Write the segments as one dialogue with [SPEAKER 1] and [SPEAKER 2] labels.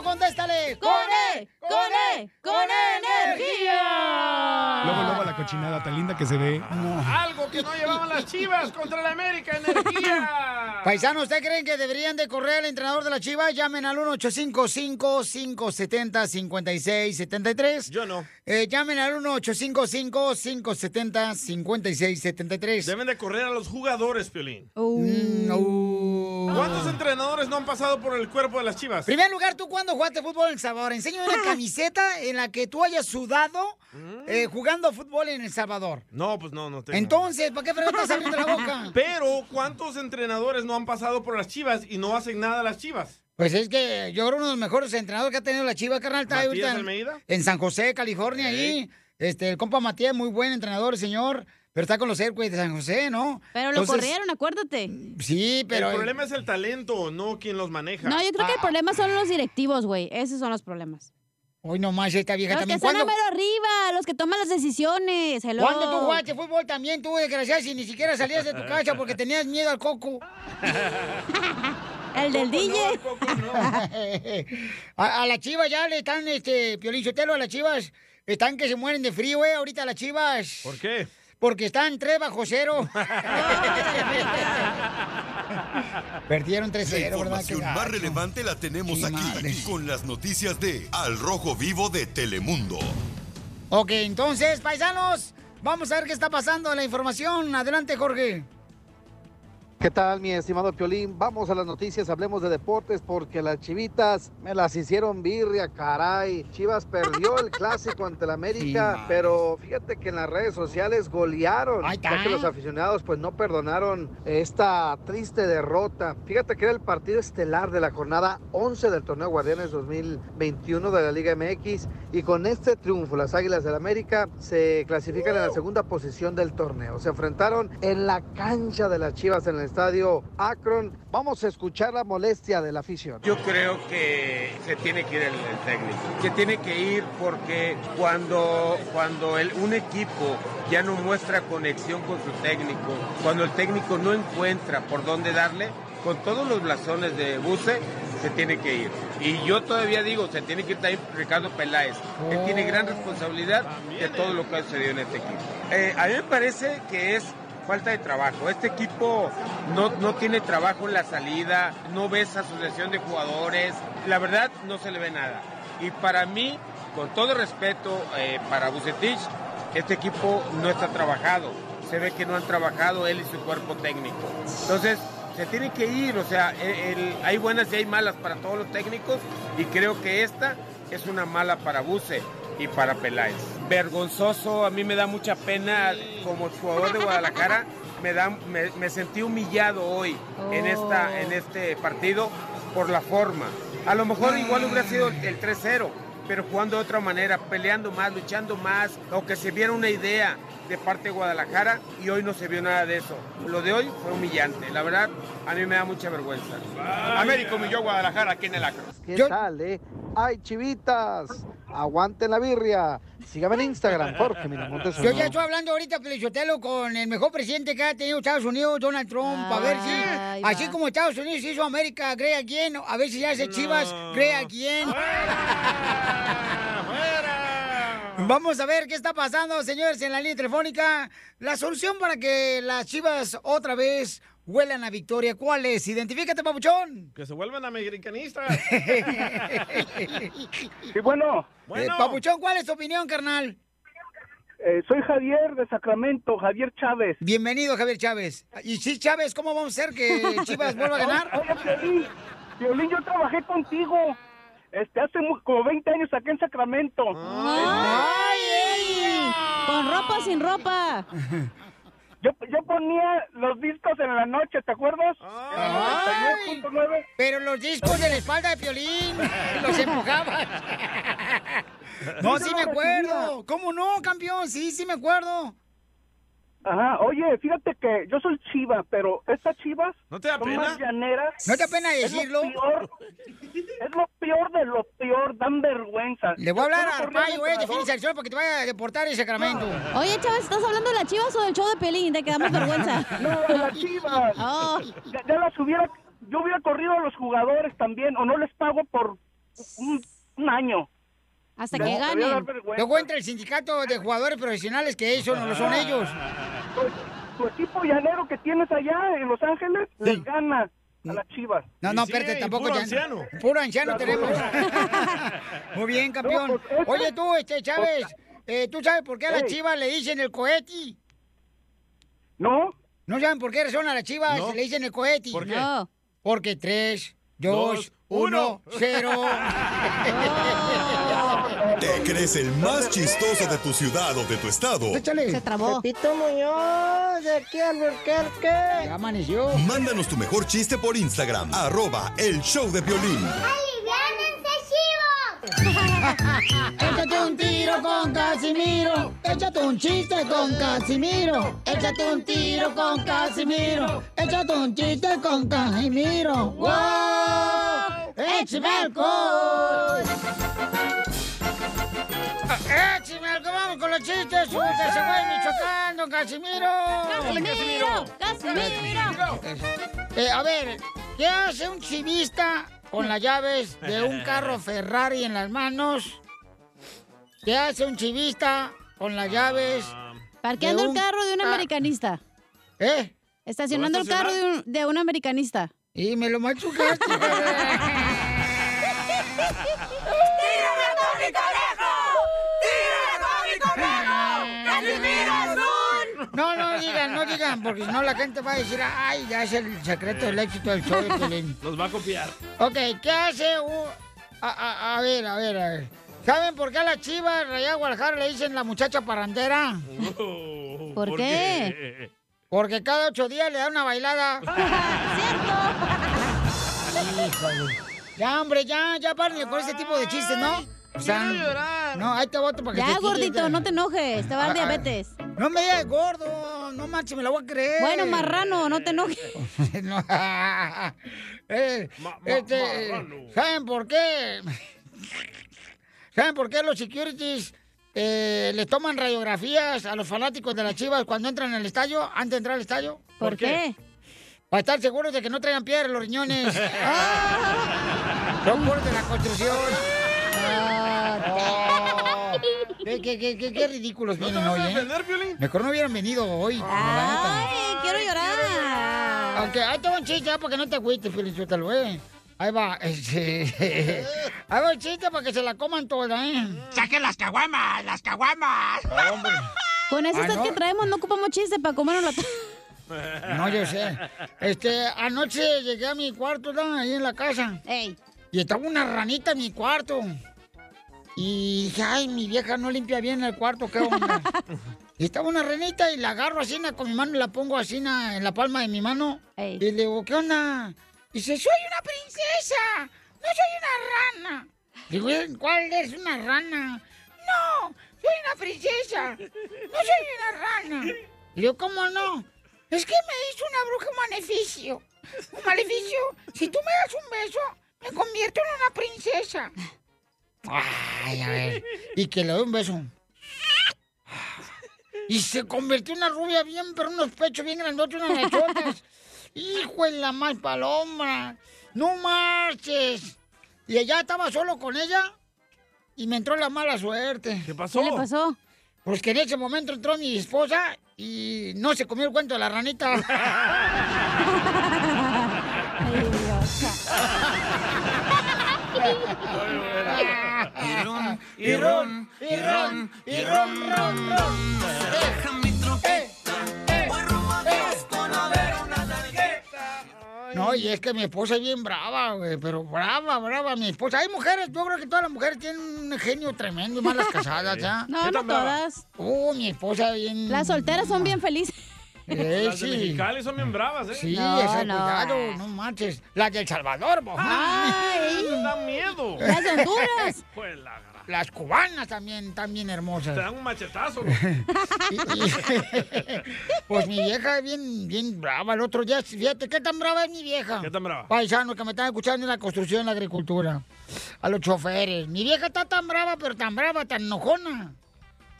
[SPEAKER 1] ¡Conéctale!
[SPEAKER 2] ¡Con E! ¡Con E! ¡Con E energía!
[SPEAKER 3] Luego, luego la cochinada tan linda que se ve.
[SPEAKER 4] Algo que no llevaban las chivas contra la América Energía.
[SPEAKER 1] Paisanos, ¿ustedes creen que deberían de correr al entrenador de la Chiva? Llamen al 1-855-570-5673.
[SPEAKER 5] Yo no.
[SPEAKER 1] Eh, llamen al 1-855-570-5673.
[SPEAKER 5] Deben de correr a los jugadores, Piolín.
[SPEAKER 1] Mm, uh.
[SPEAKER 5] ¿Cuántos entrenadores no han pasado por el cuerpo de las chivas?
[SPEAKER 1] En primer lugar, ¿tú cuándo jugaste fútbol en El Salvador? Enséñame
[SPEAKER 5] Ah.
[SPEAKER 1] una camiseta en la que tú hayas sudado
[SPEAKER 5] Mm.
[SPEAKER 1] eh, jugando fútbol en El Salvador.
[SPEAKER 5] No, pues no, no tengo.
[SPEAKER 1] Entonces, ¿para qué fregaste estás abriendo la boca?
[SPEAKER 5] Pero, ¿cuántos entrenadores no han pasado por las chivas y no hacen nada las chivas?
[SPEAKER 1] Pues es que yo creo uno de los mejores entrenadores que ha tenido la Chiva, carnal, está ahí
[SPEAKER 5] ¿Matías
[SPEAKER 1] ahorita en-
[SPEAKER 5] Almeida?
[SPEAKER 1] en San José, California, ahí. Este, el compa Matías, muy buen entrenador, señor. Pero está con los Airways de San José, ¿no?
[SPEAKER 2] Pero lo corrieron, acuérdate.
[SPEAKER 1] mm, Sí, pero...
[SPEAKER 5] El problema es el talento, no quien los maneja.
[SPEAKER 2] No, yo creo
[SPEAKER 1] ah.
[SPEAKER 2] que el problema son los directivos, güey. Esos son los problemas.
[SPEAKER 1] Hoy nomás esta vieja
[SPEAKER 2] los
[SPEAKER 1] también.
[SPEAKER 2] que están a
[SPEAKER 1] ¿Cuándo-
[SPEAKER 2] mero arriba, los que toman las decisiones. Hello.
[SPEAKER 1] Cuando tú jugaste fútbol también, tú, desgraciado, si ni siquiera salías de tu casa porque tenías miedo al coco.
[SPEAKER 2] El del DJ.
[SPEAKER 1] a, a las chivas ya le están, este, Piolín Sotelo, a las chivas, están que se mueren de frío, eh, ahorita las chivas.
[SPEAKER 5] ¿Por qué?
[SPEAKER 1] Porque están tres bajo cero. Perdieron 3-0,
[SPEAKER 6] La
[SPEAKER 1] ¿verdad?
[SPEAKER 6] información
[SPEAKER 1] Qué
[SPEAKER 6] más
[SPEAKER 1] gacho.
[SPEAKER 6] relevante la tenemos
[SPEAKER 1] Qué
[SPEAKER 6] aquí, aquí, con las noticias de Al Rojo Vivo de Telemundo.
[SPEAKER 1] ok, entonces, paisanos, vamos a ver qué está pasando en la información. Adelante, Jorge.
[SPEAKER 7] ¿Qué tal, mi estimado Piolín? Vamos a las noticias, hablemos de deportes porque las chivitas me las hicieron birria, caray. Chivas perdió el clásico ante la América,
[SPEAKER 8] Sí,
[SPEAKER 7] pero fíjate que en las redes sociales golearon, ya que los aficionados pues no perdonaron esta triste derrota. Fíjate que era el partido estelar de la jornada 11 del torneo Guardianes 2021 de la Liga MX y con este triunfo las Águilas del América se clasifican en la segunda posición del torneo. Se enfrentaron en la cancha de las Chivas en el estadio Akron. Vamos a escuchar la molestia de la afición.
[SPEAKER 9] Yo creo que se tiene que ir el, el técnico, que tiene que ir porque cuando, cuando el- un equipo ya no muestra conexión con su técnico, cuando el técnico no encuentra por dónde darle, con todos los blasones de Buse, se tiene que ir. Y yo todavía digo, se tiene que ir también Ricardo Peláez. Él tiene gran responsabilidad de todo lo que ha sucedido en este equipo. Eh, a mí me parece que es falta de trabajo. Este equipo no, no tiene trabajo en la salida, no ves asociación de jugadores, la verdad no se le ve nada. Y para mí, con todo respeto eh, para Bucetich, este equipo no está trabajado. Se ve que no han trabajado él y su cuerpo técnico. Entonces, se tiene que ir, o sea, el- el- hay buenas y hay malas para todos los técnicos y creo que esta es una mala para Buce y para Peláez. Vergonzoso, a mí me da mucha pena como jugador de Guadalajara, me, da, me, me sentí humillado hoy en, esta, en este partido por la forma. A lo mejor igual hubiera sido el 3-0, pero jugando de otra manera, peleando más, luchando más, o que se viera una idea de parte de Guadalajara y hoy no se vio nada de eso. Lo de hoy fue humillante, la verdad a mí me da mucha vergüenza. Américo humilló a Guadalajara aquí en el Acro.
[SPEAKER 7] ¿Qué tal, eh? ¡Ay, chivitas! Aguanten la birria. Sígame en Instagram, Jorge Miramontes.
[SPEAKER 1] Yo ya estoy hablando ahorita, Pelichotelo, con el mejor presidente que ha tenido Estados Unidos, Donald Trump, a ver si, así como Estados Unidos hizo América, Grey again, a ver si ya hace Chivas, Grey again. Vamos a ver qué está pasando, señores, en la línea telefónica. La solución para que las Chivas otra vez huelan a victoria, ¿cuál es? Identifícate, papuchón.
[SPEAKER 5] Que se vuelvan americanistas.
[SPEAKER 10] Sí, bueno.
[SPEAKER 1] Eh, papuchón, ¿cuál es tu opinión, carnal?
[SPEAKER 10] Eh, soy Javier de Sacramento, Javier Chávez.
[SPEAKER 1] Bienvenido, Javier Chávez. Y sí, Chávez, ¿cómo vamos a hacer que Chivas vuelva a ganar?
[SPEAKER 10] Oye, Piolín, Piolín, yo trabajé contigo. Este, hace mu- como 20 años aquí en Sacramento.
[SPEAKER 2] ¡Ay! Con ropa o sin ropa.
[SPEAKER 10] Yo, yo ponía los discos en la noche, ¿te acuerdas?
[SPEAKER 1] Ay, Pero los discos de la espalda de Piolín los empujabas. No, sí me acuerdo. ¿Cómo no, campeón? Sí, sí me acuerdo.
[SPEAKER 10] Ajá, oye, fíjate que yo soy chiva, pero estas chivas ¿No te son
[SPEAKER 1] pena?
[SPEAKER 10] más llaneras.
[SPEAKER 1] ¿No te da pena
[SPEAKER 10] Es lo
[SPEAKER 1] decirlo?
[SPEAKER 10] peor, es lo peor de lo peor, dan vergüenza.
[SPEAKER 1] Le voy a hablar a
[SPEAKER 10] Yo no corría
[SPEAKER 1] Arpaio, eh, de
[SPEAKER 10] entrenador.
[SPEAKER 1] fin de sección para que te vaya a deportar en Sacramento.
[SPEAKER 2] Oye, Chávez, ¿estás hablando de las chivas o del show de Pelín? Te quedamos vergüenza.
[SPEAKER 10] No, de las chivas.
[SPEAKER 2] Oh.
[SPEAKER 10] Ya, ya las hubiera, yo hubiera corrido a los jugadores también, o no les pago por un
[SPEAKER 11] un año.
[SPEAKER 12] Hasta
[SPEAKER 11] No,
[SPEAKER 12] que
[SPEAKER 11] te voy a dar
[SPEAKER 12] ganen.
[SPEAKER 11] vergüenza.
[SPEAKER 1] Luego entra el sindicato de jugadores profesionales, que eso no lo son ellos.
[SPEAKER 10] Pues,
[SPEAKER 11] Tu equipo llanero que tienes allá en Los Ángeles le gana a las Chivas.
[SPEAKER 1] No, no, espérate, tampoco ya- Puro anciano tenemos. Muy bien, campeón. Oye, tú, este Chávez, eh, ¿tú sabes por qué a las
[SPEAKER 11] Ey.
[SPEAKER 1] chivas le dicen el coheti?
[SPEAKER 11] No.
[SPEAKER 1] ¿No saben por qué razón a las chivas
[SPEAKER 12] No.
[SPEAKER 1] le dicen el coheti?
[SPEAKER 12] ¿Por qué? No.
[SPEAKER 1] Porque tres, dos, uno, cero.
[SPEAKER 6] ¿Te crees el más chistoso de tu ciudad o de tu estado?
[SPEAKER 1] Se
[SPEAKER 12] trabó.
[SPEAKER 13] Pepito Muñoz, de aquí al Burquerque.
[SPEAKER 1] Ya amaneció.
[SPEAKER 6] Mándanos tu mejor chiste por Instagram, arroba el show de violín.
[SPEAKER 1] Échate un tiro con Casimiro. Échate un chiste con Casimiro. Échate un tiro con Casimiro. Échate un chiste con Casimiro. ¡Wow! ¡Échame alcohol! ¡Échame alcohol! ¡Vamos con los chistes! ¡Súbete ese güey, Michoacán, don Casimiro!
[SPEAKER 12] ¡Casimiro! ¡Casimiro!
[SPEAKER 1] Eh, a ver, ¿qué hace un chivista con las llaves de un carro Ferrari en las manos? ¿Qué hace un chivista con las llaves?
[SPEAKER 12] Parqueando
[SPEAKER 1] de
[SPEAKER 12] el carro de un
[SPEAKER 1] ca-
[SPEAKER 12] americanista.
[SPEAKER 1] ¿Eh?
[SPEAKER 12] Estacionando
[SPEAKER 1] ¿Lo
[SPEAKER 12] el
[SPEAKER 1] va a
[SPEAKER 12] carro de un, de un americanista.
[SPEAKER 1] Y me lo machucaste.
[SPEAKER 12] ¡Tírame a Tony
[SPEAKER 1] No, no digan, no digan, porque si no la gente va a decir, ay, ya es el secreto del éxito del show de Piolín".
[SPEAKER 5] Nos va a copiar.
[SPEAKER 1] Ok, ¿qué hace un... A, a- a ver, a ver, a ver. ¿Saben por qué a la chiva Rayá Guadalajara le dicen la muchacha parrandera?
[SPEAKER 12] ¿Por ¿por qué?
[SPEAKER 1] Porque cada ocho días le da una bailada. ¡Cierto! Ya, hombre, ya, ya párenle con ese tipo de chistes, ¿no? O
[SPEAKER 12] quiero llorar.
[SPEAKER 1] No, ahí te voto para que
[SPEAKER 12] Ya,
[SPEAKER 1] te quites,
[SPEAKER 12] gordito,
[SPEAKER 1] ya.
[SPEAKER 12] no te enojes, te va a dar
[SPEAKER 1] Ah, ah.
[SPEAKER 12] diabetes.
[SPEAKER 1] No me digas gordo, no manches, me la voy a creer.
[SPEAKER 12] Bueno, marrano, no te enojes.
[SPEAKER 1] Eh. No. Eh, este, ¿Saben por qué? ¿Saben por qué los securities eh, les toman radiografías a los fanáticos de las chivas cuando entran al estadio, antes de entrar al estadio?
[SPEAKER 12] ¿Por ¿Por qué?
[SPEAKER 1] Para estar seguros de que no traigan piedra en los riñones. Son puros de la construcción.
[SPEAKER 12] Ah.
[SPEAKER 1] Oh, qué, qué- qué- qué- qué ridículos vienen hoy, ¿eh? Mejor no hubieran venido hoy.
[SPEAKER 12] Ah.
[SPEAKER 1] Ay,
[SPEAKER 12] quiero llorar.
[SPEAKER 1] Aunque ahí tengo un chiste, ah, porque no te agüites, Felicitalo, eh. Ahí va, este. Ahí va el chiste para que se la coman toda, ¿eh? ¡Saquen las caguamas! ¡Las caguamas!
[SPEAKER 12] Con esa
[SPEAKER 1] Ah,
[SPEAKER 12] sed
[SPEAKER 1] ¿no?
[SPEAKER 12] que traemos no ocupamos chiste para comernos la...
[SPEAKER 1] No, yo sé. Este, anoche llegué a mi cuarto, ¿no? ahí en la casa. Y estaba una ranita en mi cuarto. Y dije, ay, mi vieja no limpia bien el cuarto, qué onda. y estaba una ranita y la agarro así na, con mi mano y la pongo así na, en la palma de mi mano. Y le digo, ¿qué onda? Dice, soy una princesa, no soy una rana. Digo, "¿Eh, ¿cuál es una rana? No, soy una princesa, no soy una rana. Y yo, ¿cómo no? Es que me hizo una bruja un maleficio. Un maleficio. Si tú me das un beso, me convierto en una princesa. Ay, a ver. Y que le doy un beso. Y se convirtió en una rubia bien, pero unos pechos bien grandotes, unas lechotas. Hijo de la más paloma. No marches. Y allá estaba solo con ella y me entró la mala suerte. ¿Qué
[SPEAKER 5] pasó? ¿Qué le
[SPEAKER 12] pasó?
[SPEAKER 1] Pues que en ese momento entró mi esposa y no se comió el cuento de la ranita.
[SPEAKER 12] Y
[SPEAKER 1] ron, y ron, y ron, y ron, ron, ron. No, y es que mi esposa es bien brava, güey, pero brava, brava, mi esposa. Hay mujeres, yo creo que todas las mujeres tienen un genio tremendo, y más las casadas, ¿ya?
[SPEAKER 12] No, no todas.
[SPEAKER 1] Oh, mi esposa bien...
[SPEAKER 12] Las solteras son bien felices.
[SPEAKER 1] Eh,
[SPEAKER 5] Las de
[SPEAKER 1] sí.
[SPEAKER 5] Mexicali son bien bravas, ¿eh?
[SPEAKER 1] Sí, esa, cuidado, no marches. Las del Salvador, bo.
[SPEAKER 5] ¡Ay! Esas dan miedo.
[SPEAKER 1] Las de Honduras.
[SPEAKER 5] Pues la gran-
[SPEAKER 1] Las cubanas también, también hermosas.
[SPEAKER 5] Te dan un machetazo.
[SPEAKER 1] Pues mi vieja es bien, bien brava. El otro día, fíjate, ¿qué tan brava es mi vieja? ¿Qué tan brava? Paisanos que me están escuchando en la construcción, en la agricultura. A los choferes. Mi vieja está tan brava, pero tan brava, tan enojona.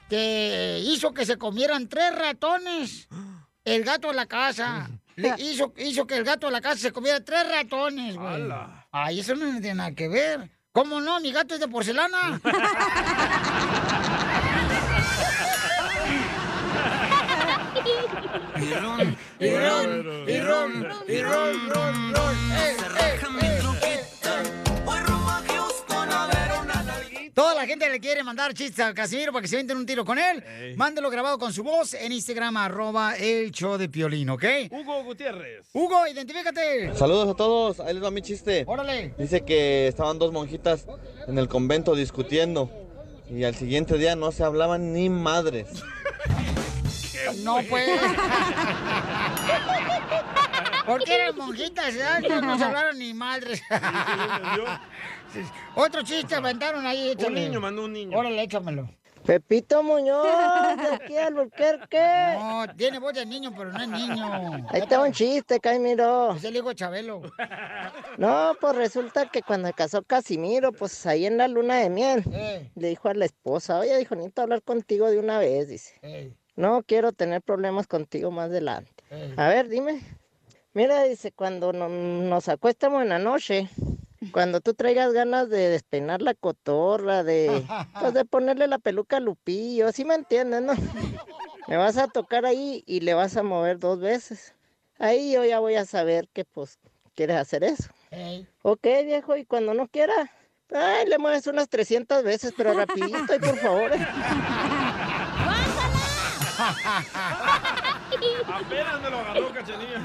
[SPEAKER 1] Que hizo que se comieran tres ratones. El gato de la casa. Le hizo, hizo que el gato de la casa se comiera tres ratones, güey. Ay, eso no tiene nada que ver. ¿Cómo no? Mi gato es de porcelana.
[SPEAKER 12] Y ron, y ron, y ron, y ron, ron, ron. Se raja mi truquita. Voy rumbo a Houston a ver una
[SPEAKER 1] Toda la gente le quiere mandar chistes a Casimiro para que se venten un tiro con él. Mándelo grabado con su voz en Instagram, arroba el show de Piolín, ¿ok?
[SPEAKER 5] Hugo Gutiérrez.
[SPEAKER 1] Hugo, identifícate.
[SPEAKER 14] Saludos a todos, ahí les va mi chiste.
[SPEAKER 1] Órale.
[SPEAKER 14] Dice que estaban dos monjitas en el convento discutiendo y al siguiente día no se hablaban ni madres.
[SPEAKER 1] No, pues. ¿Por qué eran monjitas? eh? No nos hablaron ni madres. Otro chiste aventaron ahí, échale.
[SPEAKER 5] niño
[SPEAKER 1] mandó un niño. Órale, échamelo.
[SPEAKER 13] Pepito Muñoz, de aquí al Alburquerque.
[SPEAKER 1] No, tiene voz de niño, pero no es niño.
[SPEAKER 13] Ahí está un chiste, Caimiro.
[SPEAKER 1] Es el hijo de Chabelo.
[SPEAKER 13] No, pues resulta que cuando se casó Casimiro, pues ahí en la luna de miel,
[SPEAKER 1] Eh.
[SPEAKER 13] le dijo a la esposa, oye, dijo, necesito hablar contigo de una vez, dice.
[SPEAKER 1] Ey.
[SPEAKER 13] No quiero tener problemas contigo más adelante.
[SPEAKER 1] Ey.
[SPEAKER 13] A ver, dime. Mira, dice, cuando no- nos acuestamos en la noche, cuando tú traigas ganas de despeinar la cotorra, de, pues, de ponerle la peluca a Lupillo, ¿sí me entiendes, no? Me vas a tocar ahí y le vas a mover dos veces. Ahí yo ya voy a saber que, pues, quieres hacer eso.
[SPEAKER 1] Ey.
[SPEAKER 13] Ok, viejo, y cuando no quiera, ay, le mueves unas 300 veces, pero rapidito, y por favor. eh.
[SPEAKER 5] Apenas me lo agarró,
[SPEAKER 1] Mm.
[SPEAKER 5] cachanilla.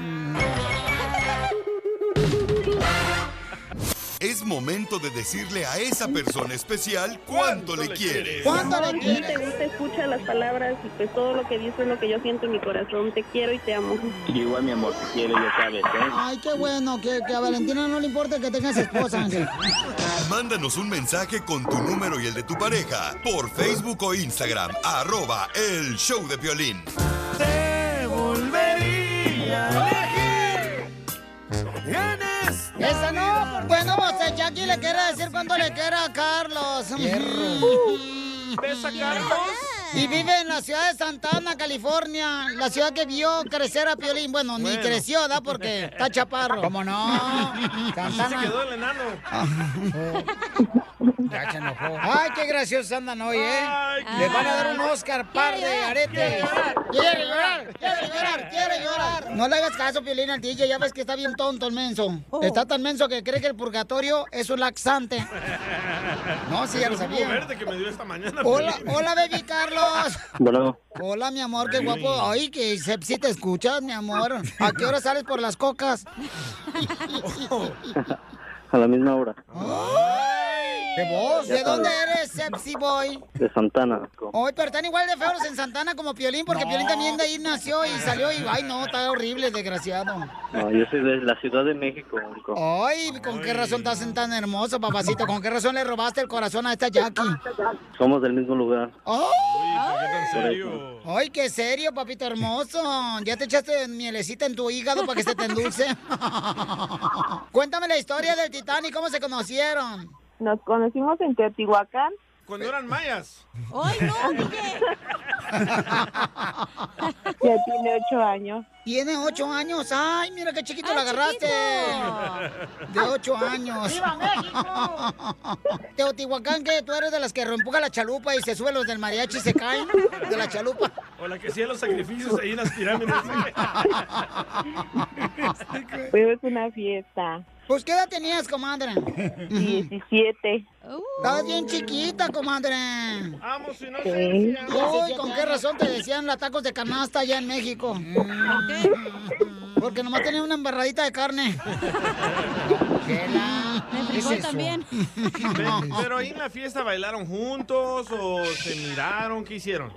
[SPEAKER 6] Es momento de decirle a esa persona especial cuánto le quieres.
[SPEAKER 15] Te gusta, escucha las palabras y pues todo lo que dices es lo que yo siento en mi corazón. Te quiero y te amo.
[SPEAKER 16] Igual mi amor, te quiero, ya sabes, ¿eh?
[SPEAKER 1] Ay, qué bueno, que, que a Valentina no le importa que tengas esposa, Ángel.
[SPEAKER 6] Mándanos un mensaje con tu número y el de tu pareja por Facebook o Instagram, arroba el show de violín.
[SPEAKER 12] Te volvería a
[SPEAKER 1] Esa no, bueno, pues Jackie le quiere decir cuánto le quiera a Carlos.
[SPEAKER 5] ¿Besa Carlos?
[SPEAKER 1] Y vive en la ciudad de Santana, California, la ciudad que vio crecer a Piolín. Bueno, ni
[SPEAKER 5] Bueno.
[SPEAKER 1] creció, ¿da? Porque está chaparro. ¿Cómo no?
[SPEAKER 5] Así se quedó el enano.
[SPEAKER 1] Ah. Ya se enojó. Ay, qué graciosos andan hoy, ¿eh?
[SPEAKER 12] qué-
[SPEAKER 1] Le van a dar un Oscar par de aretes. Quiere llorar,
[SPEAKER 12] quiere llorar, quiere llorar.
[SPEAKER 1] No le hagas caso, Piolín, al DJ. Ya ves que está bien tonto el menso. Está tan menso que cree que el purgatorio es un laxante. No, sí, ya lo
[SPEAKER 5] Es un
[SPEAKER 1] sabía.
[SPEAKER 5] jugo verde que me dio esta mañana.
[SPEAKER 1] Hola,
[SPEAKER 5] Piolín.
[SPEAKER 1] hola, baby Carlos.
[SPEAKER 16] Bueno,
[SPEAKER 1] Hola, mi amor, qué guapo. Ay, que se- si te escuchas, mi amor. ¿A qué hora sales por las cocas?
[SPEAKER 16] a la misma hora,
[SPEAKER 5] Ah.
[SPEAKER 1] ¿Qué voz?
[SPEAKER 16] Ya
[SPEAKER 1] ¿De dónde
[SPEAKER 16] sabes.
[SPEAKER 1] eres, sexy boy?
[SPEAKER 16] de Santana.
[SPEAKER 1] Hoy, pero están igual de feos en Santana como Piolín, porque Piolín también de ahí nació y salió y, ay, no, está horrible, desgraciado.
[SPEAKER 16] No, yo soy de la Ciudad de México, Urco.
[SPEAKER 1] Ay, ¿con qué razón estás tan hermoso, papacito? ¿Con qué razón le robaste el corazón a esta Jackie?
[SPEAKER 16] Somos del mismo lugar.
[SPEAKER 1] ¡Ay!
[SPEAKER 16] por eso.
[SPEAKER 1] Ay, qué serio, papito hermoso. ¿Ya te echaste mielecita en tu hígado para que se te endulce? Cuéntame la historia del Titanic, ¿cómo se conocieron?
[SPEAKER 15] Nos conocimos en Teotihuacán.
[SPEAKER 5] Cuando eran mayas.
[SPEAKER 15] ¡Ay, no, Ya tiene ocho años.
[SPEAKER 1] Tiene ocho años. Ay, mira qué chiquito la agarraste. De ocho años.
[SPEAKER 12] ¡Viva
[SPEAKER 1] Teotihuacán, que tú eres de las que reempuja la chalupa y se suben los del mariachi y se caen de la chalupa.
[SPEAKER 5] O la que hacía los sacrificios ahí en las pirámides.
[SPEAKER 15] Fuimos a Pues una fiesta.
[SPEAKER 1] Pues, ¿qué edad tenías, comadre? Uh.
[SPEAKER 15] Diecisiete.
[SPEAKER 1] Estabas bien chiquita, comadre.
[SPEAKER 5] Vamos, si no
[SPEAKER 15] se Sí.
[SPEAKER 1] Uy, ¿con qué razón te decían la tacos de canasta allá en México? Porque nomás tenía una embarradita de carne.
[SPEAKER 12] Me
[SPEAKER 1] ¿Qué es
[SPEAKER 12] frijol
[SPEAKER 1] eso?
[SPEAKER 12] también.
[SPEAKER 5] Pe- Pero ahí en la fiesta bailaron juntos o se miraron, ¿qué hicieron?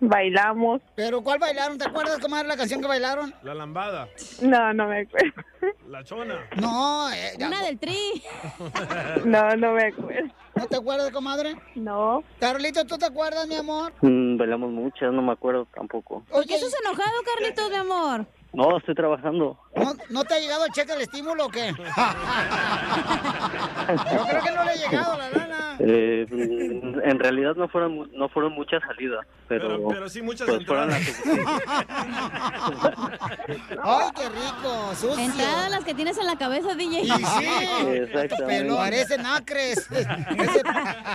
[SPEAKER 15] Bailamos.
[SPEAKER 1] ¿Pero cuál bailaron? ¿Te acuerdas, comadre, la canción que bailaron?
[SPEAKER 5] La lambada,
[SPEAKER 15] No, no me acuerdo.
[SPEAKER 5] la chona.
[SPEAKER 1] No, eh,
[SPEAKER 15] Una
[SPEAKER 1] del tri.
[SPEAKER 15] No, no me acuerdo.
[SPEAKER 1] ¿No te acuerdas, comadre?
[SPEAKER 15] No.
[SPEAKER 1] Carlito, ¿tú te acuerdas, mi amor?
[SPEAKER 16] Mm, bailamos muchas, no me acuerdo tampoco.
[SPEAKER 1] ¿Por qué estás enojado, Carlitos, mi amor?
[SPEAKER 16] No, estoy trabajando.
[SPEAKER 1] ¿No, no te ha llegado el cheque del estímulo o qué? Yo creo que no le ha llegado la lana.
[SPEAKER 16] Eh, en realidad no fueron mu- no fueron muchas salidas, pero,
[SPEAKER 5] Pero, pero sí, muchas
[SPEAKER 16] pues fueron las
[SPEAKER 5] entradas.
[SPEAKER 16] suficientes.
[SPEAKER 1] ¡Ay, qué rico! ¡Sucio!
[SPEAKER 2] Entradas las que tienes en la cabeza, DJ.
[SPEAKER 1] Y sí,
[SPEAKER 16] Exactamente.
[SPEAKER 1] pelón, parecen acres. Ese-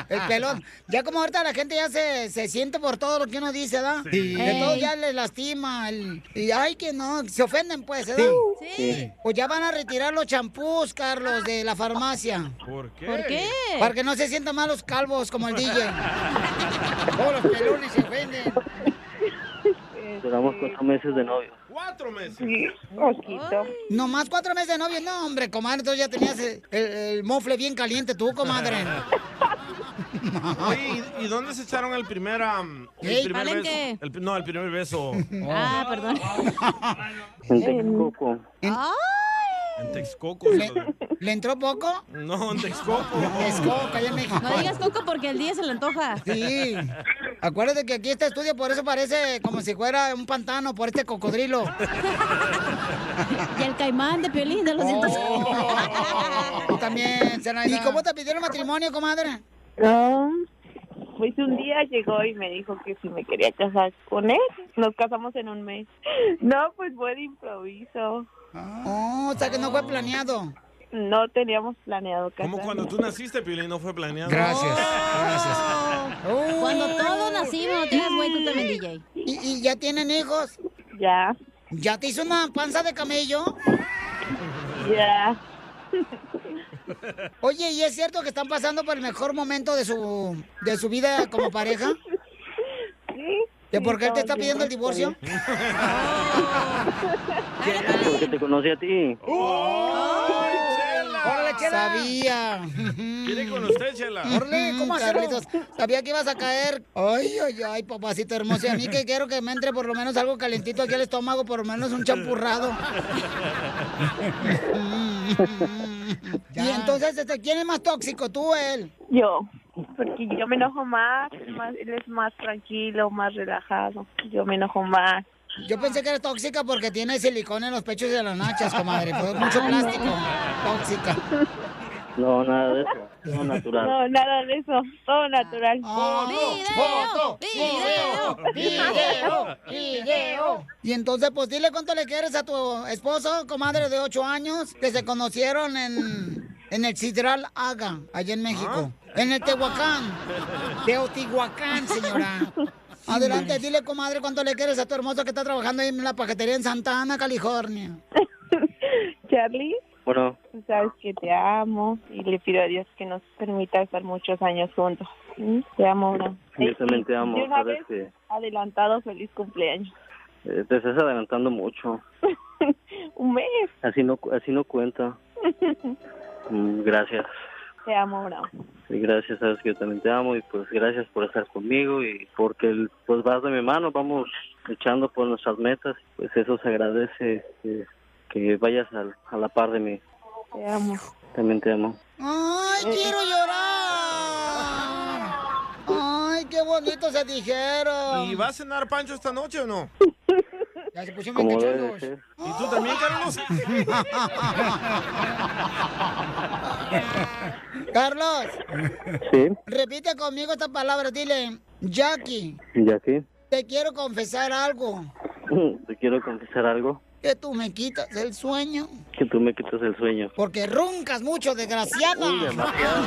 [SPEAKER 1] el pelón. Ya como ahorita la gente ya se, se siente por todo lo que uno dice, ¿verdad?
[SPEAKER 12] Sí.
[SPEAKER 1] Que todo
[SPEAKER 12] Ey.
[SPEAKER 1] ya les lastima. el- y ay, que no, se ofenden pues, ¿verdad?
[SPEAKER 12] Sí.
[SPEAKER 1] O ya van a retirar los champús, Carlos, de la farmacia.
[SPEAKER 5] ¿Por qué?
[SPEAKER 12] ¿Por qué?
[SPEAKER 1] Para que no se sientan mal los calvos como el DJ. Todos los pelones se ofenden.
[SPEAKER 16] Duramos cuatro meses de novio.
[SPEAKER 5] Cuatro meses.
[SPEAKER 1] Poquito. Nomás cuatro meses de novio. No, hombre, comadre, entonces ya tenías el, el mofle bien caliente tú, comadre.
[SPEAKER 5] Oye, ¿y, y dónde se echaron el primer, am, el
[SPEAKER 1] Ey,
[SPEAKER 5] primer
[SPEAKER 1] palenque.
[SPEAKER 5] beso? El pri- no, el primer beso.
[SPEAKER 1] Oh.
[SPEAKER 2] Ah, perdón. Ah.
[SPEAKER 16] En Texcoco.
[SPEAKER 5] En Texcoco. se lo-
[SPEAKER 1] ¿Le entró poco?
[SPEAKER 5] No, en Texcoco.
[SPEAKER 1] Texcoco, allá en México.
[SPEAKER 2] No digas coco porque el día se le antoja.
[SPEAKER 1] Sí. Acuérdate que aquí este estudio por eso parece como si fuera un pantano por este cocodrilo.
[SPEAKER 2] Y el caimán de Piolín de los dientes.
[SPEAKER 1] Tú Oh. también, Zenaida. ¿Y cómo te pidieron matrimonio, comadre?
[SPEAKER 15] Pues un día llegó y me dijo que si me quería casar con él. Nos casamos en un mes. No, pues fue de improviso.
[SPEAKER 1] Oh, o sea que no fue planeado.
[SPEAKER 15] No teníamos planeado
[SPEAKER 5] Como
[SPEAKER 15] casarnos.
[SPEAKER 5] cuando tú naciste, Piolín, no fue planeado. Oh.
[SPEAKER 1] Gracias,
[SPEAKER 5] gracias.
[SPEAKER 1] Oh.
[SPEAKER 2] Cuando todos nacimos, no te hagas güey, tú también, DJ.
[SPEAKER 1] ¿Y, y ya tienen hijos?
[SPEAKER 15] Ya.
[SPEAKER 1] ¿Ya te hizo una panza de camello?
[SPEAKER 15] Ya.
[SPEAKER 1] Oye, ¿y es cierto que están pasando por el mejor momento de su, de su vida como pareja?
[SPEAKER 15] Sí.
[SPEAKER 1] ¿De por qué él te está
[SPEAKER 15] estamos bien
[SPEAKER 1] pidiendo el divorcio?
[SPEAKER 16] Porque te conocí a ti.
[SPEAKER 15] Oh.
[SPEAKER 1] ¡Órale, Sabía.
[SPEAKER 5] Quiere con usted, Chela.
[SPEAKER 1] Órale, ¿cómo hacerlo? Sabía que ibas a caer. Ay, ay, ay, papacito hermoso. Y a mí que quiero que me entre por lo menos algo calentito aquí al estómago, por lo menos un champurrado. Y entonces, este, ¿quién es más tóxico, tú o él?
[SPEAKER 15] Yo. Porque yo me enojo más, más, él es más tranquilo, más relajado. Yo me enojo más.
[SPEAKER 1] Yo pensé que era tóxica porque tiene silicón en los pechos y en las nachas, comadre. Fue mucho
[SPEAKER 15] Ay, no.
[SPEAKER 1] plástico. Tóxica.
[SPEAKER 16] No, nada de eso. Todo natural.
[SPEAKER 15] No, nada de eso. Todo natural.
[SPEAKER 1] ¡Foto! Ah. ¡Video! ¡Video! ¡Video! Y entonces, pues dile cuánto le quieres a tu esposo, comadre de 8 años, que se conocieron en, en el Sidral Haga, allá en México. En el Tehuacán. Teotihuacán, señora. Adelante, dile, comadre, cuánto le quieres a tu hermoso que está trabajando ahí en la paquetería en Santa Ana, California.
[SPEAKER 15] Charlie,
[SPEAKER 16] Bueno,
[SPEAKER 15] tú sabes que te amo y le pido a Dios que nos permita estar muchos años juntos. ¿Sí? Te amo, bro.
[SPEAKER 16] yo también te
[SPEAKER 15] Este, De
[SPEAKER 16] amo.
[SPEAKER 15] una
[SPEAKER 16] Sabes
[SPEAKER 15] vez,
[SPEAKER 16] que
[SPEAKER 15] adelantado, feliz cumpleaños.
[SPEAKER 16] eh, te estás adelantando mucho.
[SPEAKER 15] Un mes.
[SPEAKER 16] Así no, así no cuenta. Mm, Gracias.
[SPEAKER 15] Te amo, bro.
[SPEAKER 16] Y gracias, sabes que yo también te amo y pues gracias por estar conmigo y porque pues vas de mi mano, vamos luchando por nuestras metas, pues eso se agradece eh, que vayas al- a, la par de mí,
[SPEAKER 15] Te amo.
[SPEAKER 16] también te amo.
[SPEAKER 1] ¡Ay, quiero llorar! ¡Ay, qué bonito se dijeron!
[SPEAKER 5] ¿Y va a cenar Pancho esta noche o no?
[SPEAKER 12] Ah,
[SPEAKER 1] Ya se pusieron
[SPEAKER 16] Como debe de ser.
[SPEAKER 5] ¿Y tú también, Carlos?
[SPEAKER 1] Carlos,
[SPEAKER 16] Sí,
[SPEAKER 1] repite conmigo esta palabra. Dile, Jackie,
[SPEAKER 16] y aquí
[SPEAKER 1] te quiero confesar algo.
[SPEAKER 16] te quiero confesar algo,
[SPEAKER 1] Que tú me quitas el sueño.
[SPEAKER 16] que tú me quitas el sueño.
[SPEAKER 1] Porque roncas mucho, desgraciada.
[SPEAKER 16] Uy, demasiado.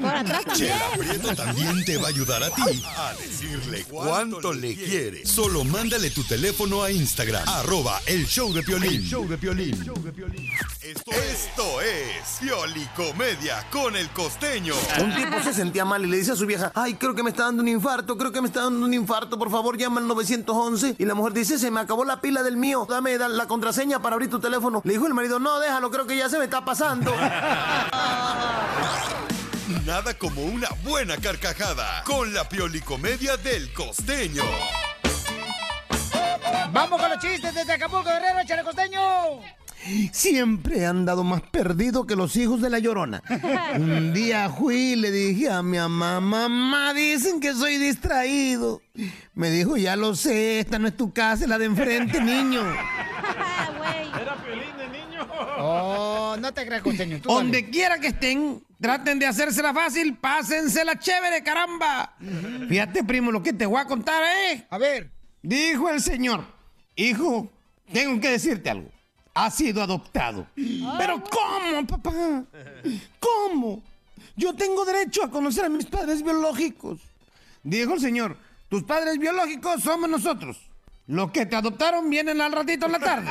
[SPEAKER 2] Por atrás también.
[SPEAKER 6] Chela Prieto también te va a ayudar a ti a decirle cuánto le quiere. Solo mándale tu teléfono a Instagram, arroba el show de Piolín.
[SPEAKER 12] El
[SPEAKER 6] show de Piolín. Esto es Piolicomedia con el costeño.
[SPEAKER 8] Un tipo se sentía mal y le dice a su vieja, ay, creo que me está dando un infarto, creo que me está dando un infarto, por favor llama al 911. Y la mujer dice, se me acabó la pila del mío, dame da- la contraseña para abrir tu teléfono. Le dijo el marido, no, déjalo, creo que ya se me está pasando.
[SPEAKER 6] Nada como una buena carcajada con la Piolicomedia del costeño.
[SPEAKER 1] Vamos con los chistes desde Acapulco, Guerrero, échale costeño.
[SPEAKER 8] Siempre han dado más perdido que los hijos de la llorona. Un día fui y le dije a mi mamá, mamá, dicen que soy distraído. Me dijo, ya lo sé, esta no es tu casa, es la de enfrente, niño.
[SPEAKER 5] Era Piolín de niño.
[SPEAKER 1] Oh, no No te creas, costeño. tú dale.
[SPEAKER 17] Donde quiera que estén, traten de hacérsela fácil, pásensela chévere, caramba. Fíjate, primo, lo que te voy a contar, ¿eh?
[SPEAKER 1] A ver.
[SPEAKER 17] Dijo el señor, hijo, tengo que decirte algo. Has sido adoptado. Pero ¿cómo, papá? ¿Cómo? Yo tengo derecho a conocer a mis padres biológicos. Dijo el señor, tus padres biológicos somos nosotros. Los que te adoptaron vienen al ratito en la tarde.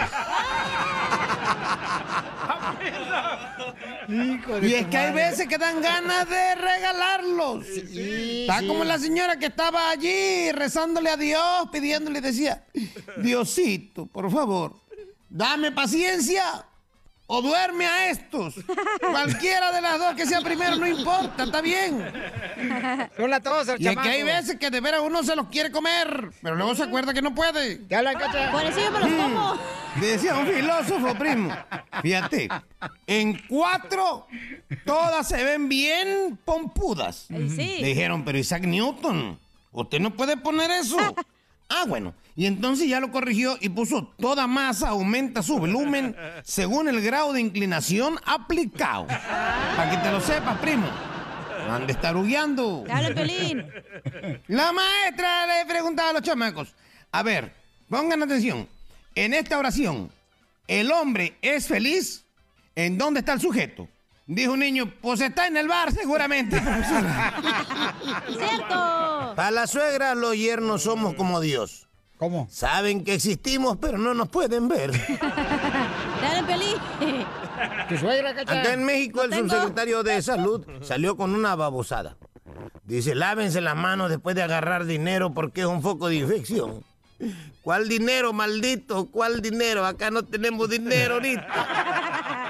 [SPEAKER 12] Ah,
[SPEAKER 17] Y es que hay veces que dan ganas de regalarlos. Está
[SPEAKER 12] sí.
[SPEAKER 17] como la señora que estaba allí rezándole a Dios, pidiéndole, decía, Diosito, por favor, dame paciencia o duerme a estos. Cualquiera de las dos que sea primero, no importa, está bien.
[SPEAKER 1] Son las dos,
[SPEAKER 17] Y es que hay veces que de veras uno se los quiere comer, pero luego se acuerda que no puede.
[SPEAKER 2] Por eso yo me los como.
[SPEAKER 17] Mm. Decía un filósofo, primo. Fíjate, en cuatro todas se ven bien pompudas. Mm.
[SPEAKER 12] Ey, sí.
[SPEAKER 17] Le dijeron, pero Isaac Newton, usted no puede poner eso. Ah, bueno. Y entonces ya lo corrigió y puso toda masa aumenta su volumen según el grado de inclinación aplicado. Para que te lo sepas, primo. No Ande tarugueando.
[SPEAKER 12] Dale, Pelín.
[SPEAKER 17] La maestra le preguntaba a los chamacos, a ver, pongan atención, en esta oración, ¿el hombre es feliz? ¿En dónde está el sujeto? Dijo un niño, pues está en el bar seguramente.
[SPEAKER 2] ¡Cierto!
[SPEAKER 8] Para la suegra, los yernos somos como Dios.
[SPEAKER 1] ¿Cómo?
[SPEAKER 8] Saben que existimos, pero no nos pueden ver.
[SPEAKER 2] Dale, Pelín.
[SPEAKER 1] Tu suegra, Cacha.
[SPEAKER 8] Acá en México, el subsecretario de Salud salió con una babosada. Dice, lávense las manos después de agarrar dinero porque es un foco de infección. ¿Cuál dinero, maldito? ¿Cuál dinero? Acá no tenemos dinero ahorita.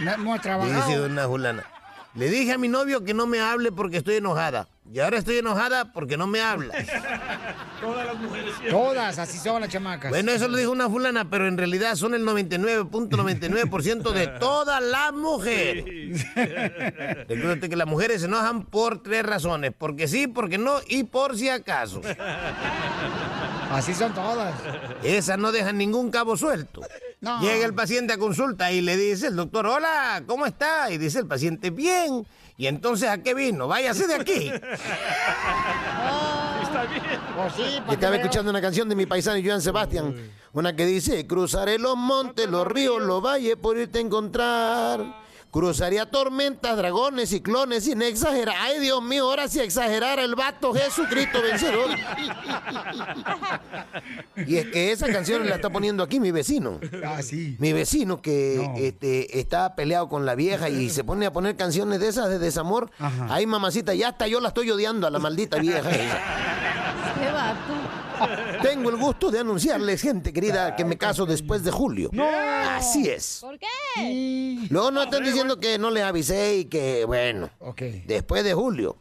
[SPEAKER 1] No hemos
[SPEAKER 8] Dice
[SPEAKER 1] trabajado.
[SPEAKER 8] una fulana. Le dije a mi novio que no me hable porque estoy enojada. Y ahora estoy enojada porque no me habla.
[SPEAKER 5] Todas las mujeres. siempre.
[SPEAKER 1] Todas, así son las chamacas.
[SPEAKER 8] Bueno, eso lo dijo una fulana, pero en realidad son el 99.99% de todas las mujeres. Recuérdate que las mujeres se enojan por tres razones. Porque sí, porque no y por si acaso.
[SPEAKER 1] Así son todas.
[SPEAKER 8] Esas no dejan ningún cabo suelto.
[SPEAKER 1] No.
[SPEAKER 8] Llega el paciente a consulta y le dice el doctor, hola, ¿cómo está? Y dice el paciente, bien. Y entonces, ¿a qué vino? Váyase de aquí.
[SPEAKER 12] Oh.
[SPEAKER 5] Está bien.
[SPEAKER 8] Yo estaba escuchando una canción de mi paisano Joan Sebastián, una que dice, cruzaré los montes, los ríos, los valles por irte a encontrar. Cruzaría tormentas, dragones, ciclones sin exagerar. Ay, Dios mío, ahora si exagerara el vato Jesucristo vencedor. Y es que esa canción la está poniendo aquí mi vecino.
[SPEAKER 1] Ah, sí.
[SPEAKER 8] Mi vecino que este, está peleado con la vieja y se pone a poner canciones de esas de desamor. Ay, mamacita, ya hasta yo la estoy odiando a la maldita vieja. esa.
[SPEAKER 2] ¡Qué vato!
[SPEAKER 8] Tengo el gusto de anunciarles, gente querida, que me caso después de julio. Así es.
[SPEAKER 2] ¿Por qué?
[SPEAKER 8] Luego no están diciendo que no les avisé y que, bueno, después de julio.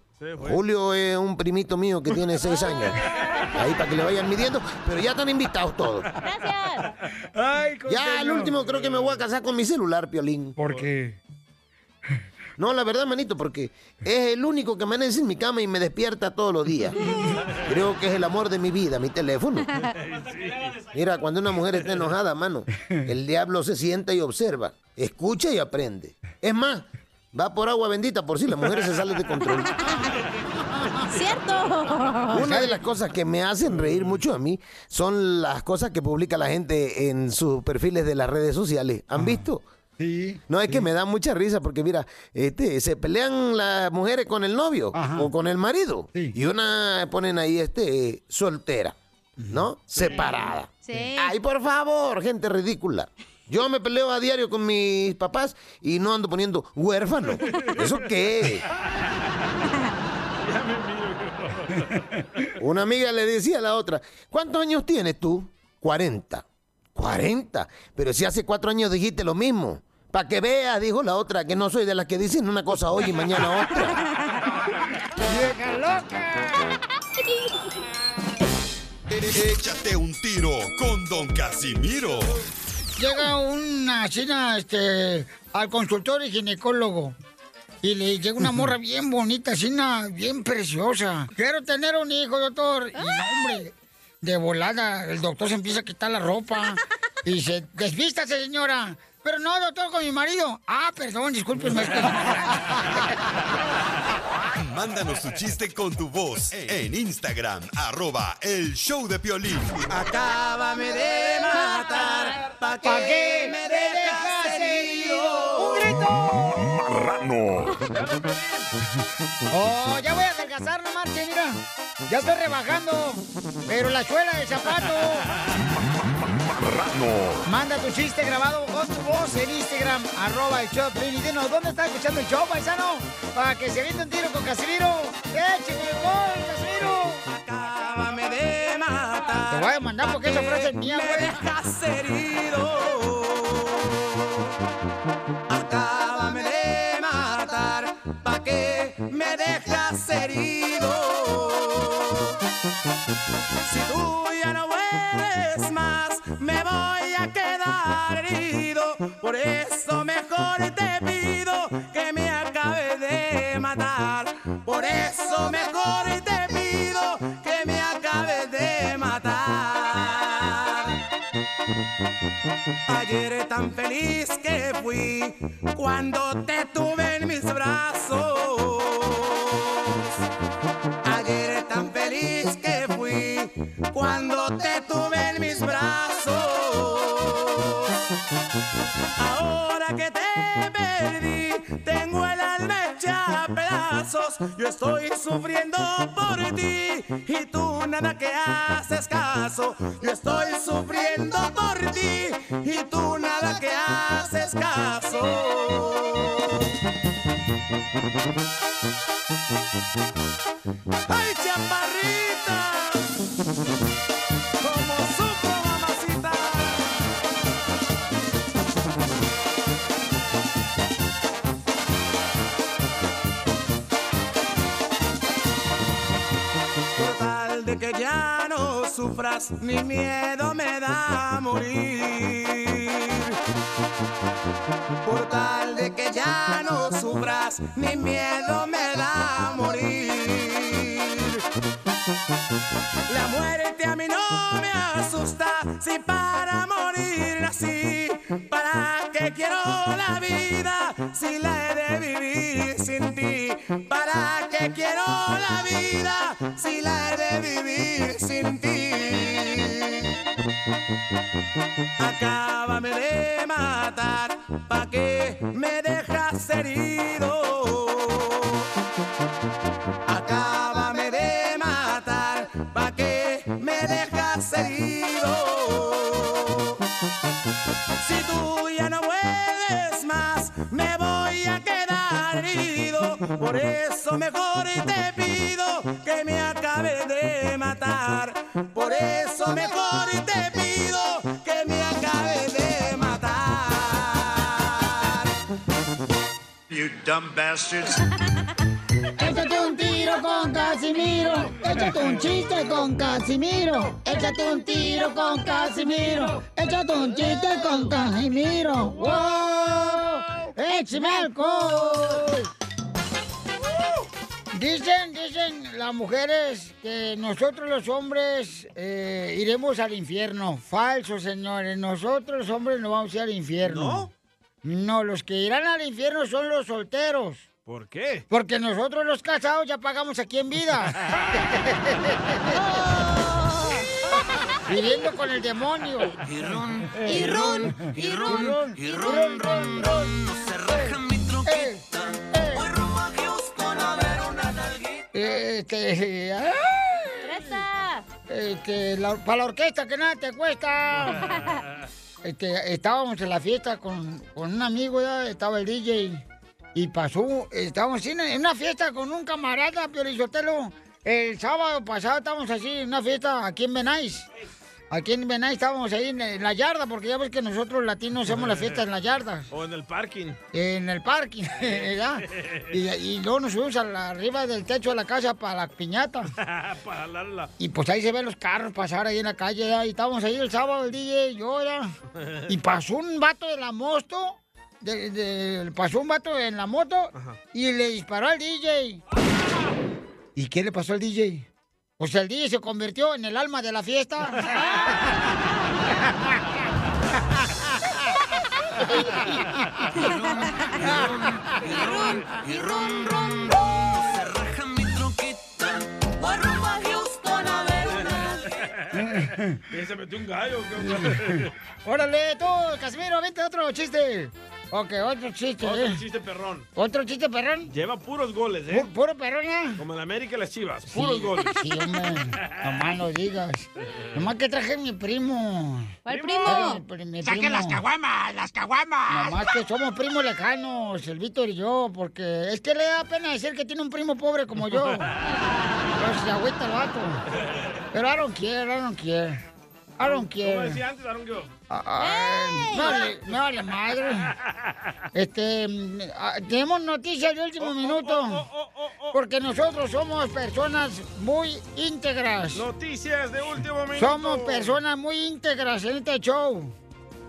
[SPEAKER 8] Julio es un primito mío que tiene seis años. Ahí para que le vayan midiendo, pero ya están invitados todos. Ya al último creo que me voy a casar con mi celular, Piolín. ¿Por qué? No, la verdad, manito, porque es el único que amanece en mi cama y me despierta todos los días. Creo que es el amor de mi vida, mi teléfono. Mira, cuando una mujer está enojada, mano, el diablo se sienta y observa, escucha y aprende. Es más, va por agua bendita por si la mujer se sale de control.
[SPEAKER 2] ¡Cierto!
[SPEAKER 8] Una de las cosas que me hacen reír mucho a mí son las cosas que publica la gente en sus perfiles de las redes sociales. ¿Han visto? Sí. No, es que me da mucha risa porque mira, este, se pelean las mujeres con el novio o con el marido. Y una ponen ahí este soltera, ¿no? Separada.
[SPEAKER 12] Sí.
[SPEAKER 8] Ay, por favor, gente ridícula. Yo me peleo a diario con mis papás y no ando poniendo huérfano. ¿Eso qué?
[SPEAKER 5] Ya me miro.
[SPEAKER 8] Una amiga le decía a la otra, ¿cuántos años tienes tú? 40. 40. Pero si hace cuatro años dijiste lo mismo. Para que veas, dijo la otra, que no soy de las que dicen una cosa hoy y mañana otra.
[SPEAKER 1] ¡Vieja loca!
[SPEAKER 6] Échate un tiro con Don Casimiro.
[SPEAKER 1] Llega una china este, al consultorio y ginecólogo. Y le llega una morra bien bonita, china, bien preciosa. Quiero tener un hijo, doctor. Y no, hombre, de volada, el doctor se empieza a quitar la ropa. Y dice, desvístase, señora. Pero no, doctor, con mi marido. Ah, perdón, discúlpeme. es que-
[SPEAKER 6] Mándanos tu chiste con tu voz en Instagram, arroba el show de Piolín.
[SPEAKER 12] Acábame de matar, ¿pa' qué me dejas herido? ¡Un grito!
[SPEAKER 10] Marrano.
[SPEAKER 1] Oh, ya voy a adelgazar, no marches, mira. Ya estoy rebajando. Pero la suela del zapato.
[SPEAKER 10] Marrano.
[SPEAKER 1] Manda tu chiste grabado con tu voz en Instagram, arroba el show de Piolín. Y dinos, ¿dónde está escuchando el show, paisano? Para que se venda un tiro con Casimiro. ¡Écheme el gol, Casimiro!
[SPEAKER 12] Acábame de matar.
[SPEAKER 1] Te voy a mandar porque esa frase es mía,
[SPEAKER 12] Me
[SPEAKER 1] güey.
[SPEAKER 12] dejas herido. Acábame de matar. ¿Pa' qué me dejas herido? Si tú ya no vuelves más, me voy a quedar herido. Por eso mejor te pido que me acabes de matar. Por eso mejor te pido que me acabes de matar. Ayer tan feliz que fui cuando te tuve en mis brazos. Ayer tan feliz que fui cuando te tuve en mis brazos. Ahora que te perdí, tengo el alma hecha a pedazos. Yo estoy sufriendo por ti y tú nada que haces caso. Yo estoy sufriendo por ti y tú nada que haces caso. ¡Ay, chaparrita! ¡Como supo, mamacita! Total de que ya no sufras, ni miedo me da a morir. Por tal de que ya no sufras, ni miedo me da a morir. La muerte a mí no me asusta, si para morir así, ¿para qué quiero la vida si la he de vivir sin ti? ¿Para qué quiero la vida si la he de vivir sin ti? Acábame de matar, ¿pa' qué me dejas herido? Acábame de matar, ¿pa' qué me dejas herido? Si tú ya no vuelves más, me voy a quedar herido. Por eso mejor te pido que me acabes de matar. Por eso mejor te pido que me acabes de matar.
[SPEAKER 9] You dumb bastards.
[SPEAKER 1] Échate un tiro con Casimiro. Échate un chiste con Casimiro. Échate un tiro con Casimiro. Échate un chiste con Casimiro. ¡Wow! ¡Échame alcohol! Dicen, dicen las mujeres que nosotros los hombres eh, iremos al infierno. Falso, señores. Nosotros los hombres no vamos a ir al infierno. ¿No? No, los que irán al infierno son los solteros.
[SPEAKER 5] ¿Por qué?
[SPEAKER 1] Porque nosotros los casados ya pagamos aquí en vida. Viviendo con el demonio. Y ron,
[SPEAKER 12] y ron, y ron,
[SPEAKER 1] y Eh, ron, ron, ron. No se raja mi trompeta. Este. ¡ah! Este, para la orquesta que nada te cuesta. Este, estábamos en la fiesta con, con un amigo, ya, estaba el DJ. Y pasó, estábamos en en una fiesta con un camarada, Piorizotelo. El sábado pasado estábamos así en una fiesta aquí en Benais. Aquí en Benais estábamos ahí en, en la yarda, porque ya ves que nosotros latinos hacemos las fiestas en la yarda.
[SPEAKER 5] O en el parking.
[SPEAKER 1] En el parking, ¿verdad? Y, y luego nos subimos a la- arriba del techo de la casa para la piñata.
[SPEAKER 5] Para jalarla.
[SPEAKER 1] Y pues ahí se ven los carros pasar ahí en la calle, ya, y estábamos ahí el sábado, el DJ, yo ya. Y pasó un vato de la moto, de- de- pasó un vato en la moto y le disparó al DJ. ¿Y qué le pasó al DJ? O sea, el DJ se convirtió en el alma de la fiesta.
[SPEAKER 12] Y ron, ron, ron, se raja mi troquita. Voy rumbo a Houston a ver
[SPEAKER 5] Eh, Se metió un gallo. ¿qué?
[SPEAKER 1] Órale, tú, Casimiro, vente otro chiste. Ok, otro chiste.
[SPEAKER 5] Otro
[SPEAKER 1] eh.
[SPEAKER 5] chiste perrón.
[SPEAKER 1] ¿Otro chiste perrón?
[SPEAKER 5] Lleva puros goles, ¿eh?
[SPEAKER 1] Pu- ¿Puro perrón, eh?
[SPEAKER 5] Como en América y las chivas. Puros
[SPEAKER 1] Sí,
[SPEAKER 5] goles.
[SPEAKER 1] Sí, hombre. Nomás no digas. Nomás que traje a mi primo.
[SPEAKER 12] ¿Cuál
[SPEAKER 1] Traje
[SPEAKER 12] primo?
[SPEAKER 1] mi- mi
[SPEAKER 12] ¡Saque
[SPEAKER 1] primo.
[SPEAKER 12] las caguamas, las caguamas!
[SPEAKER 1] Nomás que somos primos lejanos, el Víctor y yo, porque es que le da pena decir que tiene un primo pobre como yo. Pues se agüita el vato. Pero I don't care, I don't care. I don't
[SPEAKER 5] Como
[SPEAKER 1] care.
[SPEAKER 5] decía antes, Aaron Guevara.
[SPEAKER 1] Ay, me vale, me vale madre. Este, mm, ah, tenemos noticias de último minuto. Porque nosotros somos personas muy íntegras.
[SPEAKER 5] Noticias de último minuto.
[SPEAKER 1] Somos personas muy íntegras en este show.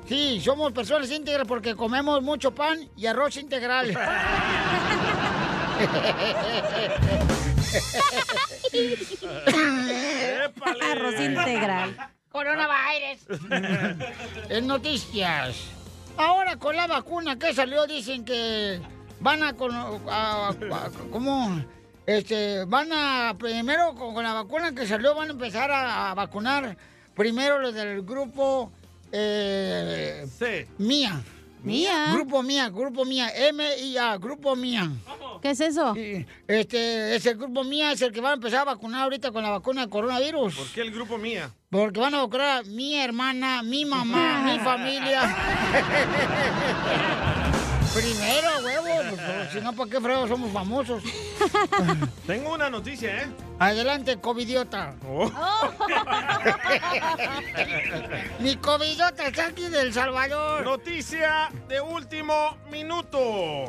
[SPEAKER 1] Sí, somos personas íntegras porque comemos mucho pan y arroz integral.
[SPEAKER 12] Arroz integral.
[SPEAKER 1] Coronavirus. en noticias. Ahora con la vacuna que salió dicen que van a, con- a- a- ¿cómo? Este, van a primero con, con la vacuna que salió van a empezar a, a vacunar primero los del grupo eh, Mía.
[SPEAKER 2] Mía.
[SPEAKER 1] Grupo Mía, Grupo Mía, M I A, Grupo Mía.
[SPEAKER 2] ¿Qué es eso?
[SPEAKER 1] Este, es el Grupo Mía, es el que va a empezar a vacunar ahorita con la vacuna de coronavirus.
[SPEAKER 5] ¿Por qué el grupo mía?
[SPEAKER 1] Porque van a vacunar a mi hermana, mi mamá, mi familia. Primero, huevo. pues, si no, ¿para qué fregos somos famosos?
[SPEAKER 5] Tengo una noticia, ¿eh? Oh.
[SPEAKER 1] Adelante, covidiota. Mi covidiota está aquí del Salvador.
[SPEAKER 5] Noticia de último minuto.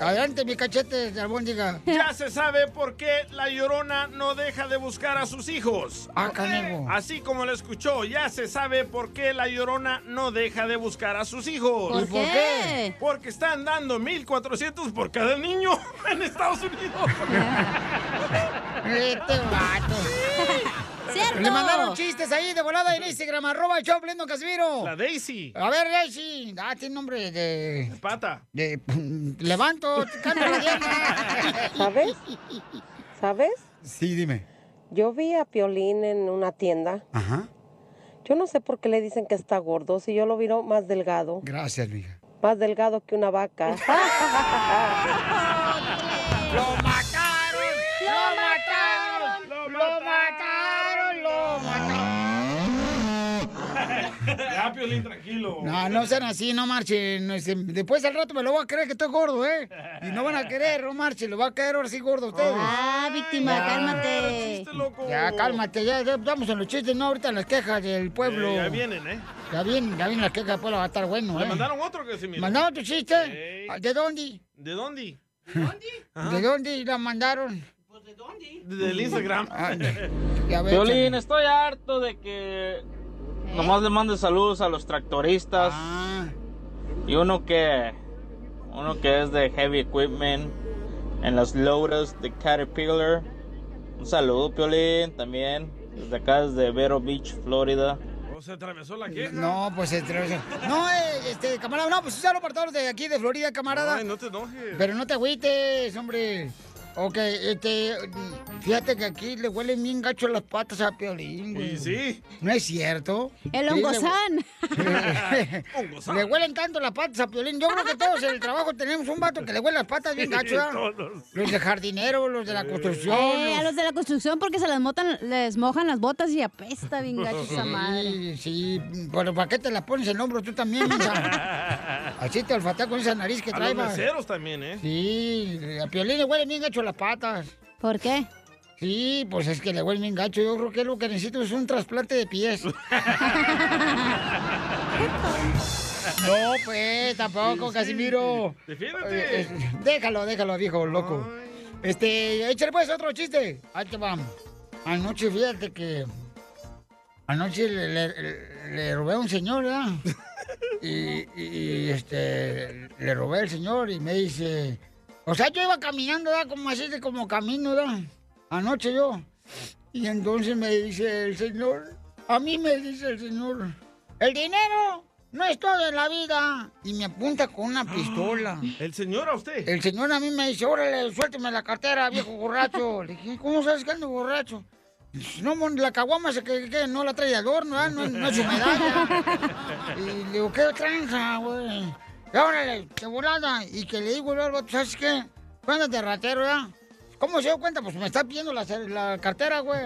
[SPEAKER 1] Adelante, mi cachete de albóndiga.
[SPEAKER 5] Ya se sabe por qué la llorona no deja de buscar a sus hijos.
[SPEAKER 1] Ah, canijo.
[SPEAKER 5] Así como lo escuchó, ya se sabe por qué la llorona no deja de buscar a sus hijos.
[SPEAKER 1] ¿Por ¿Y por qué?
[SPEAKER 5] Porque están dando 1.400 por cada niño en Estados Unidos.
[SPEAKER 1] Este vato.
[SPEAKER 5] ¡Cierto!
[SPEAKER 1] Le mandaron chistes ahí de volada en Instagram, arroba el show Pleno Casimiro.
[SPEAKER 5] La Daisy.
[SPEAKER 1] A ver, Daisy. Ah, tiene nombre de...
[SPEAKER 5] Pata.
[SPEAKER 1] De... mm, Levanto, canto la diana.
[SPEAKER 18] ¿Sabes? ¿Sabes?
[SPEAKER 19] Sí, dime.
[SPEAKER 18] Yo vi a Piolín en una tienda.
[SPEAKER 19] Ajá.
[SPEAKER 18] Yo no sé por qué le dicen que está gordo, si yo lo viro más delgado.
[SPEAKER 1] Gracias, mija.
[SPEAKER 18] Más delgado que una vaca.
[SPEAKER 1] ¡Lo mataron! ¡Lo mataron! ¡Lo mataron! ¡Lo mataron!
[SPEAKER 5] Ya, Piolín, tranquilo.
[SPEAKER 1] No, no sean así, no marchen. Este, Después al rato me lo voy a creer que estoy gordo, ¿eh? Y no van a querer, no marchen, lo va a caer ahora sí gordo a ustedes.
[SPEAKER 2] Ah, víctima,
[SPEAKER 1] Ya.
[SPEAKER 2] cálmate.
[SPEAKER 1] Ya, cálmate, ya, ya estamos en los chistes, no ahorita en las quejas del pueblo.
[SPEAKER 5] Eh, ya vienen, ¿eh?
[SPEAKER 1] Ya vienen, ya vienen las quejas del pueblo, va a estar bueno,
[SPEAKER 5] Le
[SPEAKER 1] ¿eh?
[SPEAKER 5] mandaron otro que se mira.
[SPEAKER 1] ¿Mandaron tu chiste? ¿De dónde?
[SPEAKER 5] ¿De dónde?
[SPEAKER 1] ¿De dónde Pues, la mandaron?
[SPEAKER 5] Pues, Del Instagram.
[SPEAKER 1] Ah, ya ves,
[SPEAKER 20] Violín, estoy harto de que
[SPEAKER 1] ¿Eh?
[SPEAKER 20] nomás le mandes saludos a los tractoristas. Y uno que uno que es de heavy equipment en las loadas de Caterpillar. Un saludo, Piolín, también desde acá desde Vero Beach, Florida.
[SPEAKER 5] ¿O se atravesó la queja?
[SPEAKER 1] No, pues este, no, eh, este, camarada, no, pues usalo para todos los de aquí de Florida, camarada.
[SPEAKER 5] Ay, no te enojes.
[SPEAKER 1] Pero no te agüites, hombre. Ok, este, mm, fíjate que aquí le huelen bien gacho las patas a Piolín, güey.
[SPEAKER 5] Y sí.
[SPEAKER 1] No es cierto.
[SPEAKER 2] El
[SPEAKER 1] Sí, le-
[SPEAKER 2] hongozán.
[SPEAKER 1] Le huelen tanto las patas a Piolín. Yo creo que todos en el trabajo tenemos un vato que le huele las patas bien gacho, ¿verdad?
[SPEAKER 5] Todos.
[SPEAKER 1] Los de jardinero, los de la construcción.
[SPEAKER 2] Eh, a
[SPEAKER 1] los-
[SPEAKER 2] los de la construcción porque se las motan, les mojan las botas y apesta bien gacho esa madre.
[SPEAKER 1] Sí, sí, pero ¿para qué te las pones en el hombro tú también, mija? Así te olfateas con esa nariz que
[SPEAKER 5] a los
[SPEAKER 1] traes. va.
[SPEAKER 5] meseros también, ¿eh?
[SPEAKER 1] Sí, a Piolín le huele bien gacho las patas.
[SPEAKER 2] ¿Por qué?
[SPEAKER 1] Sí, pues es que le huele bien gacho. Yo creo que lo que necesito es un trasplante de pies. no, pues, tampoco, Casimiro.
[SPEAKER 5] Defiéndete.
[SPEAKER 1] Eh, eh, déjalo, déjalo, viejo loco. Este, échale pues otro chiste. Ahí te vamos. Anoche, fíjate que... Anoche le, le- le robé a un señor, ¿verdad? Y, y, este, le robé al señor y me dice... O sea, yo iba caminando, ¿verdad? Como así, de como camino, ¿verdad? Anoche yo. Y entonces me dice el señor... A mí me dice el señor... El dinero No es todo en la vida. Y me apunta con una pistola.
[SPEAKER 5] ¿El señor a usted?
[SPEAKER 1] El señor a mí me dice, órale, suélteme la cartera, viejo borracho. Le dije, ¿cómo sabes que ando borracho? No, mon, la caguama se que, que no la trae de adorno, ¿ah? no, no es su medalla. Y le digo, qué tranza, güey. Y órale, qué volada. Y que le digo, luego, ¿sabes qué? Cuéntate, ratero, ¿ya? ¿Cómo se dio cuenta? Pues me está pidiendo la, la cartera, güey.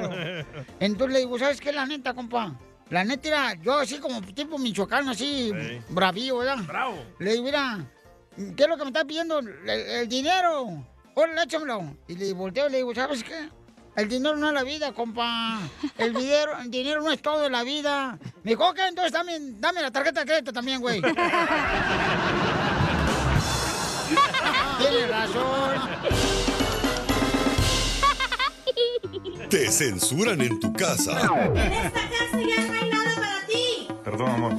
[SPEAKER 1] Entonces le digo, ¿sabes qué? La neta, compa. La neta, mira, yo así como tipo michoacano, así,
[SPEAKER 12] Ey.
[SPEAKER 1] bravío, ¿verdad?
[SPEAKER 12] Bravo.
[SPEAKER 1] Le digo, mira, ¿qué es lo que me está pidiendo? El, el dinero. Órale, échamelo. Y le volteo y le digo, ¿sabes qué? El dinero no es la vida, compa. El dinero, el dinero no es todo en la vida. Me dijo, ok, entonces también, dame la tarjeta de crédito también, güey. Tiene razón.
[SPEAKER 6] Te censuran en tu casa. Perdón, amor.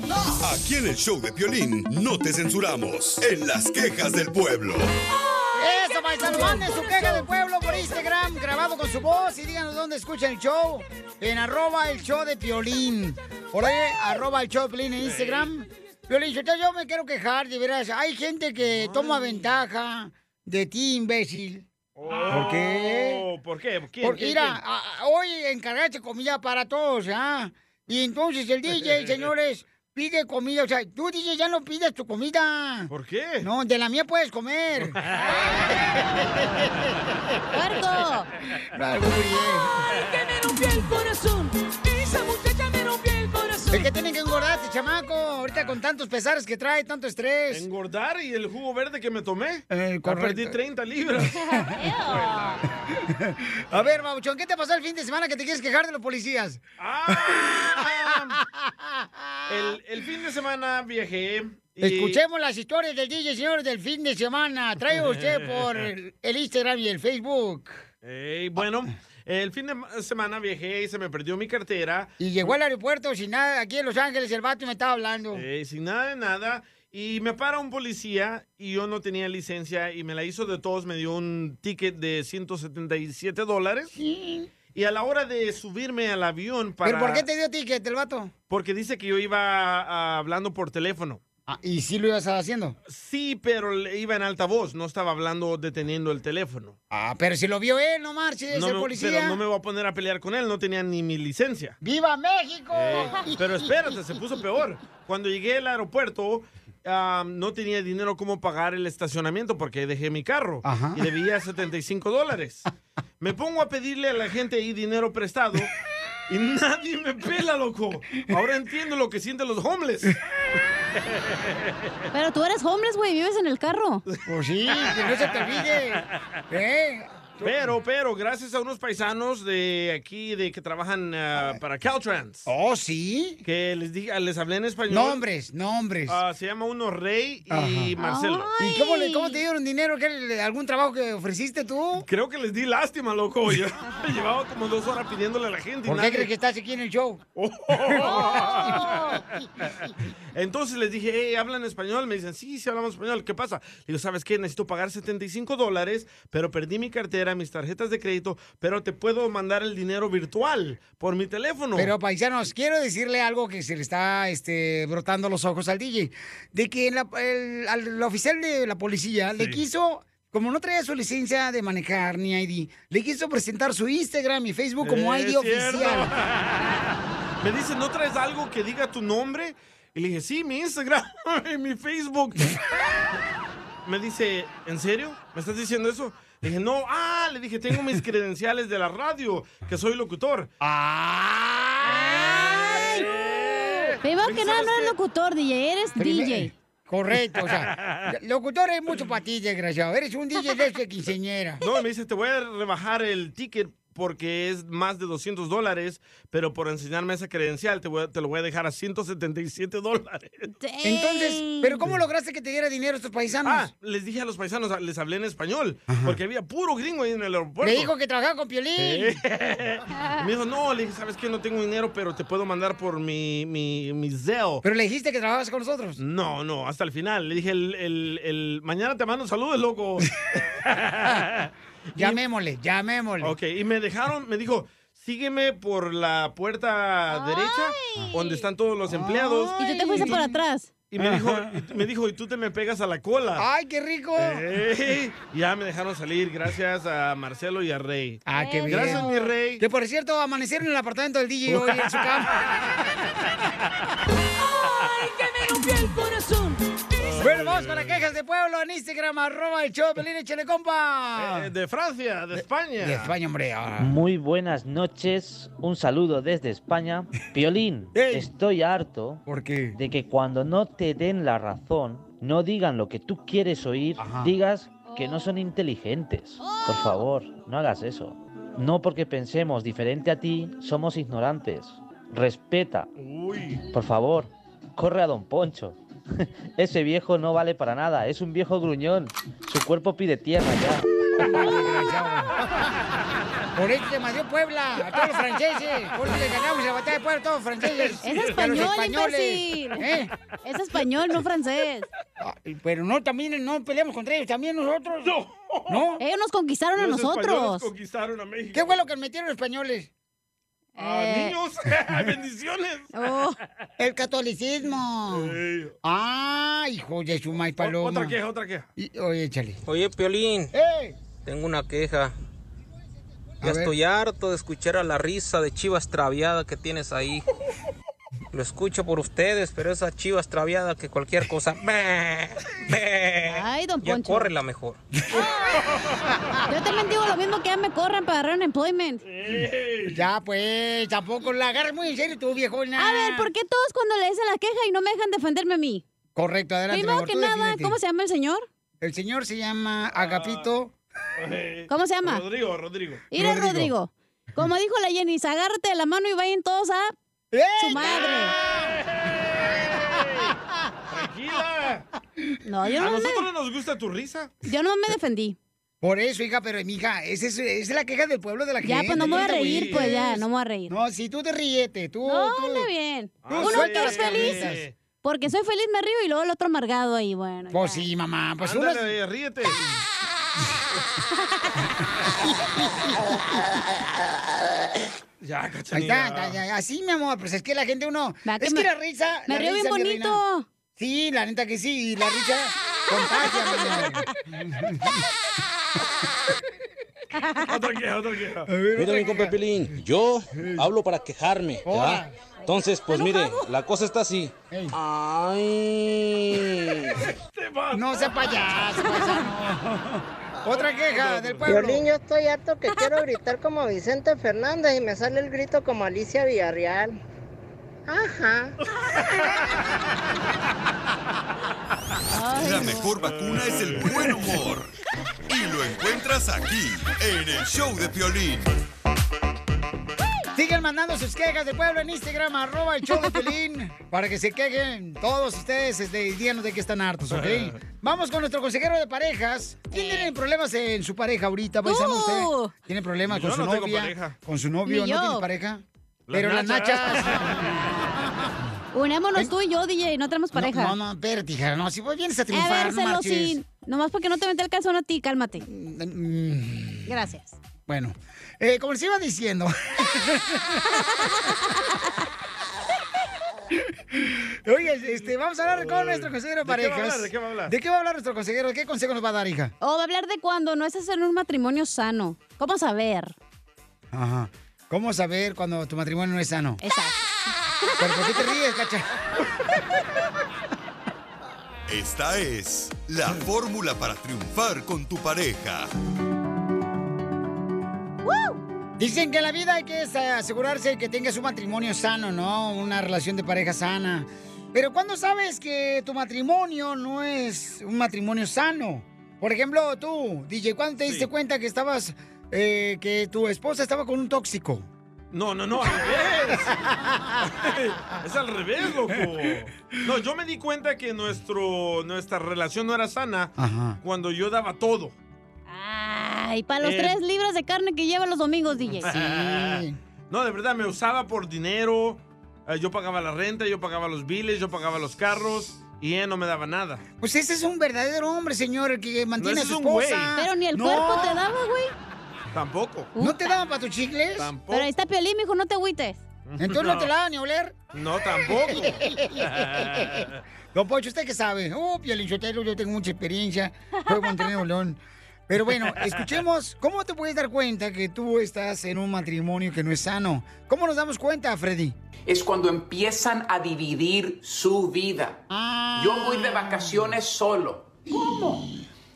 [SPEAKER 6] Aquí en el show de Piolín no te censuramos. En las quejas del pueblo.
[SPEAKER 1] Eso, paisano, manden su queja del pueblo por Instagram, grabado con su voz y díganos dónde escuchan el show. En arroba el show de Piolín. Por ahí, arroba el show de Piolín en Instagram. Piolín, yo, yo me quiero quejar, de veras. Hay gente que toma ventaja de ti, imbécil. ¿Por qué?
[SPEAKER 5] Oh, ¿Por qué? ¿Quién?
[SPEAKER 1] Porque
[SPEAKER 5] ¿Quién?
[SPEAKER 1] mira,
[SPEAKER 5] quién?
[SPEAKER 1] a- a- hoy encargaste comida para todos, ¿ah? Y entonces el DJ, señores, pide comida. O sea, tú DJ ya no pides tu comida. ¿Por qué? No, de la mía puedes comer.
[SPEAKER 12] ¡Puerto!
[SPEAKER 1] corazón. Esa muchacha me rompió el corazón. Es que tienen que engordar este chamaco. Ahorita con tantos pesares que trae, tanto estrés.
[SPEAKER 5] ¿Engordar y el jugo verde que me tomé? Ya
[SPEAKER 1] Eh, correcto.
[SPEAKER 5] Perdí 30 libras.
[SPEAKER 1] A ver, Babuchón, ¿qué te pasó el fin de semana que te quieres quejar de los policías?
[SPEAKER 5] el, el fin de semana viajé. y-
[SPEAKER 1] Escuchemos las historias del DJ, señor, del fin de semana. Trae usted por el el Instagram y el Facebook.
[SPEAKER 5] Ey, bueno, el fin de semana viajé y se me perdió mi cartera.
[SPEAKER 1] Y llegó al aeropuerto sin nada, aquí en Los Ángeles, el vato me estaba hablando.
[SPEAKER 5] Eh, sin nada de nada. Y me para un policía y yo no tenía licencia y me la hizo de todos. Me dio un ticket de 177 dólares. Y a la hora de subirme al avión para...
[SPEAKER 1] ¿Pero por qué te dio ticket el vato?
[SPEAKER 5] Porque dice que yo iba ah, hablando por teléfono.
[SPEAKER 1] Ah, ¿Y sí lo ibas haciendo?
[SPEAKER 5] Sí, pero le- iba en altavoz. No estaba hablando deteniendo el teléfono.
[SPEAKER 1] Ah, pero si lo vio él, no marches, el
[SPEAKER 5] me-
[SPEAKER 1] policía.
[SPEAKER 5] Pero no me voy a poner a pelear con él. No tenía ni mi licencia.
[SPEAKER 1] ¡Viva México!
[SPEAKER 5] Eh, pero espérate, se puso peor. Cuando llegué al aeropuerto, ah, no tenía dinero como pagar el estacionamiento porque dejé mi carro y debía 75 dólares. Me pongo a pedirle a la gente ahí dinero prestado y nadie me pela, loco. Ahora entiendo lo que sienten los homeless.
[SPEAKER 2] Pero tú eres homeless, güey, vives en el carro.
[SPEAKER 1] Pues sí, que no se te olvide. Eh.
[SPEAKER 5] Pero, pero, gracias a unos paisanos de aquí de que trabajan ah, para Caltrans.
[SPEAKER 1] Oh, sí.
[SPEAKER 5] Que les dije, les hablé en español.
[SPEAKER 1] Nombres, nombres.
[SPEAKER 5] Ah, se llama uno Rey y Marcelo.
[SPEAKER 1] ¿Y cómo, le, cómo te dieron dinero? ¿Qué, le- ¿Algún trabajo que ofreciste tú?
[SPEAKER 5] Creo que les di lástima, loco. Yo llevaba como dos horas pidiéndole a la gente. y
[SPEAKER 1] ¿Por qué
[SPEAKER 5] nadie- Oh.
[SPEAKER 1] crees que estás aquí en el show?
[SPEAKER 5] Entonces les dije, hey, ¿hablan español? Me dicen, sí, sí hablamos español. ¿Qué pasa? Le digo, ¿sabes qué? Necesito pagar 75 dólares, pero perdí mi cartera, mis tarjetas de crédito, pero te puedo mandar el dinero virtual por mi teléfono.
[SPEAKER 1] Pero paisanos, quiero decirle algo que se le está este, brotando los ojos al DJ. De que la- el, al el oficial de la policía le quiso, como no traía su licencia de manejar ni ID, le quiso presentar su Instagram y Facebook como
[SPEAKER 5] Es
[SPEAKER 1] ID
[SPEAKER 5] Eh, cierto.
[SPEAKER 1] oficial.
[SPEAKER 5] Me dice, ¿no traes algo que diga tu nombre? Y le dije, sí, mi Instagram y mi Facebook. Me dice, ¿en serio? ¿Me estás diciendo eso? Le dije, no, ah, le dije, tengo mis credenciales de la radio, que soy locutor.
[SPEAKER 2] Primero
[SPEAKER 5] Oye,
[SPEAKER 2] que nada,
[SPEAKER 5] ¿sabes
[SPEAKER 2] no
[SPEAKER 5] qué?
[SPEAKER 2] eres locutor, DJ, eres DJ.
[SPEAKER 1] eh, Correcto, o sea, locutor es mucho para ti, desgraciado. Eres un DJ de este quinceñera.
[SPEAKER 5] No, me dice, te voy a rebajar el ticket porque es más de 200 dólares, pero por enseñarme esa credencial te, voy a- te lo voy a dejar a 177 dólares.
[SPEAKER 1] Entonces, ¿pero cómo lograste que te diera dinero estos paisanos?
[SPEAKER 5] Ah, les dije a los paisanos, les hablé en español, porque había puro gringo ahí en el aeropuerto.
[SPEAKER 1] Le dijo que trabajaba con Piolín.
[SPEAKER 5] Sí. Y me dijo, no, le dije, ¿sabes qué? No tengo dinero, pero te puedo mandar por mi, mi, mi Zelle.
[SPEAKER 1] ¿Pero le dijiste que trabajabas con nosotros?
[SPEAKER 5] No, no, hasta el final. Le dije, el, el- el- mañana te mando saludos, loco.
[SPEAKER 1] llamémosle, llamémosle.
[SPEAKER 5] Ok, y me dejaron, me dijo, sígueme por la puerta derecha, donde están todos los empleados.
[SPEAKER 2] Y tú te fuiste por atrás.
[SPEAKER 5] Y me dijo, y me dijo, y tú te me pegas a la cola.
[SPEAKER 1] ¡Ay, qué rico!
[SPEAKER 5] Ey, ya me dejaron salir, gracias a Marcelo y a Rey.
[SPEAKER 1] Ah, qué bien.
[SPEAKER 5] Gracias, mi Rey.
[SPEAKER 1] Que por cierto, amanecieron en el apartamento del DJ hoy en su cama.
[SPEAKER 21] ¡Ay, que me rompió el corazón!
[SPEAKER 1] Bueno, vamos con las quejas de pueblo en Instagram, arroba el show, Pelín, échale compa.
[SPEAKER 5] Eh, de Francia, de, España.
[SPEAKER 1] De España, hombre. ah.
[SPEAKER 22] Muy buenas noches, un saludo desde España. Piolín, estoy harto de que cuando no te den la razón, no digan lo que tú quieres oír, digas que no son inteligentes. Por favor, no hagas eso. No porque pensemos diferente a ti, somos ignorantes. Respeta. Por favor, corre a don Poncho. Ese viejo no vale para nada, es un viejo gruñón. Su cuerpo pide tierra ya.
[SPEAKER 1] Por eso te mandó Puebla, a todos los franceses. Por eso le ganamos la batalla de Puebla a todos los franceses.
[SPEAKER 2] Es
[SPEAKER 1] Y a los
[SPEAKER 2] español,
[SPEAKER 1] españoles.
[SPEAKER 2] imbécil.
[SPEAKER 1] ¿Eh?
[SPEAKER 2] Es español, no francés.
[SPEAKER 1] Pero no, también no peleamos contra ellos, también nosotros. No.
[SPEAKER 2] Ellos nos conquistaron a
[SPEAKER 1] Los españoles
[SPEAKER 2] nosotros.
[SPEAKER 5] Conquistaron a México.
[SPEAKER 1] ¿Qué fue lo que metieron los españoles?
[SPEAKER 5] Ah,
[SPEAKER 2] Eh.
[SPEAKER 5] niños, bendiciones.
[SPEAKER 2] Oh.
[SPEAKER 1] el catolicismo. Ah, hijo de su maíz paloma.
[SPEAKER 5] Otra queja, otra queja.
[SPEAKER 1] Y- Oye, échale.
[SPEAKER 23] Oye, Piolín, tengo una queja. Ya
[SPEAKER 1] A ver.
[SPEAKER 23] estoy harto de escuchar a la risa de chivas traviada que tienes ahí. Lo escucho por ustedes, pero esa chivas traviada que cualquier cosa. "Meh, meh".
[SPEAKER 2] Ay, don
[SPEAKER 23] ya
[SPEAKER 2] Poncho.
[SPEAKER 23] corre la mejor.
[SPEAKER 2] Yo también digo lo mismo que ya me corran para agarrar un employment.
[SPEAKER 1] Ya, pues, tampoco la agarras muy en serio tú, viejona.
[SPEAKER 2] A ver, ¿por qué todos cuando le dicen la queja y no me dejan defenderme a mí?
[SPEAKER 1] Correcto, adelante.
[SPEAKER 2] Primero
[SPEAKER 1] mi amor,
[SPEAKER 2] que
[SPEAKER 1] tú
[SPEAKER 2] nada,
[SPEAKER 1] defiéndete.
[SPEAKER 2] ¿cómo se llama el señor?
[SPEAKER 1] El señor se llama Agapito. Eh,
[SPEAKER 2] ¿Cómo se llama?
[SPEAKER 5] Ah, eh, Rodrigo, Rodrigo.
[SPEAKER 2] Mira, Rodrigo. Como dijo la Jenny, agárrate de la mano y vayan todos a
[SPEAKER 1] ¡Eh!
[SPEAKER 2] su
[SPEAKER 1] ¡Ah!
[SPEAKER 2] madre.
[SPEAKER 5] Tranquila.
[SPEAKER 2] No, yo
[SPEAKER 5] a
[SPEAKER 2] no me-
[SPEAKER 5] nosotros nos gusta tu risa.
[SPEAKER 2] Yo no me defendí.
[SPEAKER 1] Por eso, hija, pero mija, esa es, esa es la queja del pueblo de la
[SPEAKER 2] Ya,
[SPEAKER 1] gente.
[SPEAKER 2] pues no me voy a
[SPEAKER 1] te
[SPEAKER 2] reír, pues ya,
[SPEAKER 1] agüites.
[SPEAKER 2] no me voy a reír.
[SPEAKER 1] No, si tú te ríete, tú.
[SPEAKER 2] No,
[SPEAKER 1] tú.
[SPEAKER 2] anda bien.
[SPEAKER 5] Ah,
[SPEAKER 1] tú
[SPEAKER 2] Uno que
[SPEAKER 1] sueltas
[SPEAKER 2] es feliz.
[SPEAKER 1] camisas.
[SPEAKER 2] Porque soy feliz me río y luego el otro amargado ahí, bueno.
[SPEAKER 1] Pues sí, mamá, pues uno.
[SPEAKER 5] Ándale, eh, ríete. ya,
[SPEAKER 1] Ahí
[SPEAKER 5] cachanilla.
[SPEAKER 1] está, está, ya, así, mi amor, pues es que la gente uno.
[SPEAKER 2] que
[SPEAKER 1] Es que
[SPEAKER 2] me-
[SPEAKER 1] la risa.
[SPEAKER 2] me
[SPEAKER 1] la
[SPEAKER 2] río bien
[SPEAKER 1] risa, mi
[SPEAKER 2] bonito.
[SPEAKER 1] reina. Sí, la neta que sí, y la risa contagia,
[SPEAKER 5] Otra queja, otra queja.
[SPEAKER 24] Mira, mi compa Pelín, yo hablo para quejarme, ¿verdad? Entonces, pues mire, la cosa está así.
[SPEAKER 1] Ay. No sea payaso, paisano. Otra queja del pueblo.
[SPEAKER 13] Violín, yo estoy harto que quiero gritar como Vicente Fernández y me sale el grito como Alicia Villarreal. Ajá.
[SPEAKER 6] La mejor vacuna es el buen humor. Y lo encuentras aquí, en el show de Piolín.
[SPEAKER 1] Sigan mandando sus quejas del pueblo en Instagram, arroba el show de Pelín, para que se quejen todos ustedes, este, y díganos de qué están hartos, ¿ok? Vamos con nuestro consejero de parejas. ¿Quién tiene problemas en su pareja ahorita, paisano?
[SPEAKER 2] Tú.
[SPEAKER 1] ¿Usted tiene problemas
[SPEAKER 5] Yo
[SPEAKER 1] con su
[SPEAKER 5] no tengo
[SPEAKER 1] novia?
[SPEAKER 5] pareja.
[SPEAKER 1] ¿Con su novio?
[SPEAKER 2] Ni
[SPEAKER 1] ¿No
[SPEAKER 2] yo.
[SPEAKER 1] tiene pareja?
[SPEAKER 5] Las
[SPEAKER 1] Pero las
[SPEAKER 5] nachas.
[SPEAKER 1] nachas...
[SPEAKER 2] Unámonos tú y yo, DJ, no tenemos
[SPEAKER 1] No,
[SPEAKER 2] pareja.
[SPEAKER 1] No, no, espérate, hija, no, si vos vienes a triunfar,
[SPEAKER 2] a ver,
[SPEAKER 1] no marches.
[SPEAKER 2] celosín. Nomás porque no te mete el calzón a ti, cálmate.
[SPEAKER 1] Mm.
[SPEAKER 2] Gracias.
[SPEAKER 1] Bueno, eh, como les iba diciendo. Oye, este, vamos a hablar con nuestro consejero de
[SPEAKER 2] ¿De qué va a
[SPEAKER 1] parejas.
[SPEAKER 2] hablar? ¿De qué va a hablar?
[SPEAKER 1] ¿De qué va a hablar nuestro consejero? ¿Qué consejo nos va a dar, hija?
[SPEAKER 2] O va a hablar de cuando no estás en un matrimonio sano. ¿Cómo saber?
[SPEAKER 1] Ajá. ¿Cómo saber cuando tu matrimonio no es sano?
[SPEAKER 2] Exacto.
[SPEAKER 1] ¿Pero por qué te ríes, cacha?
[SPEAKER 6] Esta es la fórmula para triunfar con tu pareja.
[SPEAKER 1] Dicen que en la vida hay que eh, asegurarse que tengas un matrimonio sano, ¿no? Una relación de pareja sana. Pero ¿cuándo sabes que tu matrimonio no es un matrimonio sano? Por ejemplo, tú, DJ, ¿cuándo te diste cuenta que estabas, eh, que tu esposa estaba con un tóxico?
[SPEAKER 5] No, no, no, al revés. es al revés, loco. No, yo me di cuenta que nuestro, nuestra relación no era sana
[SPEAKER 1] Ajá.
[SPEAKER 5] cuando yo daba todo.
[SPEAKER 2] Ay, para los
[SPEAKER 5] Eh.
[SPEAKER 2] tres libras de carne que lleva los domingos, DJ.
[SPEAKER 5] No, de verdad, me usaba por dinero. Eh, Yo pagaba la renta, yo pagaba los biles, yo pagaba los carros y él no me daba nada.
[SPEAKER 1] Pues ese es un verdadero hombre, señor, el que mantiene
[SPEAKER 5] No,
[SPEAKER 1] a
[SPEAKER 5] ese
[SPEAKER 1] su
[SPEAKER 5] es un güey.
[SPEAKER 1] esposa.
[SPEAKER 2] Pero ni el cuerpo te
[SPEAKER 1] da.
[SPEAKER 2] daba, Uh. güey.
[SPEAKER 5] Tampoco.
[SPEAKER 1] ¿No te daban para tus chicles?
[SPEAKER 5] Tampoco.
[SPEAKER 2] Pero ahí está Piolín, mijo, no te agüites.
[SPEAKER 1] Entonces no, te la dan ni oler.
[SPEAKER 5] No, tampoco.
[SPEAKER 1] Don Pocho, ¿usted qué sabe? Oh, Piolichotelo, yo tengo mucha experiencia. Fue con Tenero León. Pero bueno, escuchemos, ¿cómo te puedes dar cuenta que tú estás en un matrimonio que no es sano? ¿Cómo nos damos cuenta, Freddy?
[SPEAKER 25] Es cuando empiezan a dividir su vida.
[SPEAKER 1] Ah.
[SPEAKER 25] Yo voy de vacaciones solo. ¿Cómo?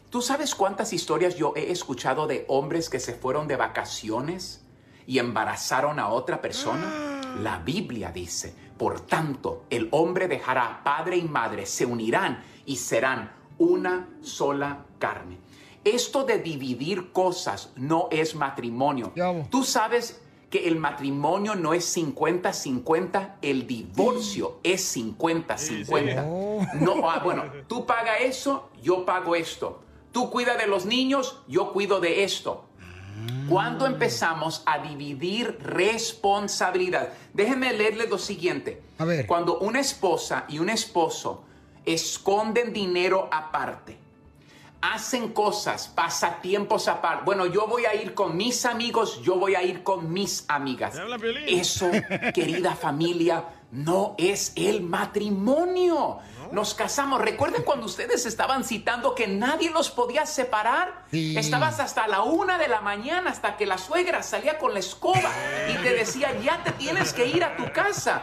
[SPEAKER 25] ¿Tú sabes cuántas historias yo he escuchado de hombres que se fueron de vacaciones y embarazaron a otra persona? La Biblia dice, por tanto, el hombre dejará padre y madre, se unirán y serán una sola carne. Esto de dividir cosas no es matrimonio. Tú sabes que el matrimonio no es 50-50, el divorcio es 50-50. No, ah, bueno, tú paga eso, yo pago esto. Tú cuida de los niños, yo cuido de esto. Cuando empezamos a dividir responsabilidad, déjenme leerles lo siguiente.
[SPEAKER 1] A ver.
[SPEAKER 25] Cuando una esposa y un esposo esconden dinero aparte, hacen cosas, pasatiempos aparte. Bueno, yo voy a ir con mis amigos, yo voy a ir con mis amigas. Eso, querida familia, no es el matrimonio. Nos casamos. Recuerden cuando ustedes estaban citando que nadie los podía separar.
[SPEAKER 1] Sí.
[SPEAKER 25] Estabas hasta la una de la mañana hasta que la suegra salía con la escoba y te decía, ya te tienes que ir a tu casa.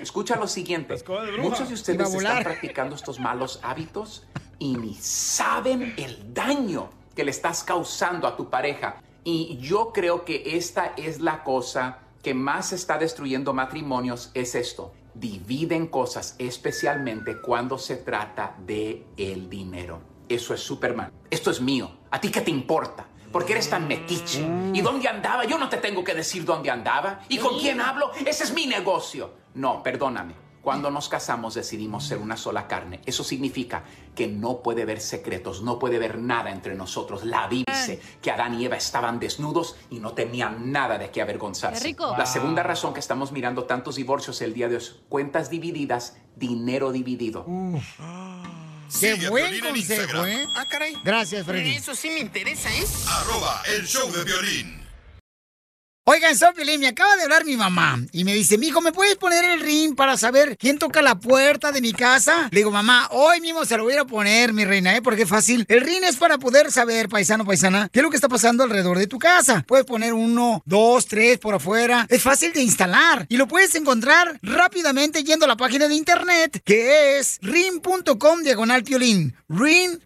[SPEAKER 25] Escucha lo siguiente.
[SPEAKER 5] bruja.
[SPEAKER 25] Muchos de
[SPEAKER 5] Iba a
[SPEAKER 25] ustedes
[SPEAKER 5] volar.
[SPEAKER 25] están practicando estos malos hábitos y ni saben el daño que le estás causando a tu pareja. Y yo creo que esta es la cosa que más está destruyendo matrimonios, es esto. Dividen cosas, especialmente cuando se trata de el dinero. Eso es Superman. Esto es mío. ¿A ti qué te importa? Porque eres tan metiche. ¿Y dónde andaba? Yo no te tengo que decir dónde andaba. ¿Y con quién hablo? Ese es mi negocio. No, perdóname. Cuando nos casamos decidimos ser una sola carne. Eso significa que no puede haber secretos, no puede haber nada entre nosotros. La Biblia dice que Adán y Eva estaban desnudos y no tenían nada de qué avergonzarse.
[SPEAKER 7] Qué rico.
[SPEAKER 25] La segunda razón que estamos mirando tantos divorcios el día de hoy, es cuentas divididas, dinero dividido.
[SPEAKER 1] Qué buen consejo, ¿eh?
[SPEAKER 25] Ah, caray.
[SPEAKER 1] Gracias, Freddy.
[SPEAKER 25] Eso sí me interesa, ¿eh?
[SPEAKER 6] Arroba el show de violín.
[SPEAKER 1] Oigan, Sopilín, me acaba de hablar mi mamá y me dice, mijo, ¿me puedes poner el ring para saber quién toca la puerta de mi casa? Le digo, mamá, hoy mismo se lo voy a ir a poner, mi reina, ¿eh? Porque es fácil. El ring es para poder saber, paisano, paisana, qué es lo que está pasando alrededor de tu casa. Puedes poner uno, dos, tres por afuera. Es fácil de instalar y lo puedes encontrar rápidamente yendo a la página de internet que es ring.com diagonal piolín. Ring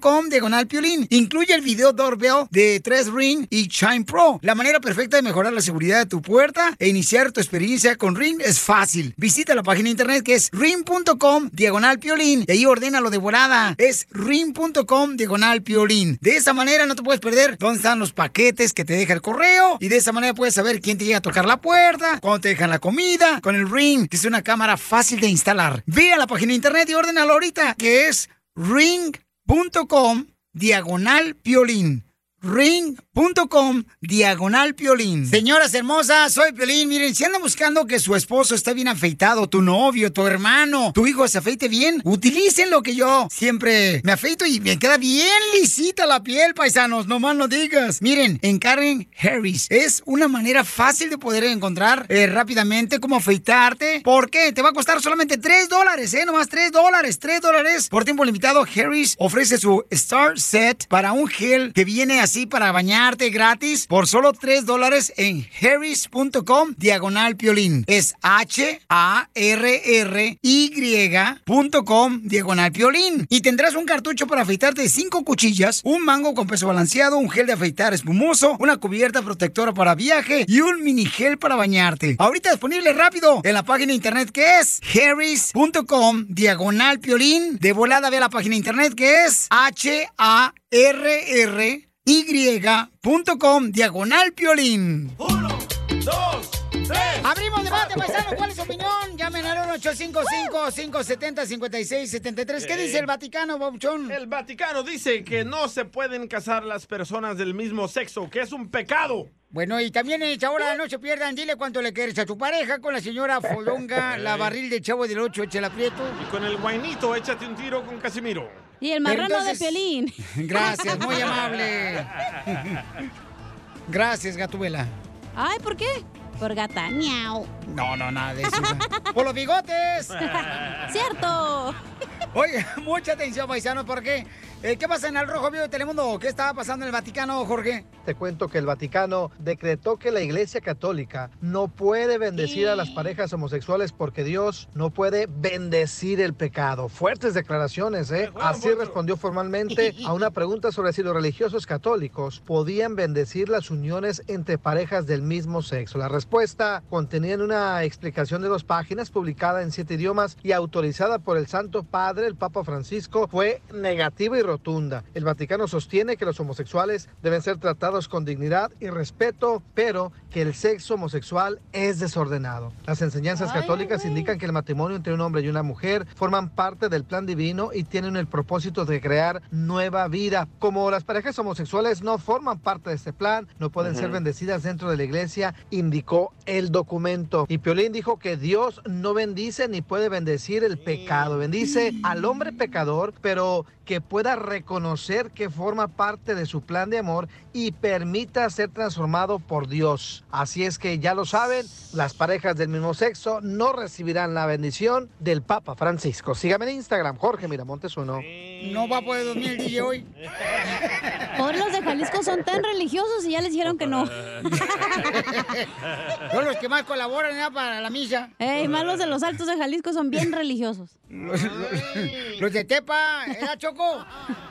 [SPEAKER 1] Com diagonal piolín. Incluye el video doorbell de 3 Ring y Chime Pro. La manera perfecta de mejorar la seguridad de tu puerta e iniciar tu experiencia con Ring es fácil. Visita la página de internet que es ring.com diagonal piolín y ahí ordénalo de volada. Es ring.com diagonal piolín. De esa manera no te puedes perder dónde están los paquetes que te deja el correo y de esa manera puedes saber quién te llega a tocar la puerta, cuándo te dejan la comida, con el Ring, que es una cámara fácil de instalar. Ve a la página de internet y ordénalo ahorita que es ring ring.com diagonal piolín. Ring.com diagonal piolín. Señoras hermosas, soy piolín. Miren, si andan buscando que su esposo esté bien afeitado, tu novio, tu hermano, tu hijo se afeite bien, utilicen lo que yo siempre me afeito y me queda bien lisita la piel, paisanos. No más no digas. Miren, en Karen Harris es una manera fácil de poder encontrar eh, rápidamente cómo afeitarte. ¿Por qué? Te va a costar solamente 3 dólares, ¿eh? Nomás 3 dólares, 3 dólares. Por tiempo limitado, Harris ofrece su Star Set para un gel que viene así para bañarte gratis por solo 3 dólares en harris.com diagonal piolín. Es H-A-R-R-Y.com diagonal piolín. Y tendrás un cartucho para afeitarte de 5 cuchillas, un mango con peso balanceado, un gel de afeitar espumoso, una cubierta protectora para viaje y un mini gel para bañarte. Ahorita disponible rápido en la página de internet que es harris.com diagonal piolín. De volada ve a la página de internet que es H-A-R-R-Y.com diagonal piolín.
[SPEAKER 5] Dos, tres.
[SPEAKER 1] Abrimos debate, paisano. ¿Cuál es su opinión? Llamen al 855-570-5673. ¿Qué dice el Vaticano, Bobchón?
[SPEAKER 5] El Vaticano dice que no se pueden casar las personas del mismo sexo, que es un pecado.
[SPEAKER 1] Bueno, y también en esta hora no se pierdan, dile cuánto le quieres a tu pareja con la señora Folonga, la barril de Chavo del Ocho, échale aprieto.
[SPEAKER 5] Y con el guainito, échate un tiro con Casimiro.
[SPEAKER 2] Y el marrano de Pelín.
[SPEAKER 1] Gracias, muy amable. Gracias, Gatubela.
[SPEAKER 2] Ay, ¿por qué? Por gata, miau.
[SPEAKER 1] No, no, nada de eso. ¡Por los bigotes!
[SPEAKER 2] ¡Cierto!
[SPEAKER 1] Oye, mucha atención, paisanos, porque eh, ¿qué pasa en el Rojo Vivo de Telemundo? ¿Qué estaba pasando en el Vaticano, Jorge?
[SPEAKER 7] Te cuento que el Vaticano decretó que la Iglesia Católica no puede bendecir a las parejas homosexuales porque Dios no puede bendecir el pecado. Fuertes declaraciones, ¿eh? Así respondió formalmente a una pregunta sobre si los religiosos católicos podían bendecir las uniones entre parejas del mismo sexo. La respuesta contenía en una explicación de dos páginas publicada en siete idiomas y autorizada por el Santo Padre, el Papa Francisco, fue negativa y rotunda. El Vaticano sostiene que los homosexuales deben ser tratados con dignidad y respeto, pero que el sexo homosexual es desordenado. Las enseñanzas católicas indican que el matrimonio entre un hombre y una mujer forman parte del plan divino y tienen el propósito de crear nueva vida. Como las parejas homosexuales no forman parte de este plan, no pueden
[SPEAKER 26] Ujú.
[SPEAKER 7] ser bendecidas dentro de la iglesia, indicó el documento. Y Piolín dijo que Dios no bendice ni puede bendecir el pecado, bendice al hombre pecador, pero que pueda reconocer que forma parte de su plan de amor y permita ser transformado por Dios. Así es que ya lo saben, las parejas del mismo sexo no recibirán la bendición del Papa Francisco. Sígame en Instagram, Jorge Miramontes uno.
[SPEAKER 1] No va a poder dormir el DJ hoy.
[SPEAKER 2] Por los de Jalisco son tan religiosos y ya les dijeron que no.
[SPEAKER 1] Son los que más colaboran ¿eh? para la misa.
[SPEAKER 2] Ey, malos de los altos de Jalisco son bien religiosos.
[SPEAKER 1] Los, los- los de Tepa, ¿era Choco?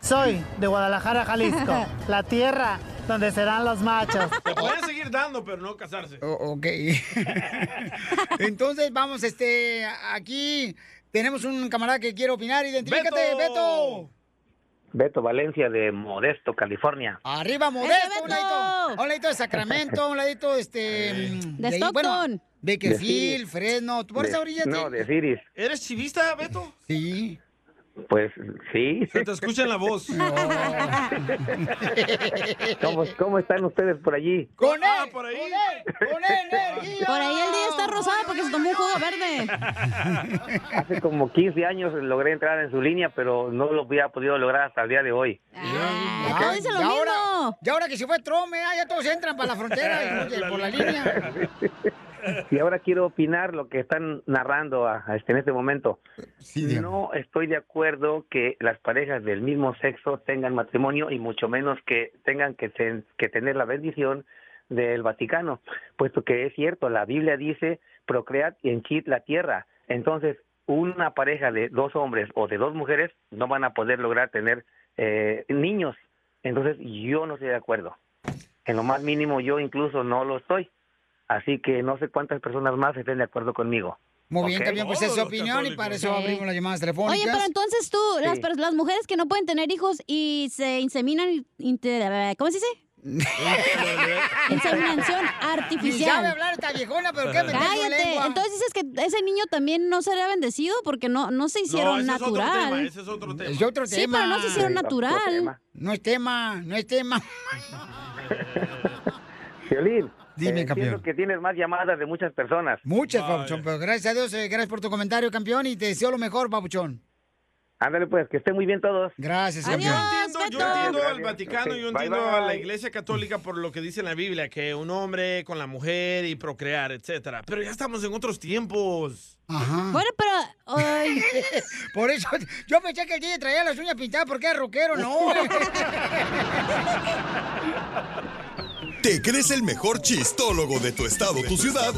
[SPEAKER 11] Soy de Guadalajara, Jalisco, la tierra donde serán los machos.
[SPEAKER 5] Se pueden seguir dando, pero no casarse.
[SPEAKER 1] Oh, ok. Entonces, vamos, este, aquí tenemos un camarada que quiere opinar. Identifícate, Beto.
[SPEAKER 14] Beto Valencia de Modesto, California.
[SPEAKER 1] Arriba, Modesto, un ladito. A un ladito de Sacramento, a un ladito, este... mm,
[SPEAKER 14] De
[SPEAKER 1] ahí,
[SPEAKER 14] Stockton.
[SPEAKER 1] Bueno,
[SPEAKER 14] De Phoenix.
[SPEAKER 1] Beckerfield, Fresno. ¿Tú por
[SPEAKER 14] De-
[SPEAKER 1] esa orilla?
[SPEAKER 14] No,
[SPEAKER 1] te-
[SPEAKER 14] de Ciris.
[SPEAKER 5] ¿Eres chivista, Beto?
[SPEAKER 1] Sí.
[SPEAKER 14] Pues sí.
[SPEAKER 5] Te escuchan la voz.
[SPEAKER 14] ¿Cómo, cómo están ustedes por allí?
[SPEAKER 1] ¡Con él!
[SPEAKER 5] por ahí!
[SPEAKER 2] Por ahí el día está rosado porque se tomó un jugo verde.
[SPEAKER 14] Hace como 15 años logré entrar en su línea, pero no lo había podido lograr hasta el día de hoy.
[SPEAKER 1] Ya, ya Ah, Ahora, ya ahora que se fue Trome, ya todos entran para la frontera y- y por la línea.
[SPEAKER 14] Y ahora quiero opinar lo que están narrando a- a este- en este momento. no estoy de acuerdo que las parejas del mismo sexo tengan matrimonio y mucho menos que tengan que, ten- que tener la bendición del Vaticano, puesto que es cierto, la Biblia dice procread y henchid la tierra. Entonces, una pareja de dos hombres o de dos mujeres no van a poder lograr tener eh, niños. Entonces, yo no estoy de acuerdo. En lo más mínimo, yo incluso no lo estoy. Así que no sé cuántas personas más estén de acuerdo conmigo.
[SPEAKER 1] Muy bien,
[SPEAKER 14] ¿Ok?
[SPEAKER 1] también pues es su opinión y para eso
[SPEAKER 2] Sí.
[SPEAKER 1] abrimos las llamadas telefónicas.
[SPEAKER 2] Oye, pero entonces tú, las,
[SPEAKER 1] Sí.
[SPEAKER 2] pers- las mujeres que no pueden tener hijos y se inseminan, inte- ¿cómo se dice? Inseminación artificial.
[SPEAKER 1] Ni sabe hablar esta viejona, pero qué me tengo
[SPEAKER 2] Cállate.
[SPEAKER 1] lengua.
[SPEAKER 2] Entonces dices que ese niño también no será bendecido porque no, no se hicieron
[SPEAKER 5] no, ese Es otro tema,
[SPEAKER 2] natural.
[SPEAKER 5] ese es otro tema.
[SPEAKER 1] Es otro
[SPEAKER 2] Sí,
[SPEAKER 1] tema.
[SPEAKER 2] pero no se hicieron Sí, otro natural. tema.
[SPEAKER 1] No es tema, no es tema.
[SPEAKER 14] Violín.
[SPEAKER 1] Dime,
[SPEAKER 14] entiendo
[SPEAKER 1] campeón.
[SPEAKER 14] que tienes más llamadas de muchas personas.
[SPEAKER 1] Muchas, Papuchón, pero gracias a Dios, eh, gracias por tu comentario, campeón, y te deseo lo mejor, Papuchón.
[SPEAKER 14] Ándale, pues, que estén muy bien todos.
[SPEAKER 1] Gracias,
[SPEAKER 5] Yo
[SPEAKER 1] campeón.
[SPEAKER 5] entiendo, yo entiendo al
[SPEAKER 14] Gracias.
[SPEAKER 5] Vaticano, yo
[SPEAKER 14] Ok, bye,
[SPEAKER 5] entiendo
[SPEAKER 14] bye.
[SPEAKER 5] a la Iglesia Católica por lo que dice en la Biblia, que un hombre con la mujer y procrear, etcétera. Pero ya estamos en otros tiempos.
[SPEAKER 2] Bueno, pero.
[SPEAKER 1] Por eso, yo pensé que el DJ traía las uñas pintadas porque era rockero, no.
[SPEAKER 6] ¿Te crees el mejor chistólogo de tu estado, tu ciudad?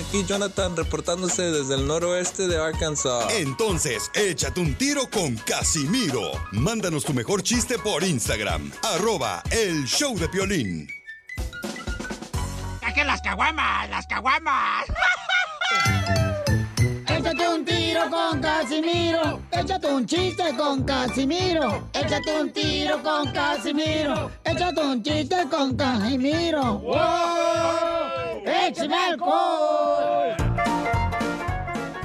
[SPEAKER 27] Aquí Jonathan reportándose desde el noroeste de Arkansas.
[SPEAKER 6] Entonces, échate un tiro con Casimiro. Mándanos tu mejor chiste por Instagram, arroba el show de Piolín.
[SPEAKER 1] ¡Saquen las caguamas, las caguamas! Échate un tiro con Casimiro. Échate un chiste con Casimiro. Échate un tiro con Casimiro. Échate un chiste con Casimiro. ¡Wow! ¡Échame alcohol!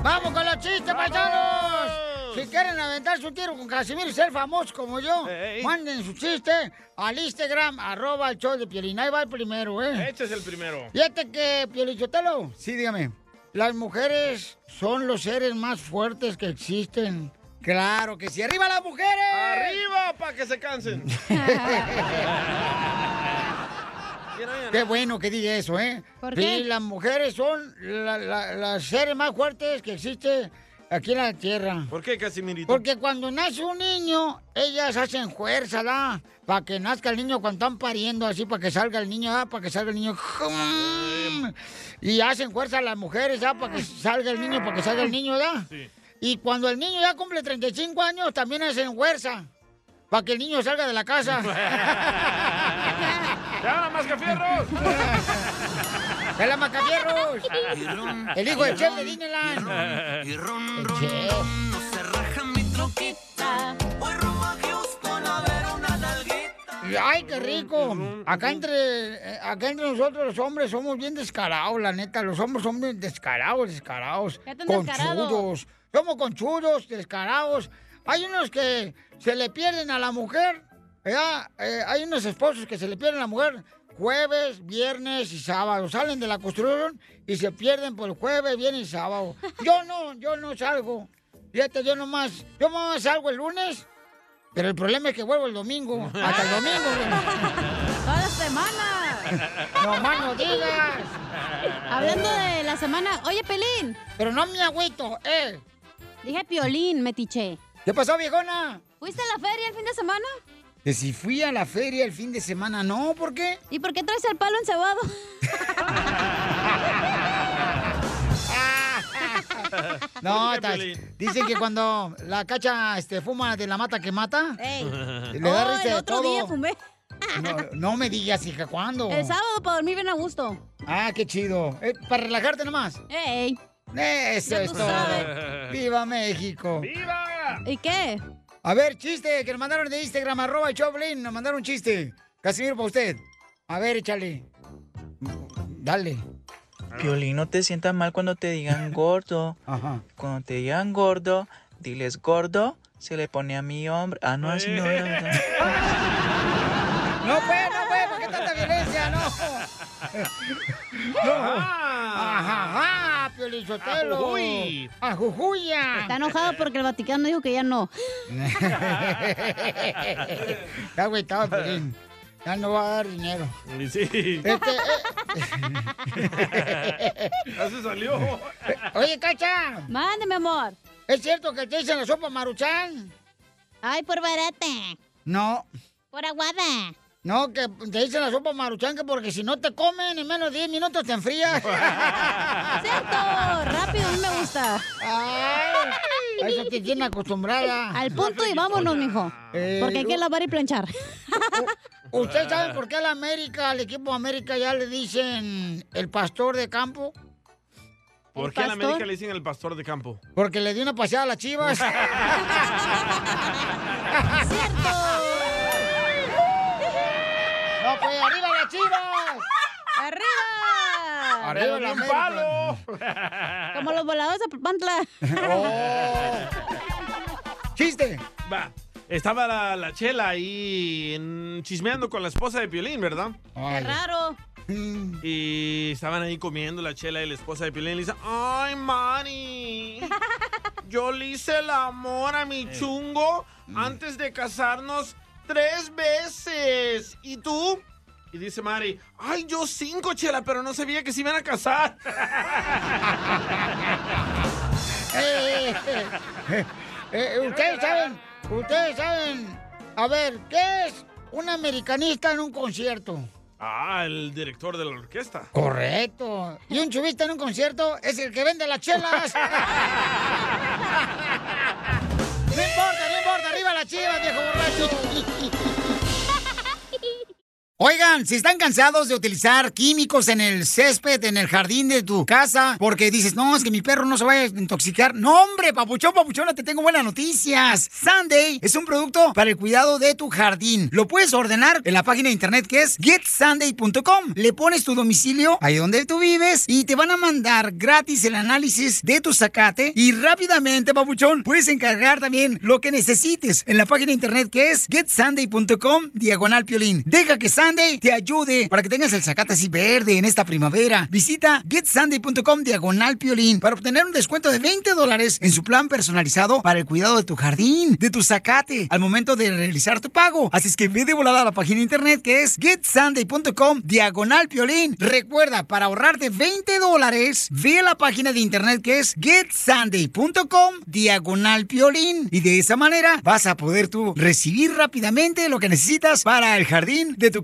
[SPEAKER 1] ¡Vamos con los chistes, paisanos! Si quieren aventar su tiro con Casimiro y ser famosos como yo, manden su chiste al Instagram, arroba el show de Piolín. Ahí va el primero, ¿eh?
[SPEAKER 5] Este es el primero.
[SPEAKER 1] Fíjate que, Piolichotelo. Sí, dígame. Las mujeres son los seres más fuertes que existen. Claro que sí. ¡Arriba las mujeres!
[SPEAKER 5] ¡Arriba, para que se cansen!
[SPEAKER 1] ¡Arriba!
[SPEAKER 5] Y
[SPEAKER 1] Qué bueno que diga eso, ¿eh?
[SPEAKER 26] ¿Por
[SPEAKER 1] Sí,
[SPEAKER 26] qué?
[SPEAKER 1] las mujeres son la- la- las seres más fuertes que existe aquí en la tierra.
[SPEAKER 5] ¿Por qué, Casimirito?
[SPEAKER 1] Porque cuando nace un niño, ellas hacen fuerza, ¿da? Para que nazca el niño cuando están pariendo, así, para que salga el niño, ¿da? Para que salga el niño. Y hacen fuerza las mujeres, ¿da? Para que salga el niño, para que salga el niño, ¿da? Y cuando el niño ya cumple 35 años, también hacen fuerza. Para que el niño salga de la casa.
[SPEAKER 5] ¡Ya, más que fierros!
[SPEAKER 1] ¡Hola, Macafierros! El hijo del chef de Disneyland.
[SPEAKER 12] Y ron,
[SPEAKER 1] El chef. Ay, qué rico. Acá entre, eh, acá entre nosotros los hombres somos bien descarados, la neta. Los hombres son bien descarados, descarados.
[SPEAKER 12] ¿Qué tan descarado?
[SPEAKER 1] Conchudos. Somos conchudos, descarados. Hay unos que se le pierden a la mujer. ¿verdad? Eh, hay unos esposos que se le pierden a la mujer jueves, viernes y sábado. Salen de la construcción y se pierden por jueves, viernes y sábado. Yo no, yo no salgo. Fíjate, yo nomás, yo nomás salgo el lunes, pero el problema es que vuelvo el domingo. Hasta el domingo.
[SPEAKER 2] Toda la semana.
[SPEAKER 1] No más no digas.
[SPEAKER 2] Hablando de la semana. Oye, Pelín.
[SPEAKER 1] Pero no mi agüito, eh.
[SPEAKER 2] Dije Piolín, metiche.
[SPEAKER 1] ¿Qué pasó, viejona?
[SPEAKER 2] ¿Fuiste a la feria el fin de semana?
[SPEAKER 1] Que si fui a la feria el fin de semana, no, ¿por qué?
[SPEAKER 2] ¿Y por qué traes el palo encebado?
[SPEAKER 1] No,
[SPEAKER 12] ¿Por qué,
[SPEAKER 1] tas-
[SPEAKER 12] Piolín?
[SPEAKER 1] dicen que cuando la cacha este, fuma de la mata que mata,
[SPEAKER 2] Ey.
[SPEAKER 1] le da
[SPEAKER 2] Oh,
[SPEAKER 1] risa
[SPEAKER 2] el
[SPEAKER 1] de
[SPEAKER 2] otro
[SPEAKER 1] todo.
[SPEAKER 2] día fumé.
[SPEAKER 1] No, no me digas, hija, ¿cuándo?
[SPEAKER 2] El sábado para dormir bien a gusto.
[SPEAKER 1] Ah, qué chido. Eh, para relajarte nomás.
[SPEAKER 2] Ey.
[SPEAKER 1] Eso
[SPEAKER 2] Ya
[SPEAKER 1] es
[SPEAKER 2] tú
[SPEAKER 1] todo.
[SPEAKER 2] sabes.
[SPEAKER 1] ¡Viva México! ¡Viva!
[SPEAKER 2] ¿Y qué?
[SPEAKER 1] A ver, chiste, que nos mandaron de Instagram, arroba el Choplin, nos mandaron un chiste. Casimiro, para usted. A ver, échale. Dale.
[SPEAKER 15] Piolín, no te sientas mal cuando te digan gordo. Cuando te digan gordo, diles gordo, se le pone a mi hombre. Ah, no, así no era, ¿verdad?
[SPEAKER 1] No fue, no fue, ¿por qué tanta violencia? No. No. Ajá, ajá, Piolín Sotelo.
[SPEAKER 2] Ajujuy.
[SPEAKER 1] Ajujuya.
[SPEAKER 2] Está enojado porque el Vaticano dijo que ya no.
[SPEAKER 1] Está agüitado, Piolín. Ya no va a dar dinero.
[SPEAKER 5] Sí.
[SPEAKER 1] Este,
[SPEAKER 5] ya se salió.
[SPEAKER 1] eh, oye, Cacha.
[SPEAKER 2] Mándeme, amor.
[SPEAKER 1] ¿Es cierto que te dicen la sopa maruchan?
[SPEAKER 2] Ay, por barata.
[SPEAKER 1] No.
[SPEAKER 2] Por aguada.
[SPEAKER 1] No, que te dicen la sopa maruchan que porque si no te comen en menos de 10 minutos te enfrías.
[SPEAKER 2] ¡Cierto! Rápido, a mí me gusta.
[SPEAKER 1] A eso te tiene acostumbrada. Eh,
[SPEAKER 2] Al punto y vámonos, mijo. Porque hay que lavar y planchar.
[SPEAKER 1] ¿Ustedes saben por qué a la América, al equipo América ya le dicen el pastor de campo?
[SPEAKER 5] ¿Por
[SPEAKER 1] ¿El
[SPEAKER 5] qué en
[SPEAKER 1] pastor?
[SPEAKER 5] América le dicen el pastor de campo?
[SPEAKER 1] Porque le dio una paseada a las chivas. ¡No, pues arriba las chivas!
[SPEAKER 2] ¡Arriba!
[SPEAKER 1] ¡Arriba la América!
[SPEAKER 2] Como los voladores de Pantla.
[SPEAKER 1] Oh. ¡Chiste!
[SPEAKER 5] Va. Estaba la, la chela ahí en- chismeando con la esposa de Piolín, ¿verdad?
[SPEAKER 2] ¡Qué raro!
[SPEAKER 5] Y estaban ahí comiendo la chela y la esposa de Piolín le dice, ay, Mari, yo le hice el amor a mi chungo antes de casarnos tres veces. ¿Y tú? Y dice Mari, ay, yo cinco, chela, pero no sabía que se iban a casar.
[SPEAKER 1] Eh, eh, eh, eh, ustedes saben, ustedes saben. A ver, ¿qué es un americanista en un concierto?
[SPEAKER 5] Ah, el director de la orquesta.
[SPEAKER 1] Correcto. Y un chubista en un concierto es el que vende las chelas. No importa, no importa, arriba la chiva, viejo borracho.
[SPEAKER 16] Oigan, si están cansados de utilizar químicos en el césped, en el jardín de tu casa, porque dices, no, es que mi perro no se vaya a intoxicar. No, hombre, papuchón, papuchona, te tengo buenas noticias. Sunday es un producto para el cuidado de tu jardín. Lo puedes ordenar en la página de internet que es getsunday.com. Le pones tu domicilio ahí donde tú vives y te van a mandar gratis el análisis de tu zacate y rápidamente, papuchón, puedes encargar también lo que necesites en la página de internet que es getsunday.com diagonal piolín. Deja que Sunday Sunday te ayude para que tengas el zacate así verde en esta primavera. Visita getsunday.com diagonal piolín para obtener un descuento de 20 dólares en su plan personalizado para el cuidado de tu jardín, de tu zacate, al momento de realizar tu pago. Así es que ve de volada a la página de internet que es getsunday.com diagonal piolín. Recuerda, para ahorrarte 20 dólares, ve a la página de internet que es getsunday.com diagonal piolín. Y de esa manera vas a poder tú recibir rápidamente lo que necesitas para el jardín de tu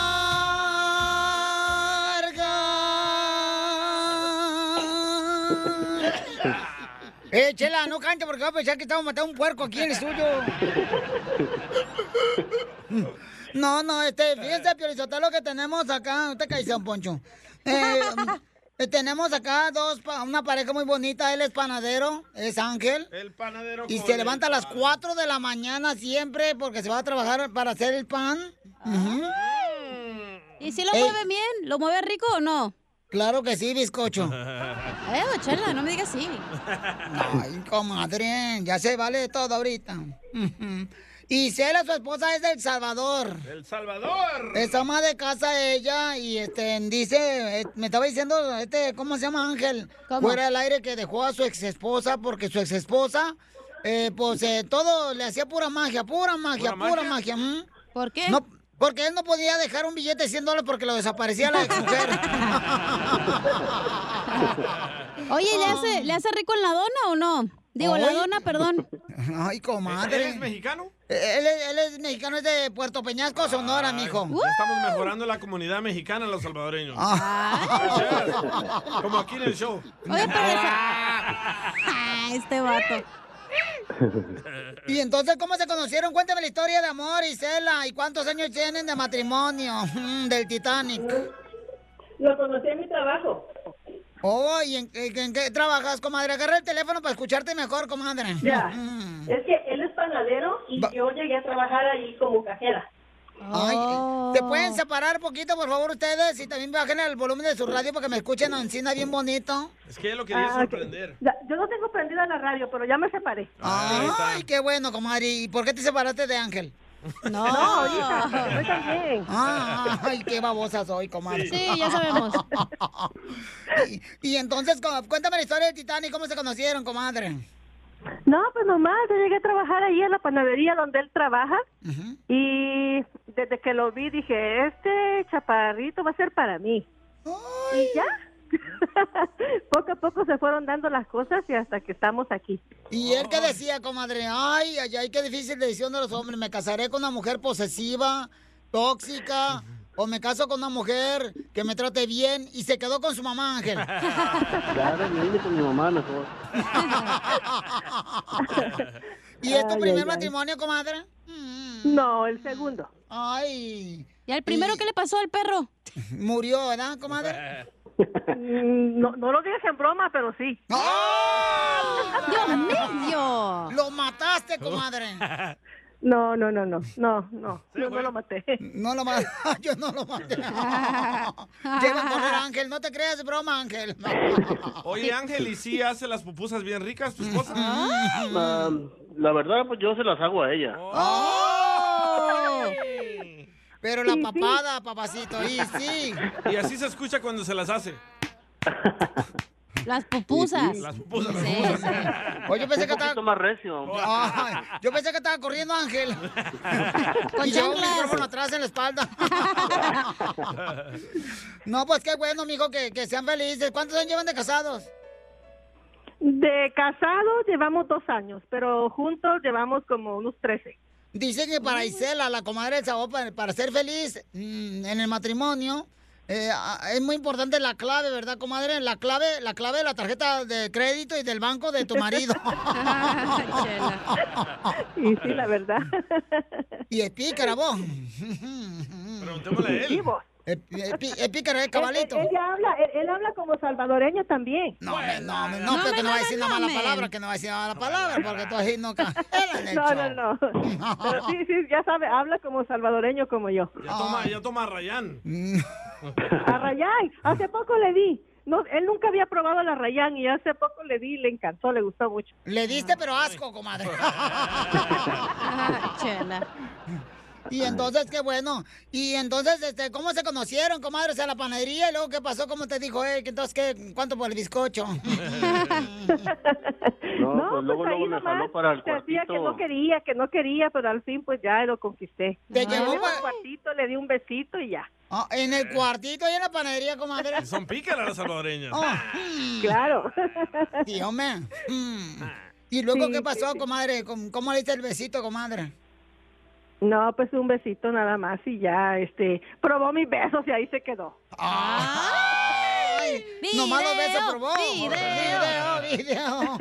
[SPEAKER 1] Amarga. Eh, Chela, no cante porque va a pensar que estamos matando un puerco aquí en el estudio. No, no, este, fíjense, Piorizotelo, que tenemos acá. Usted cae, San Poncho. Eh, eh, tenemos acá dos, pa- una pareja muy bonita. Él es panadero, es Ángel.
[SPEAKER 5] El panadero.
[SPEAKER 1] Y
[SPEAKER 5] con
[SPEAKER 1] se
[SPEAKER 5] el
[SPEAKER 1] levanta a las
[SPEAKER 5] pan.
[SPEAKER 1] 4 de la mañana siempre porque se va a trabajar para hacer el pan. Ujú.
[SPEAKER 2] ¿Y si lo
[SPEAKER 1] Ey.
[SPEAKER 2] mueve bien? ¿Lo mueve rico o no?
[SPEAKER 1] Claro que sí, bizcocho.
[SPEAKER 2] Eh, don Chela, no me digas sí.
[SPEAKER 1] Ay, comadre, ya se vale todo ahorita. Ujú. Y Cela, su esposa, es de El Salvador.
[SPEAKER 5] El Salvador.
[SPEAKER 1] Es ama de casa ella y este dice, eh, me estaba diciendo, este, ¿cómo se llama Ángel? Fuera del aire que dejó a su ex esposa porque su ex esposa, pues eh, todo le hacía pura magia, pura magia,
[SPEAKER 2] ¿Pura
[SPEAKER 1] pura magia.
[SPEAKER 2] magia?
[SPEAKER 1] ¿m?
[SPEAKER 2] ¿Por qué?
[SPEAKER 1] No, porque él no podía dejar un billete de 100 dólares porque lo desaparecía la ex mujer.
[SPEAKER 2] Oye, ¿le hace, ¿le hace rico en la dona o no? Digo, la
[SPEAKER 1] Ay.
[SPEAKER 2] dona, perdón.
[SPEAKER 1] Ay, comadre.
[SPEAKER 5] ¿Él es mexicano?
[SPEAKER 1] Eh, Él, es- él es mexicano, es de Puerto Peñasco, Sonora, mijo.
[SPEAKER 5] Ya Estamos mejorando la comunidad mexicana, los salvadoreños.
[SPEAKER 1] Ah.
[SPEAKER 2] pues.
[SPEAKER 5] Como aquí en el show. Ah,
[SPEAKER 2] Oye, pero esa- Ay, este vato.
[SPEAKER 1] Y entonces, ¿cómo se conocieron? Cuéntame la historia de amor, Isela, y cuántos años tienen de matrimonio Mm, del Titanic.
[SPEAKER 26] Lo conocí en mi trabajo.
[SPEAKER 1] Oh, ¿y en, en- en qué trabajas, comadre? Agarra el teléfono para escucharte mejor, comadre.
[SPEAKER 26] Ya.
[SPEAKER 1] Mm.
[SPEAKER 26] Es que él es panadero y yo llegué a trabajar ahí como cajera.
[SPEAKER 1] Ay,
[SPEAKER 2] Oh.
[SPEAKER 1] ¿Te pueden separar poquito, por favor, ustedes? Y también bajen el volumen de su radio para que me escuchen encina bien bonito.
[SPEAKER 5] Es que ella lo quería
[SPEAKER 26] Ah,
[SPEAKER 5] sorprender. Ah,
[SPEAKER 1] Yo no tengo prendida la radio, pero ya me separé. Ay, qué bueno, comadre. ¿Y por qué te separaste de Ángel?
[SPEAKER 26] No. No, hija, yo también.
[SPEAKER 1] Ay, qué babosa soy, comadre.
[SPEAKER 26] Sí. Sí, ya sabemos.
[SPEAKER 1] y, y entonces, co- cuéntame la historia del Titanic, ¿cómo se conocieron, comadre?
[SPEAKER 26] No, pues nomás, yo llegué a trabajar ahí en la panadería donde él trabaja y desde que lo vi dije, este chaparrito va a ser para mí. Y ya, poco a poco se fueron dando las cosas y hasta que estamos aquí.
[SPEAKER 1] Y él que decía, comadre, ay, ay, ay, qué difícil decisión de los hombres. Me casaré con una mujer posesiva, tóxica, o me caso con una mujer que me trate bien. Y se quedó con su mamá, Ángel.
[SPEAKER 27] Claro, me vine con mi mamá mejor.
[SPEAKER 1] ¿Y es tu
[SPEAKER 26] Ay,
[SPEAKER 1] primer
[SPEAKER 26] ay, ay.
[SPEAKER 1] matrimonio, comadre? Mm.
[SPEAKER 26] No, el segundo.
[SPEAKER 1] Ay.
[SPEAKER 2] ¿Y al primero qué le pasó al perro?
[SPEAKER 1] Murió, ¿verdad, comadre?
[SPEAKER 26] Mm, No, no lo digas en broma, pero sí.
[SPEAKER 2] ¡Dios mío!
[SPEAKER 1] ¡Oh! Lo mataste, comadre.
[SPEAKER 26] No, no, no, no, no, no, yo no lo maté.
[SPEAKER 1] No lo maté, yo no lo maté. Llevan con el Ángel, no te creas, broma, Ángel.
[SPEAKER 5] Oye, Ángel, ¿y sí hace las pupusas bien ricas tus cosas?
[SPEAKER 27] Ah, la verdad, pues yo se las hago a ella.
[SPEAKER 26] ¡Oh!
[SPEAKER 1] Pero la papada, papacito, y sí.
[SPEAKER 5] Y así se escucha cuando se las hace.
[SPEAKER 2] Las pupusas.
[SPEAKER 5] Las pupusas.
[SPEAKER 2] Sí,
[SPEAKER 1] Oye, yo pensé que estaba.
[SPEAKER 27] más recio.
[SPEAKER 1] Ay, yo pensé que estaba corriendo Ángel.
[SPEAKER 2] Con
[SPEAKER 1] y llevaba un
[SPEAKER 2] chanclas.
[SPEAKER 1] micrófono atrás en la espalda. no, pues qué bueno, mijo, que, que sean felices. ¿Cuántos años llevan de casados?
[SPEAKER 26] De casados llevamos dos años, pero juntos llevamos como unos 13.
[SPEAKER 1] Dicen que para Isela, la comadre del sabor, para, para ser feliz mm, en el matrimonio, eh, a- es muy importante la clave, ¿verdad, comadre? La clave, la clave de la tarjeta de crédito y del banco de tu marido. Ah.
[SPEAKER 26] Y sí, la verdad.
[SPEAKER 1] y es pícara vos.
[SPEAKER 5] Preguntémosle a él.
[SPEAKER 1] El, el pi- el pícaro es cabalito.
[SPEAKER 26] Él, él- ella habla, él, él habla como salvadoreño también.
[SPEAKER 1] No, hombre, Eh, no, hombre, no, pero que no va a decir una mala palabra, que no va a decir una mala palabra, porque tú así no ca- Era en el
[SPEAKER 26] No,
[SPEAKER 1] show.
[SPEAKER 26] no, no. Pero sí, sí, ya sabe, habla como salvadoreño como yo.
[SPEAKER 5] Ya toma, ya toma Rayán.
[SPEAKER 26] A Rayán, hace poco le di. No, él nunca había probado la Rayán y hace poco le di, le encantó, le gustó mucho.
[SPEAKER 1] Le diste, pero asco, comadre. Y entonces, qué bueno. Y entonces, este, ¿cómo se conocieron, comadres, a la panadería? Y luego, ¿qué pasó? ¿Cómo te dijo él? Entonces, ¿qué? ¿cuánto por el bizcocho?
[SPEAKER 26] No,
[SPEAKER 19] pues
[SPEAKER 26] pues
[SPEAKER 19] luego, luego
[SPEAKER 26] ahí
[SPEAKER 19] me
[SPEAKER 26] nomás
[SPEAKER 19] jaló para el
[SPEAKER 26] se hacía que no
[SPEAKER 19] cuartito.
[SPEAKER 26] quería, que no quería, pero al fin pues ya lo conquisté.
[SPEAKER 1] Te
[SPEAKER 26] Le di
[SPEAKER 1] llevó
[SPEAKER 26] un
[SPEAKER 1] pa-
[SPEAKER 26] cuartito, le di un besito y ya.
[SPEAKER 1] Ah, en el cuartito y en la panadería, comadre.
[SPEAKER 5] Son pícaras las salvadoreñas.
[SPEAKER 1] Oh.
[SPEAKER 26] Claro.
[SPEAKER 1] Sí, hombre. Mm. ¿Y luego
[SPEAKER 26] Sí,
[SPEAKER 1] qué
[SPEAKER 26] sí,
[SPEAKER 1] pasó,
[SPEAKER 26] sí.
[SPEAKER 1] comadre? ¿Cómo, cómo le diste el besito, comadre?
[SPEAKER 26] No, pues un besito nada más y ya, este, probó mis besos y ahí se quedó.
[SPEAKER 1] Ah,
[SPEAKER 26] Ah.
[SPEAKER 1] ¡Ay! Nomás los besos probó.
[SPEAKER 26] video.
[SPEAKER 1] Video, video.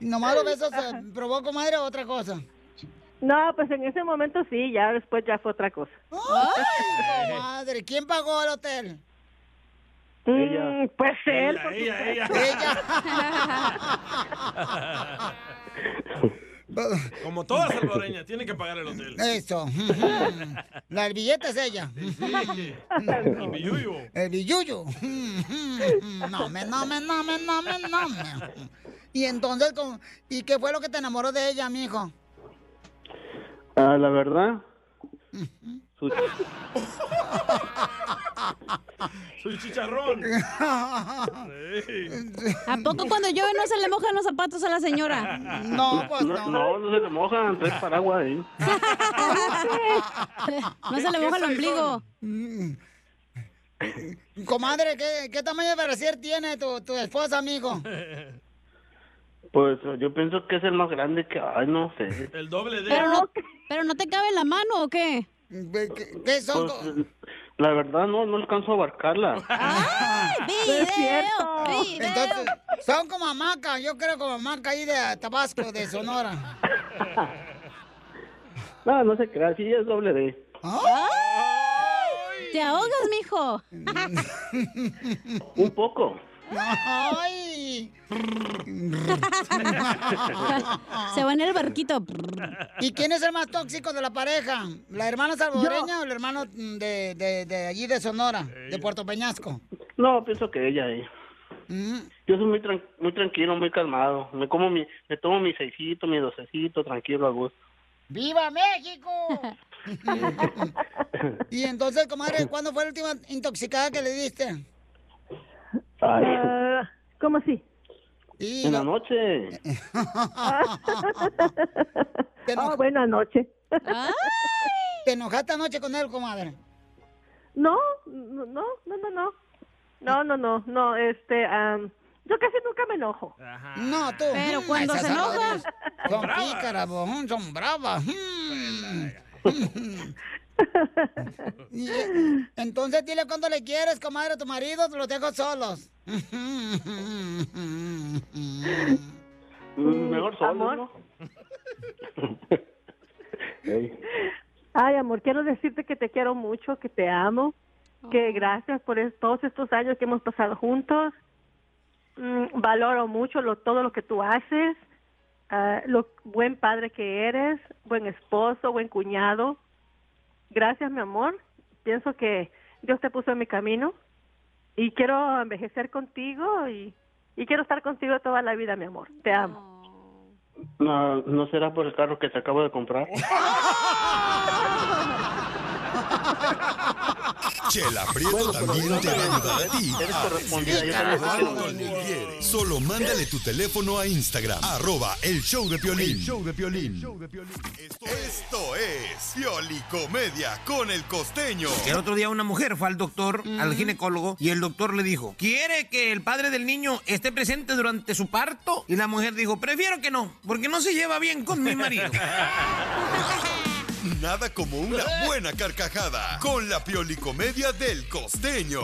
[SPEAKER 1] Nomás los besos eh, probó, comadre, o otra cosa.
[SPEAKER 26] No, pues en ese momento sí, ya después ya fue otra cosa.
[SPEAKER 1] ¡Ay, comadre! ¿Quién pagó el hotel?
[SPEAKER 26] Mm, pues él. por
[SPEAKER 1] Ella,
[SPEAKER 26] supuesto.
[SPEAKER 5] Como toda salvadoreña, tiene que pagar el hotel.
[SPEAKER 1] Eso. ujú. La el billete es ella.
[SPEAKER 5] El billuyo.
[SPEAKER 1] El billuyo. No, me, no, me, no, me, no, me, no. me. Y entonces, ¿cómo- ¿y qué fue lo que te enamoró de ella, mijo?
[SPEAKER 19] Ah, la verdad. Su,
[SPEAKER 5] Soy chicharrón.
[SPEAKER 2] ¿A poco cuando llueve no se le mojan los zapatos a la señora?
[SPEAKER 1] No, pues
[SPEAKER 19] no, no, no se le mojan, tres paraguas ¿eh? ahí.
[SPEAKER 2] No se le moja el ombligo.
[SPEAKER 8] Mm.
[SPEAKER 1] Comadre, ¿qué, qué tamaño de brasier tiene tu, tu esposa, mijo?
[SPEAKER 19] Pues yo pienso que es el más grande que hay, no sé.
[SPEAKER 5] El doble de.
[SPEAKER 2] ¿Pero no, ¿Pero no te cabe en la mano o qué?
[SPEAKER 1] ¿Qué,
[SPEAKER 19] Pues, la verdad no, no alcanzo a abarcarla.
[SPEAKER 1] ¡Video! Entonces, son como hamacas, yo creo como hamaca ahí de Tabasco, de Sonora.
[SPEAKER 19] No, no se crea, sí es doble D.
[SPEAKER 2] eh, ¡Te ahogas, mijo!
[SPEAKER 19] Un poco.
[SPEAKER 1] ¡Ay!
[SPEAKER 2] Se va en el barquito.
[SPEAKER 1] ¿Y quién es el más tóxico de la pareja? ¿La hermana salvadoreña o el hermano mm, de, de, de allí de Sonora, de Puerto Peñasco?
[SPEAKER 19] No, pienso que ella eh. Yo soy muy, tran- muy tranquilo, muy calmado. Me como mi, me tomo mi seisito, mi docecito, tranquilo, a gusto.
[SPEAKER 1] ¡Viva México! y entonces, comadre, ¿cuándo fue la última intoxicada que le diste?
[SPEAKER 19] Ay,
[SPEAKER 26] Ah, ¿Cómo así?
[SPEAKER 19] en la noche.
[SPEAKER 26] Ah, bueno, anoche.
[SPEAKER 1] ¿Te enojaste anoche con él, comadre?
[SPEAKER 26] No, no, no, no, no, no. No, no, no, no, este, am, yo casi nunca me enojo.
[SPEAKER 1] No, tú.
[SPEAKER 26] Pero
[SPEAKER 1] mm,
[SPEAKER 26] cuando
[SPEAKER 1] esas
[SPEAKER 26] se enoja-
[SPEAKER 1] salvadoreñas Son pícaras, bojón, son bravas. mm. Y, eh, entonces dile cuándo le quieres, comadre, a tu marido, te los dejo solos.
[SPEAKER 19] Mm, Mejor solo,
[SPEAKER 26] amor.
[SPEAKER 19] ¿no? Ey.
[SPEAKER 26] Ay, amor, quiero decirte que te quiero mucho, que te amo, que gracias por es- todos estos años que hemos pasado juntos. Mm, valoro mucho lo, todo lo que tú haces, ah, lo buen padre que eres, buen esposo, buen cuñado. Gracias, mi amor. Pienso que Dios te puso en mi camino y quiero envejecer contigo y, y quiero estar contigo toda la vida, mi amor. Te amo.
[SPEAKER 19] No, ¿No será por el carro que te acabo de comprar?
[SPEAKER 6] Chela Prieto también te va a ayudar a ti. Ah,
[SPEAKER 19] Eres
[SPEAKER 6] a
[SPEAKER 19] correspondida,
[SPEAKER 6] decirle
[SPEAKER 19] yo también te quiero.
[SPEAKER 6] cuánto le quieres. Solo mándale tu teléfono a Instagram, arroba el show de Piolín. show de Piolín. Esto es Pioli Comedia con el costeño.
[SPEAKER 8] El otro día una mujer fue al doctor, al ginecólogo, y el doctor le dijo, ¿quiere que el padre del niño esté presente durante su parto? Y la mujer dijo, prefiero que no, porque no se lleva bien con mi marido.
[SPEAKER 6] Nada como una buena carcajada con la Pioli Comedia del costeño.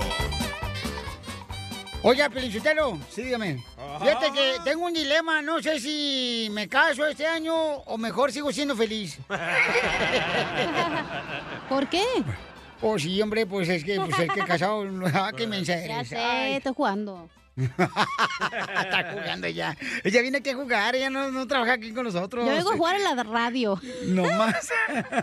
[SPEAKER 1] Oiga, Pelichotelo, sí, dígame. Fíjate que tengo un dilema, no sé si me caso este año o mejor sigo siendo feliz.
[SPEAKER 2] ¿Por qué?
[SPEAKER 1] Oh, sí, hombre, pues es que pues el que casado, ah, qué mensaje.
[SPEAKER 2] Ya
[SPEAKER 1] eres.
[SPEAKER 2] sé,
[SPEAKER 1] Ay,
[SPEAKER 2] estoy jugando.
[SPEAKER 1] está jugando ella. Ella viene aquí a jugar, ella no, no trabaja aquí con nosotros.
[SPEAKER 2] Yo vengo a jugar en la radio.
[SPEAKER 1] No más.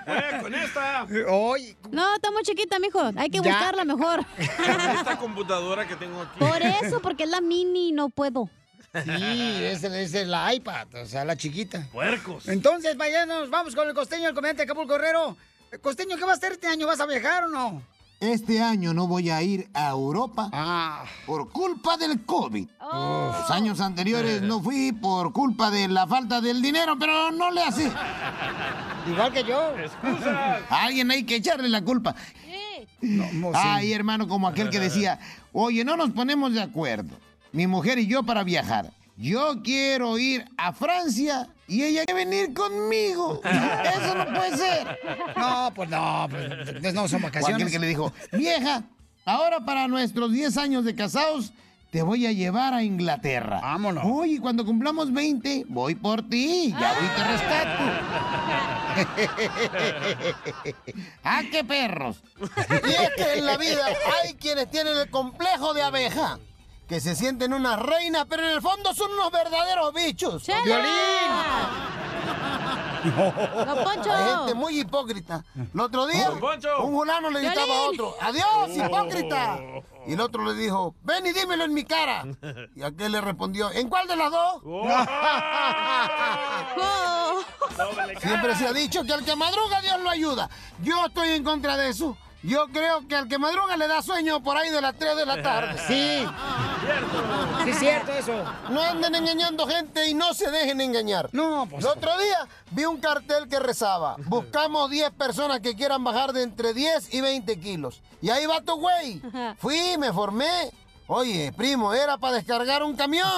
[SPEAKER 1] Oh,
[SPEAKER 5] con esta.
[SPEAKER 1] Hoy.
[SPEAKER 2] No, está muy chiquita, mijo. Hay que
[SPEAKER 5] Ya.
[SPEAKER 2] buscarla mejor.
[SPEAKER 5] Esta computadora que tengo aquí.
[SPEAKER 2] Por eso, porque es la mini, no puedo.
[SPEAKER 1] Sí, es, el- es la iPad, o sea, la chiquita.
[SPEAKER 5] Puercos.
[SPEAKER 1] Entonces, nos vamos con el costeño, el comediante Acapulco Correro. Costeño, ¿qué vas a hacer este año? ¿Vas a viajar o no?
[SPEAKER 22] Este año no voy a ir a Europa por culpa del COVID. Los años anteriores no fui por culpa de la falta del dinero, pero no le hace.
[SPEAKER 1] Igual que yo.
[SPEAKER 22] A alguien hay que echarle la culpa.
[SPEAKER 1] sí.
[SPEAKER 22] Ay, hermano, como aquel que decía, oye, no nos ponemos de acuerdo, mi mujer y yo para viajar. Yo quiero ir a Francia y ella quiere venir conmigo. Eso no puede ser.
[SPEAKER 1] No, pues no, pues no son vacaciones.
[SPEAKER 22] O aquel que le dijo, vieja, ahora para nuestros 10 años de casados, te voy a llevar a Inglaterra. Vámonos. Uy, cuando cumplamos 20, voy por ti. Ya voy y te rescato. ¡Ah, qué perros!
[SPEAKER 8] Y es que en la vida hay quienes tienen el complejo de abeja, que se sienten unas reinas, pero en el fondo son unos verdaderos bichos.
[SPEAKER 1] Don Poncho.
[SPEAKER 8] Hay gente muy hipócrita. El otro día,
[SPEAKER 1] Don Poncho.
[SPEAKER 8] un fulano le gritaba a
[SPEAKER 1] Violín. Oh.
[SPEAKER 8] otro, ¡Adiós, hipócrita! Y el otro le dijo, ven y dímelo en mi cara. Y aquel le respondió, ¿en cuál de las dos?
[SPEAKER 1] Oh.
[SPEAKER 8] Siempre se ha dicho que al que madruga Dios lo ayuda. Yo estoy en contra de eso. Yo creo que al que madruga le da sueño por ahí de las 3 de la tarde.
[SPEAKER 1] Sí. Sí, es cierto eso.
[SPEAKER 8] No anden engañando gente y no se dejen engañar.
[SPEAKER 1] No, pues.
[SPEAKER 8] El otro día vi un cartel que rezaba: Buscamos 10 personas que quieran bajar de entre 10 y 20 kilos. Y ahí va tu güey. Fui, me formé. Oye, primo, era para descargar un camión.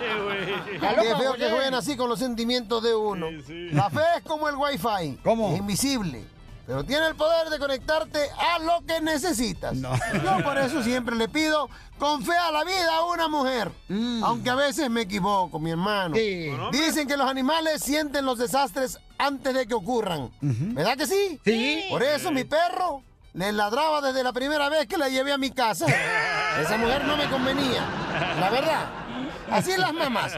[SPEAKER 8] Qué feo que jueguen así con los sentimientos de uno. La fe es como el wifi. ¿Cómo? invisible. Pero tiene el poder de conectarte a lo que necesitas. Yo por eso siempre le pido, con fe a la vida a una mujer. Aunque a veces me equivoco, mi hermano. Dicen que los animales sienten los desastres antes de que ocurran. ¿Verdad que sí? Sí. Por eso mi perro le ladraba desde la primera vez que la llevé a mi casa. Esa mujer no me convenía. La verdad. Así las mamás.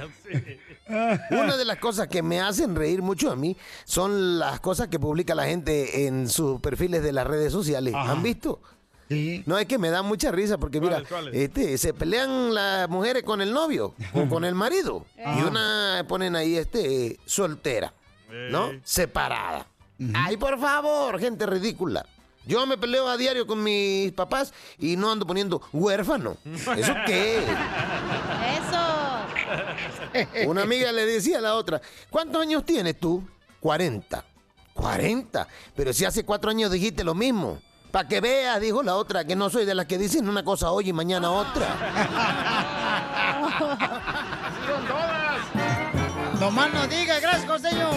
[SPEAKER 8] Una de las cosas que me hacen reír mucho a mí son las cosas que publica la gente en sus perfiles de las redes sociales. ¿Han visto? No, es que me da mucha risa porque mira,
[SPEAKER 28] ¿Cuáles, cuáles?
[SPEAKER 8] este, se pelean las mujeres con el novio o con el marido.
[SPEAKER 28] Ah.
[SPEAKER 8] Y una ponen ahí este soltera, ¿no? Separada. Ay, por favor, gente ridícula. Yo me peleo a diario con mis papás y no ando poniendo huérfano. ¿Eso qué es?
[SPEAKER 2] Eso.
[SPEAKER 8] Una amiga le decía a la otra, ¿cuántos años tienes tú? 40. 40. Pero si hace cuatro años dijiste lo mismo. Para que veas, dijo la otra, que no soy de las que dicen una cosa hoy y mañana otra.
[SPEAKER 1] Nomás nos diga, gracias, costeño.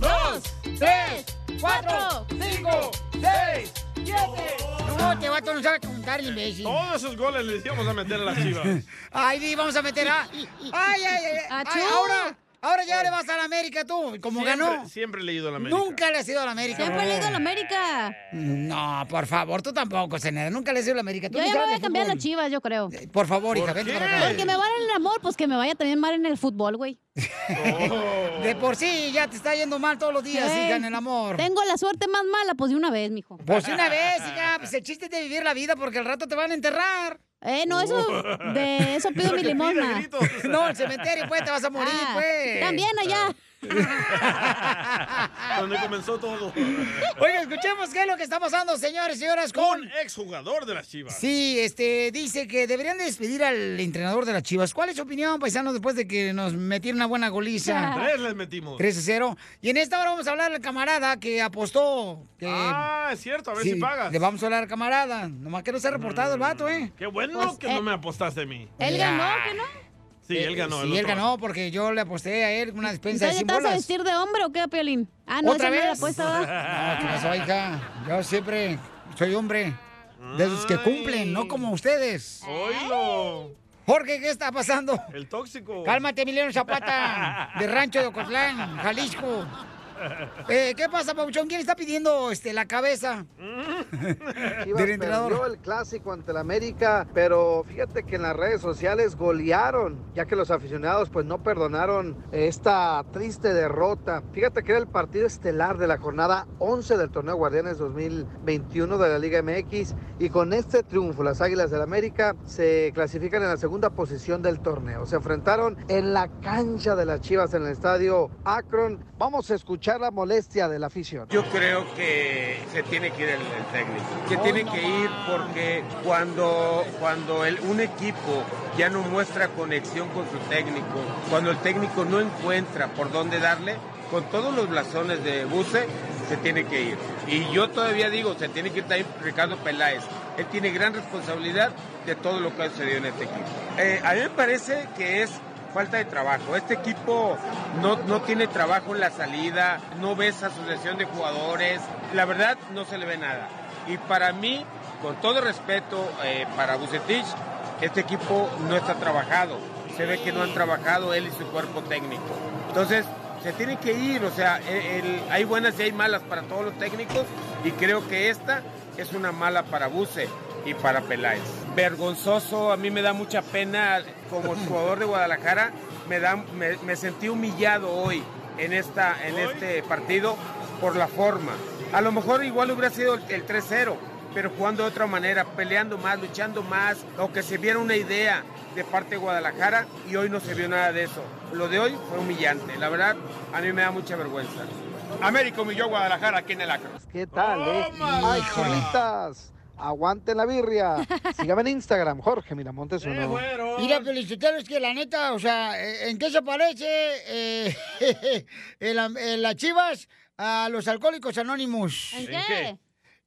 [SPEAKER 1] dos, tres, cuatro, cinco, seis, siete. Oh. No, este vato no sabe contar, el imbécil.
[SPEAKER 5] Todos esos goles les íbamos a meter a las chivas.
[SPEAKER 1] Ay, di, vamos a meter a... Ay, ay, ay, ay,
[SPEAKER 2] Achú.
[SPEAKER 1] ahora, ahora ya le vas a la América tú, como
[SPEAKER 5] Siempre-
[SPEAKER 1] ganó.
[SPEAKER 5] Siempre le he ido a la América.
[SPEAKER 1] Nunca le has ido a la América.
[SPEAKER 2] Siempre le he ido a la
[SPEAKER 1] América. No, por favor, tú tampoco, Ceneda. Nunca le has ido a la América. Tú
[SPEAKER 2] Yo
[SPEAKER 1] ni
[SPEAKER 2] ya me
[SPEAKER 1] sabes
[SPEAKER 2] voy
[SPEAKER 1] de
[SPEAKER 2] a cambiar a la
[SPEAKER 1] fútbol.
[SPEAKER 2] chiva, yo creo.
[SPEAKER 1] Por favor, hija, vente para acá.
[SPEAKER 2] Porque me va en el amor, pues que me vaya también mal en el fútbol, güey.
[SPEAKER 5] Oh.
[SPEAKER 1] De por sí ya te está yendo mal todos los días,
[SPEAKER 2] Ey,
[SPEAKER 1] hija, en el amor.
[SPEAKER 2] Tengo la suerte más mala, pues de una vez, mijo.
[SPEAKER 1] Pues de una vez, hija, pues el chiste es de vivir la vida porque al rato te van a enterrar. Uh.
[SPEAKER 2] Eh, no, eso, de eso pido mi limosna.
[SPEAKER 1] No, el cementerio, pues, te vas a morir,
[SPEAKER 2] Ah,
[SPEAKER 1] pues.
[SPEAKER 2] También allá.
[SPEAKER 5] Donde comenzó todo.
[SPEAKER 2] Ah.
[SPEAKER 1] Oiga, escuchemos qué es lo que está pasando, señores y señoras, con...
[SPEAKER 5] Un exjugador de las chivas.
[SPEAKER 1] Sí, este, dice que deberían despedir al entrenador de las Chivas. ¿Cuál es su opinión, paisano, después de que nos metieron una buena goliza?
[SPEAKER 5] Tres les metimos.
[SPEAKER 1] 3 a 0. Y en esta hora vamos a hablar al camarada que apostó. que-
[SPEAKER 5] Ah, es cierto, a ver
[SPEAKER 1] Sí,
[SPEAKER 5] si pagas.
[SPEAKER 1] Le vamos a hablar al camarada. Nomás que no se ha reportado el vato, ¿eh?
[SPEAKER 5] Qué bueno
[SPEAKER 1] Pues,
[SPEAKER 5] que
[SPEAKER 1] eh,
[SPEAKER 5] no me apostaste a mí.
[SPEAKER 1] él ganó,
[SPEAKER 2] ¿qué no?
[SPEAKER 5] Sí, él ganó. el
[SPEAKER 1] Eh, Sí, él
[SPEAKER 5] otro.
[SPEAKER 1] ganó porque yo le aposté a él una despensa de
[SPEAKER 2] ¿Entonces
[SPEAKER 1] 100
[SPEAKER 2] te vas a
[SPEAKER 1] bolas.
[SPEAKER 2] vestir de hombre o qué, Piolín? Ah, no,
[SPEAKER 1] ¿Otra
[SPEAKER 2] esa no era la
[SPEAKER 1] vez?
[SPEAKER 2] apuesta, ¿verdad?
[SPEAKER 1] No, ¿qué pasó, hija? Yo siempre soy hombre. De esos que cumplen, no como ustedes.
[SPEAKER 5] ¡Oilo!
[SPEAKER 1] Jorge, ¿qué está pasando?
[SPEAKER 5] El tóxico.
[SPEAKER 1] Cálmate, Emiliano Zapata, de Rancho de Ocotlán, Jalisco. Eh, ¿Qué pasa, Pabuchón? ¿Quién está pidiendo este, la cabeza?
[SPEAKER 5] Mm.
[SPEAKER 7] Chivas
[SPEAKER 1] Del entrenador.
[SPEAKER 7] perdió el clásico ante el América, pero fíjate que en las redes sociales golearon, ya que los aficionados pues no perdonaron esta triste derrota. Fíjate que era el partido estelar de la jornada 11 del torneo Guardianes 2021 de la Liga MX y con este triunfo las Águilas del América se clasifican en la segunda posición del torneo. Se enfrentaron en la cancha de las Chivas en el estadio Akron. Vamos a escuchar la molestia de la afición.
[SPEAKER 9] Yo creo que se tiene que ir el, el técnico, que tiene que ir porque cuando, cuando el- un equipo ya no muestra conexión con su técnico, cuando el técnico no encuentra por dónde darle, con todos los blasones de Buse, se tiene que ir. Y yo todavía digo, se tiene que ir también Ricardo Peláez. Él tiene gran responsabilidad de todo lo que ha sucedido en este equipo. Eh, a mí me parece que es falta de trabajo. Este equipo no, no tiene trabajo en la salida, no ves asociación de jugadores, la verdad no se le ve nada. Y para mí, con todo respeto eh, para Bucetich, este equipo no está trabajado. Se ve que no han trabajado él y su cuerpo técnico. Entonces, se tiene que ir, o sea, el- el- hay buenas y hay malas para todos los técnicos y creo que esta es una mala para Buce y para Peláez. Vergonzoso, a mí me da mucha pena como jugador de Guadalajara, me, da, me, me sentí humillado hoy en, esta, en este partido por la forma. A lo mejor igual hubiera sido el, el 3-0, pero jugando de otra manera, peleando más, luchando más, o que se viera una idea de parte de Guadalajara y hoy no se vio nada de eso. Lo de hoy fue humillante, la verdad a mí me da mucha vergüenza. América humilló a Guadalajara aquí en el Acro.
[SPEAKER 7] ¿Qué tal, eh? ¡Ay, Juanitas! Aguanten la birria. Sígame en Instagram, Jorge Miramontes uno.
[SPEAKER 1] Mira, Felicitero, es que la neta, o sea, eh, ¿en qué se parece eh, el am- eh, las chivas a los alcohólicos anónimos?
[SPEAKER 2] ¿En ¿En qué?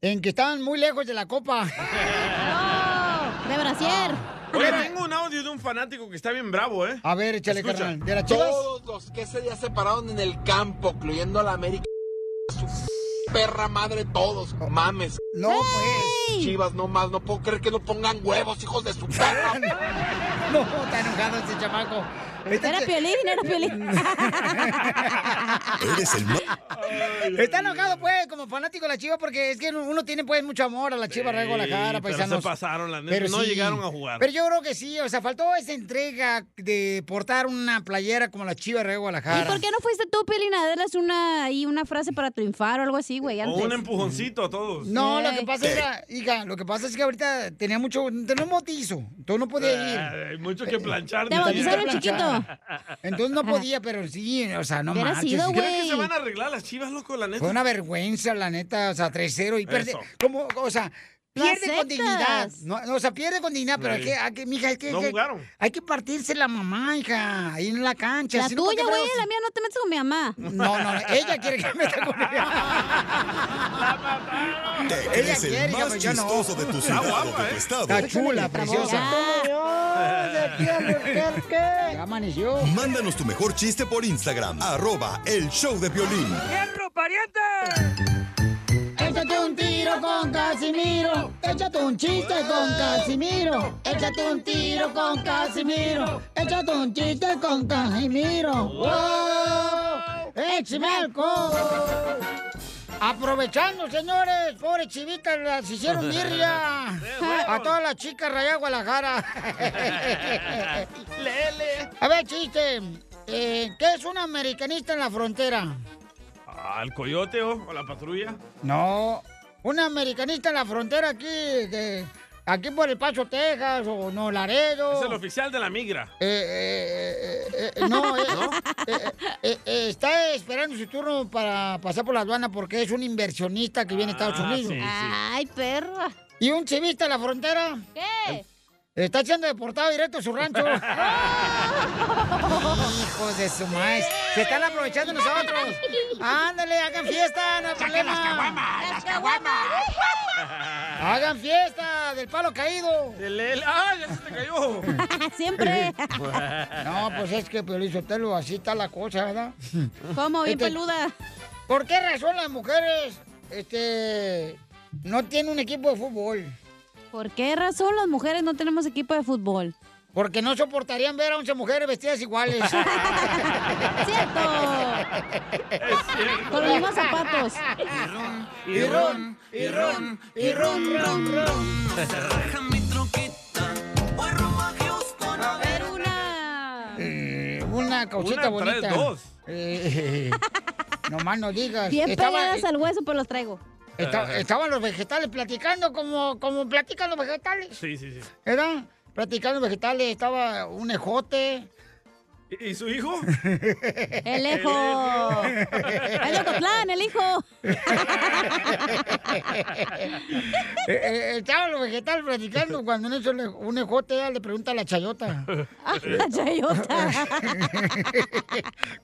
[SPEAKER 1] En que estaban muy lejos de la copa.
[SPEAKER 2] ¡No! ¡De brasier!
[SPEAKER 5] Oye, tengo un audio de un fanático que está bien bravo, ¿eh?
[SPEAKER 1] A ver, échale,
[SPEAKER 5] Escucha.
[SPEAKER 1] carnal. ¿De las chivas?
[SPEAKER 18] Todos los que ese día se pararon en el campo, incluyendo a la América. Su perra madre todos, mames.
[SPEAKER 1] Oh. No, pues.
[SPEAKER 18] Chivas, no más, no puedo creer que no pongan huevos, hijos de su perra.
[SPEAKER 1] no, está enojado este chamaco. Este
[SPEAKER 2] Era Piolín, era Piolín.
[SPEAKER 6] Eres el más...
[SPEAKER 1] Está enojado, pues, como fanático de la chiva, porque es que uno tiene, pues, mucho amor a la chiva, de Guadalajara,
[SPEAKER 5] Sí, pero
[SPEAKER 1] paisanos.
[SPEAKER 5] se pasaron, la neta, no llegaron a jugar.
[SPEAKER 1] Pero yo creo que sí, o sea, faltó esa entrega de portar una playera como la chiva de Guadalajara.
[SPEAKER 2] ¿Y por qué no fuiste tú, Piolín, a darles una, ahí una frase para triunfar o algo así, güey?
[SPEAKER 5] O
[SPEAKER 2] Antes?
[SPEAKER 5] un empujoncito a todos.
[SPEAKER 1] No, lo que pasa es que, hija, lo que pasa es que ahorita tenía mucho, tenía un motizo, entonces no podía ir.
[SPEAKER 5] Ay, Ah, Hay mucho que planchar.
[SPEAKER 1] Te
[SPEAKER 5] dice.
[SPEAKER 1] bautizaron chiquito. Entonces no podía, pero sí, o sea, no
[SPEAKER 5] Hubiera
[SPEAKER 1] manches.
[SPEAKER 5] sido, ¿Crees que güey. se van a arreglar las chivas, loco, la neta?
[SPEAKER 1] Fue una vergüenza, la neta, o sea, 3-0 y pierde,
[SPEAKER 5] Eso.
[SPEAKER 1] como, o sea,
[SPEAKER 5] Lo
[SPEAKER 1] pierde con dignidad.
[SPEAKER 5] aceptas.
[SPEAKER 1] No, no, o sea, pierde con dignidad, pero hay que, hay que, mija, hay que,
[SPEAKER 5] No
[SPEAKER 1] hay que-
[SPEAKER 5] jugaron.
[SPEAKER 1] hay que partirse la mamá, hija, ahí en la cancha.
[SPEAKER 2] La
[SPEAKER 1] si no, ¿para
[SPEAKER 2] tuya,
[SPEAKER 1] qué
[SPEAKER 2] güey,
[SPEAKER 1] fregados?
[SPEAKER 2] la mía no te metes con mi mamá.
[SPEAKER 1] No, no, no, ella quiere que me meta con
[SPEAKER 6] Te
[SPEAKER 1] Ella
[SPEAKER 6] crees
[SPEAKER 1] quiere,
[SPEAKER 6] el
[SPEAKER 1] hija,
[SPEAKER 6] más
[SPEAKER 1] pero yo no.
[SPEAKER 6] chistoso de tu ciudad o de tu estado.
[SPEAKER 1] Está chula, preciosa. Ya amaneció.
[SPEAKER 6] Mándanos tu mejor chiste por Instagram, arroba el show de violín.
[SPEAKER 1] ¡Hierro, pariente! Échate un tiro con Casimiro. Échate un chiste con Casimiro. Échate un tiro con Casimiro. Échate un chiste con Casimiro. ¡Wow! ¡Échame alcohol! Aprovechando, señores, pobres chivitas, las hicieron birria a todas las chicas rayadas de Guadalajara.
[SPEAKER 5] Lele.
[SPEAKER 1] A ver, chiste. Eh, ¿Qué es un americanista en la frontera?
[SPEAKER 5] ¿Al Ah, coyote oh, o, o la patrulla?
[SPEAKER 1] No, un americanista en la frontera aquí, de, aquí por El Paso, Texas, o no, Laredo.
[SPEAKER 5] Es el oficial de la migra.
[SPEAKER 1] Eh, eh, eh, eh, no, eh, eh, eh, eh, está esperando su turno para pasar por la aduana porque es un inversionista que viene a Estados Unidos.
[SPEAKER 2] Ay, perra.
[SPEAKER 1] ¿Y un chivista en la frontera?
[SPEAKER 2] ¿Qué?
[SPEAKER 1] Está siendo deportado directo a su rancho. Hijos de su maíz. Se están aprovechando nosotros. Ándale, hagan fiesta, no hay problema.
[SPEAKER 2] ¡Las caguamas!
[SPEAKER 1] Hagan fiesta del palo caído.
[SPEAKER 5] ¡Ah, ya se te cayó!
[SPEAKER 2] Siempre.
[SPEAKER 1] No, pues es que, Piolín Sotelo, así está la cosa, ¿verdad?
[SPEAKER 2] ¿Cómo? Bien
[SPEAKER 1] Este,
[SPEAKER 2] peluda.
[SPEAKER 1] ¿Por qué razón las mujeres este, no tienen un equipo de fútbol?
[SPEAKER 2] ¿Por qué razón las mujeres no tenemos equipo de fútbol?
[SPEAKER 1] Porque no soportarían ver a 11 mujeres vestidas iguales.
[SPEAKER 2] ¡Cierto! Con los mismos zapatos.
[SPEAKER 1] Y ron, y ron, y ron, ron, ron.
[SPEAKER 2] A ver una.
[SPEAKER 1] Eh, una cauchita
[SPEAKER 2] Una, traes
[SPEAKER 1] bonita.
[SPEAKER 2] dos.
[SPEAKER 1] Eh, nomás no digas.
[SPEAKER 2] Bien
[SPEAKER 1] Estaba-
[SPEAKER 2] pegadas al hueso, pues los traigo.
[SPEAKER 1] Esta- estaban los vegetales platicando como, como platican los vegetales.
[SPEAKER 5] Sí, sí, sí.
[SPEAKER 1] ¿Verdad? Platicando los vegetales, estaba un ejote.
[SPEAKER 5] ¿Y su hijo?
[SPEAKER 2] El hijo. El Ocotlán, el hijo.
[SPEAKER 1] Eh, eh, estaban los vegetales platicando cuando en eso le- un ejote ya le pregunta a la chayota.
[SPEAKER 2] Ah, la chayota.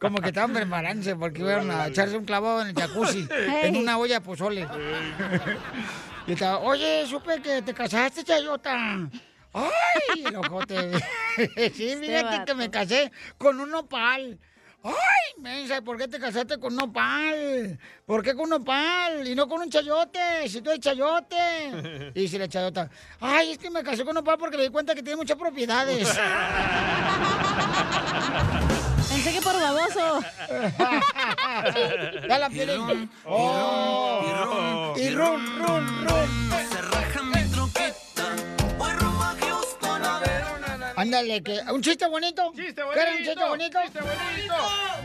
[SPEAKER 1] como que estaban preparándose porque iban a echarse un clavado en el jacuzzi, en
[SPEAKER 2] Ey.
[SPEAKER 1] una olla de pozole. Y estaba, oye, supe que te casaste, chayota. ¡Ay! El ojote.
[SPEAKER 2] Este
[SPEAKER 1] sí, fíjate que me casé con un nopal. ¡Ay, mensa! ¿Por qué te casaste con un nopal? ¿Por qué con un nopal? Y no con un chayote, si tú eres chayote. Y si la chayota, ¡ay, es que me casé con un nopal porque me di cuenta que tiene muchas propiedades!
[SPEAKER 2] Pensé que por baboso.
[SPEAKER 1] Ya la Piolín. Oh. Y run, run, run. Ándale, que un chiste bonito. Chiste un chiste bonito?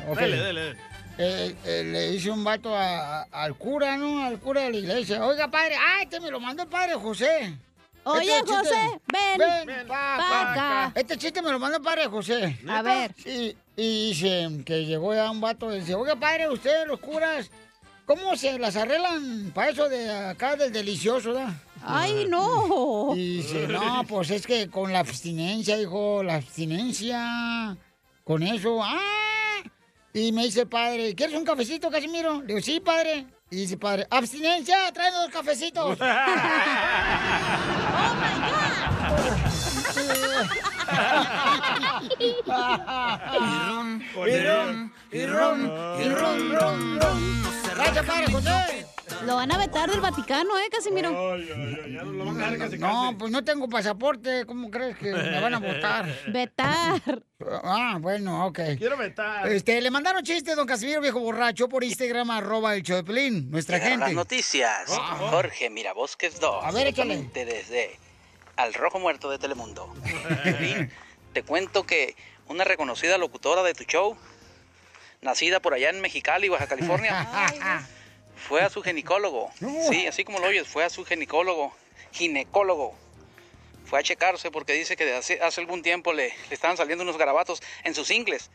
[SPEAKER 1] Ok.
[SPEAKER 5] Dale, dale, dale.
[SPEAKER 1] Eh, eh, le hice un vato a- a- al cura, ¿no? Al cura de la iglesia. Oiga, padre, ah, este me lo mandó el padre José. Este
[SPEAKER 2] Oye,
[SPEAKER 1] chiste-
[SPEAKER 2] José, ven,
[SPEAKER 1] pa,
[SPEAKER 2] pa'
[SPEAKER 1] pa,
[SPEAKER 2] acá.
[SPEAKER 1] Este chiste me lo mandó el padre José.
[SPEAKER 2] A ver.
[SPEAKER 1] Y, y dice que llegó ya un vato y dice, oiga, padre, ustedes los curas, ¿cómo se las arreglan para eso de acá del delicioso, da?
[SPEAKER 2] Ay, no.
[SPEAKER 1] Y dice, no, pues es que con la abstinencia, hijo, la abstinencia, con eso, ¡ah! Y me dice el padre, ¿quieres un cafecito, Casimiro? Le digo, sí, padre. Y dice el padre, abstinencia, tráeme dos
[SPEAKER 2] Oh
[SPEAKER 1] cafecitos.
[SPEAKER 2] Y ron,
[SPEAKER 1] y ron, y ron, ron, ron. Gracias, padre José.
[SPEAKER 2] Lo van a vetar del Vaticano, ¿eh, Casimiro?
[SPEAKER 1] No, pues no tengo pasaporte, ¿cómo crees que me van a votar?
[SPEAKER 2] Vetar.
[SPEAKER 1] Ah, bueno, ok.
[SPEAKER 5] Quiero vetar.
[SPEAKER 1] Este, le mandaron chistes, don Casimiro, viejo borracho, por Instagram, arroba el show de Pelín, nuestra
[SPEAKER 15] Llegaron
[SPEAKER 1] gente. Ah,
[SPEAKER 15] Las noticias. Jorge Mirabosques 2.
[SPEAKER 1] A ver, échale.
[SPEAKER 15] directamente Desde Al Rojo Muerto de Telemundo. Piolín, te cuento que una reconocida locutora de tu show, nacida por allá en Mexicali, Baja California, fue a su ginecólogo. Sí, así como lo oyes, fue a su ginecólogo. Ginecólogo. Fue a checarse porque dice que hace, hace algún tiempo le, le estaban saliendo unos garabatos en sus ingles.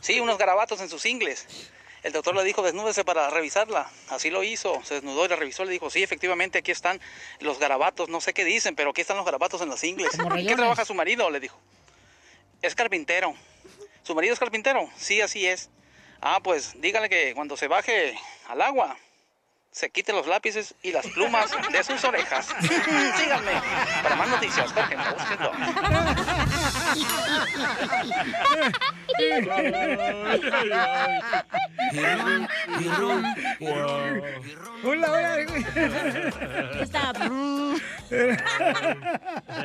[SPEAKER 15] Sí, unos garabatos en sus ingles. El doctor le dijo, desnúdese para revisarla. Así lo hizo, se desnudó y la revisó. Le dijo, sí, efectivamente, aquí están los garabatos. No sé qué dicen, pero aquí están los garabatos en las ingles.
[SPEAKER 1] Como
[SPEAKER 15] ¿En qué
[SPEAKER 1] rayones.
[SPEAKER 15] trabaja su marido? Le dijo. Es carpintero. ¿Su marido es carpintero? Sí, así es. Ah, pues dígale que cuando se baje al agua, se quite los lápices y las plumas de sus orejas. Síganme. Para más noticias, Jorge, me busquen dos.
[SPEAKER 1] Hola, hola.
[SPEAKER 2] Está.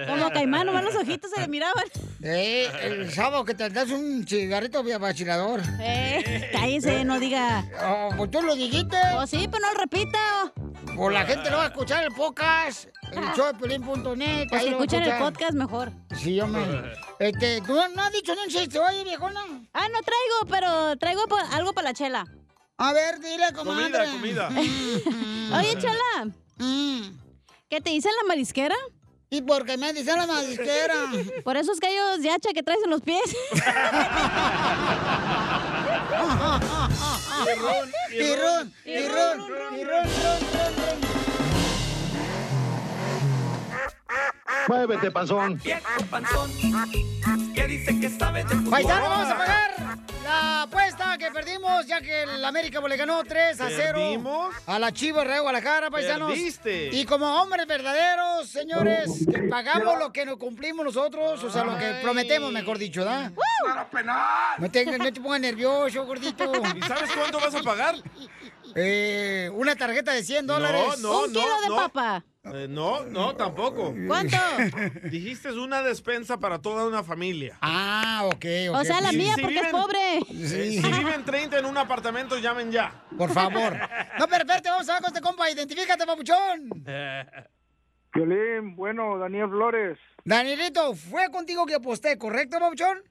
[SPEAKER 2] Como caimán, nomás los ojitos se le miraban.
[SPEAKER 1] Eh, el sábado que te das un cigarrito via- vacilador.
[SPEAKER 2] Eh, cállese, no diga.
[SPEAKER 1] Oh, pues tú lo dijiste.
[SPEAKER 2] Oh, sí, pero no lo repita.
[SPEAKER 1] O la gente lo va a escuchar el podcast, el show de Pelín.net.
[SPEAKER 2] Pues que escuchen el podcast mejor.
[SPEAKER 1] Sí, hombre. Este, tú no has dicho ni un chiste, oye, viejona.
[SPEAKER 2] Ah, no traigo, pero traigo pa- algo para la chela.
[SPEAKER 1] A ver, dile,
[SPEAKER 5] Comida, comida.
[SPEAKER 2] Oye, chela. ¿Qué te dicen la marisquera?
[SPEAKER 1] Mm. ¿Y por qué me dicen la marisquera?
[SPEAKER 2] Por esos gallos de hacha que traes en los pies.
[SPEAKER 1] Pirrón, pirrón, pirrón,
[SPEAKER 12] Muévete, panzón.
[SPEAKER 8] que dice que sabe de
[SPEAKER 1] Paisano, vamos a pagar la apuesta que perdimos, ya que el América le ganó 3 a 0
[SPEAKER 5] ¿Perdimos?
[SPEAKER 1] a la Chivas Real Guadalajara, paisanos.
[SPEAKER 5] Perdiste.
[SPEAKER 1] Y como hombres verdaderos, señores, que pagamos lo que nos cumplimos nosotros, o sea, lo que prometemos, mejor dicho, ¿verdad? No te, no te pongas nervioso, gordito.
[SPEAKER 5] ¿Y sabes cuánto vas a pagar?
[SPEAKER 1] Eh, una tarjeta de 100 dólares.
[SPEAKER 5] No, no, Un no, kilo de no.
[SPEAKER 1] papa.
[SPEAKER 5] Eh, no, no, tampoco.
[SPEAKER 2] ¿Cuánto?
[SPEAKER 5] Dijiste es una despensa para toda una familia.
[SPEAKER 1] Ah, ok,
[SPEAKER 2] ok. O sea, la mía, porque es pobre.
[SPEAKER 5] Eh, Si viven 30 en un apartamento, llamen ya.
[SPEAKER 1] Por favor. No, pero espérate, vamos a hablar con este compa. Identifícate, papuchón.
[SPEAKER 25] Violín, bueno, Daniel Flores.
[SPEAKER 1] Danielito, fue contigo que aposté, ¿correcto, papuchón?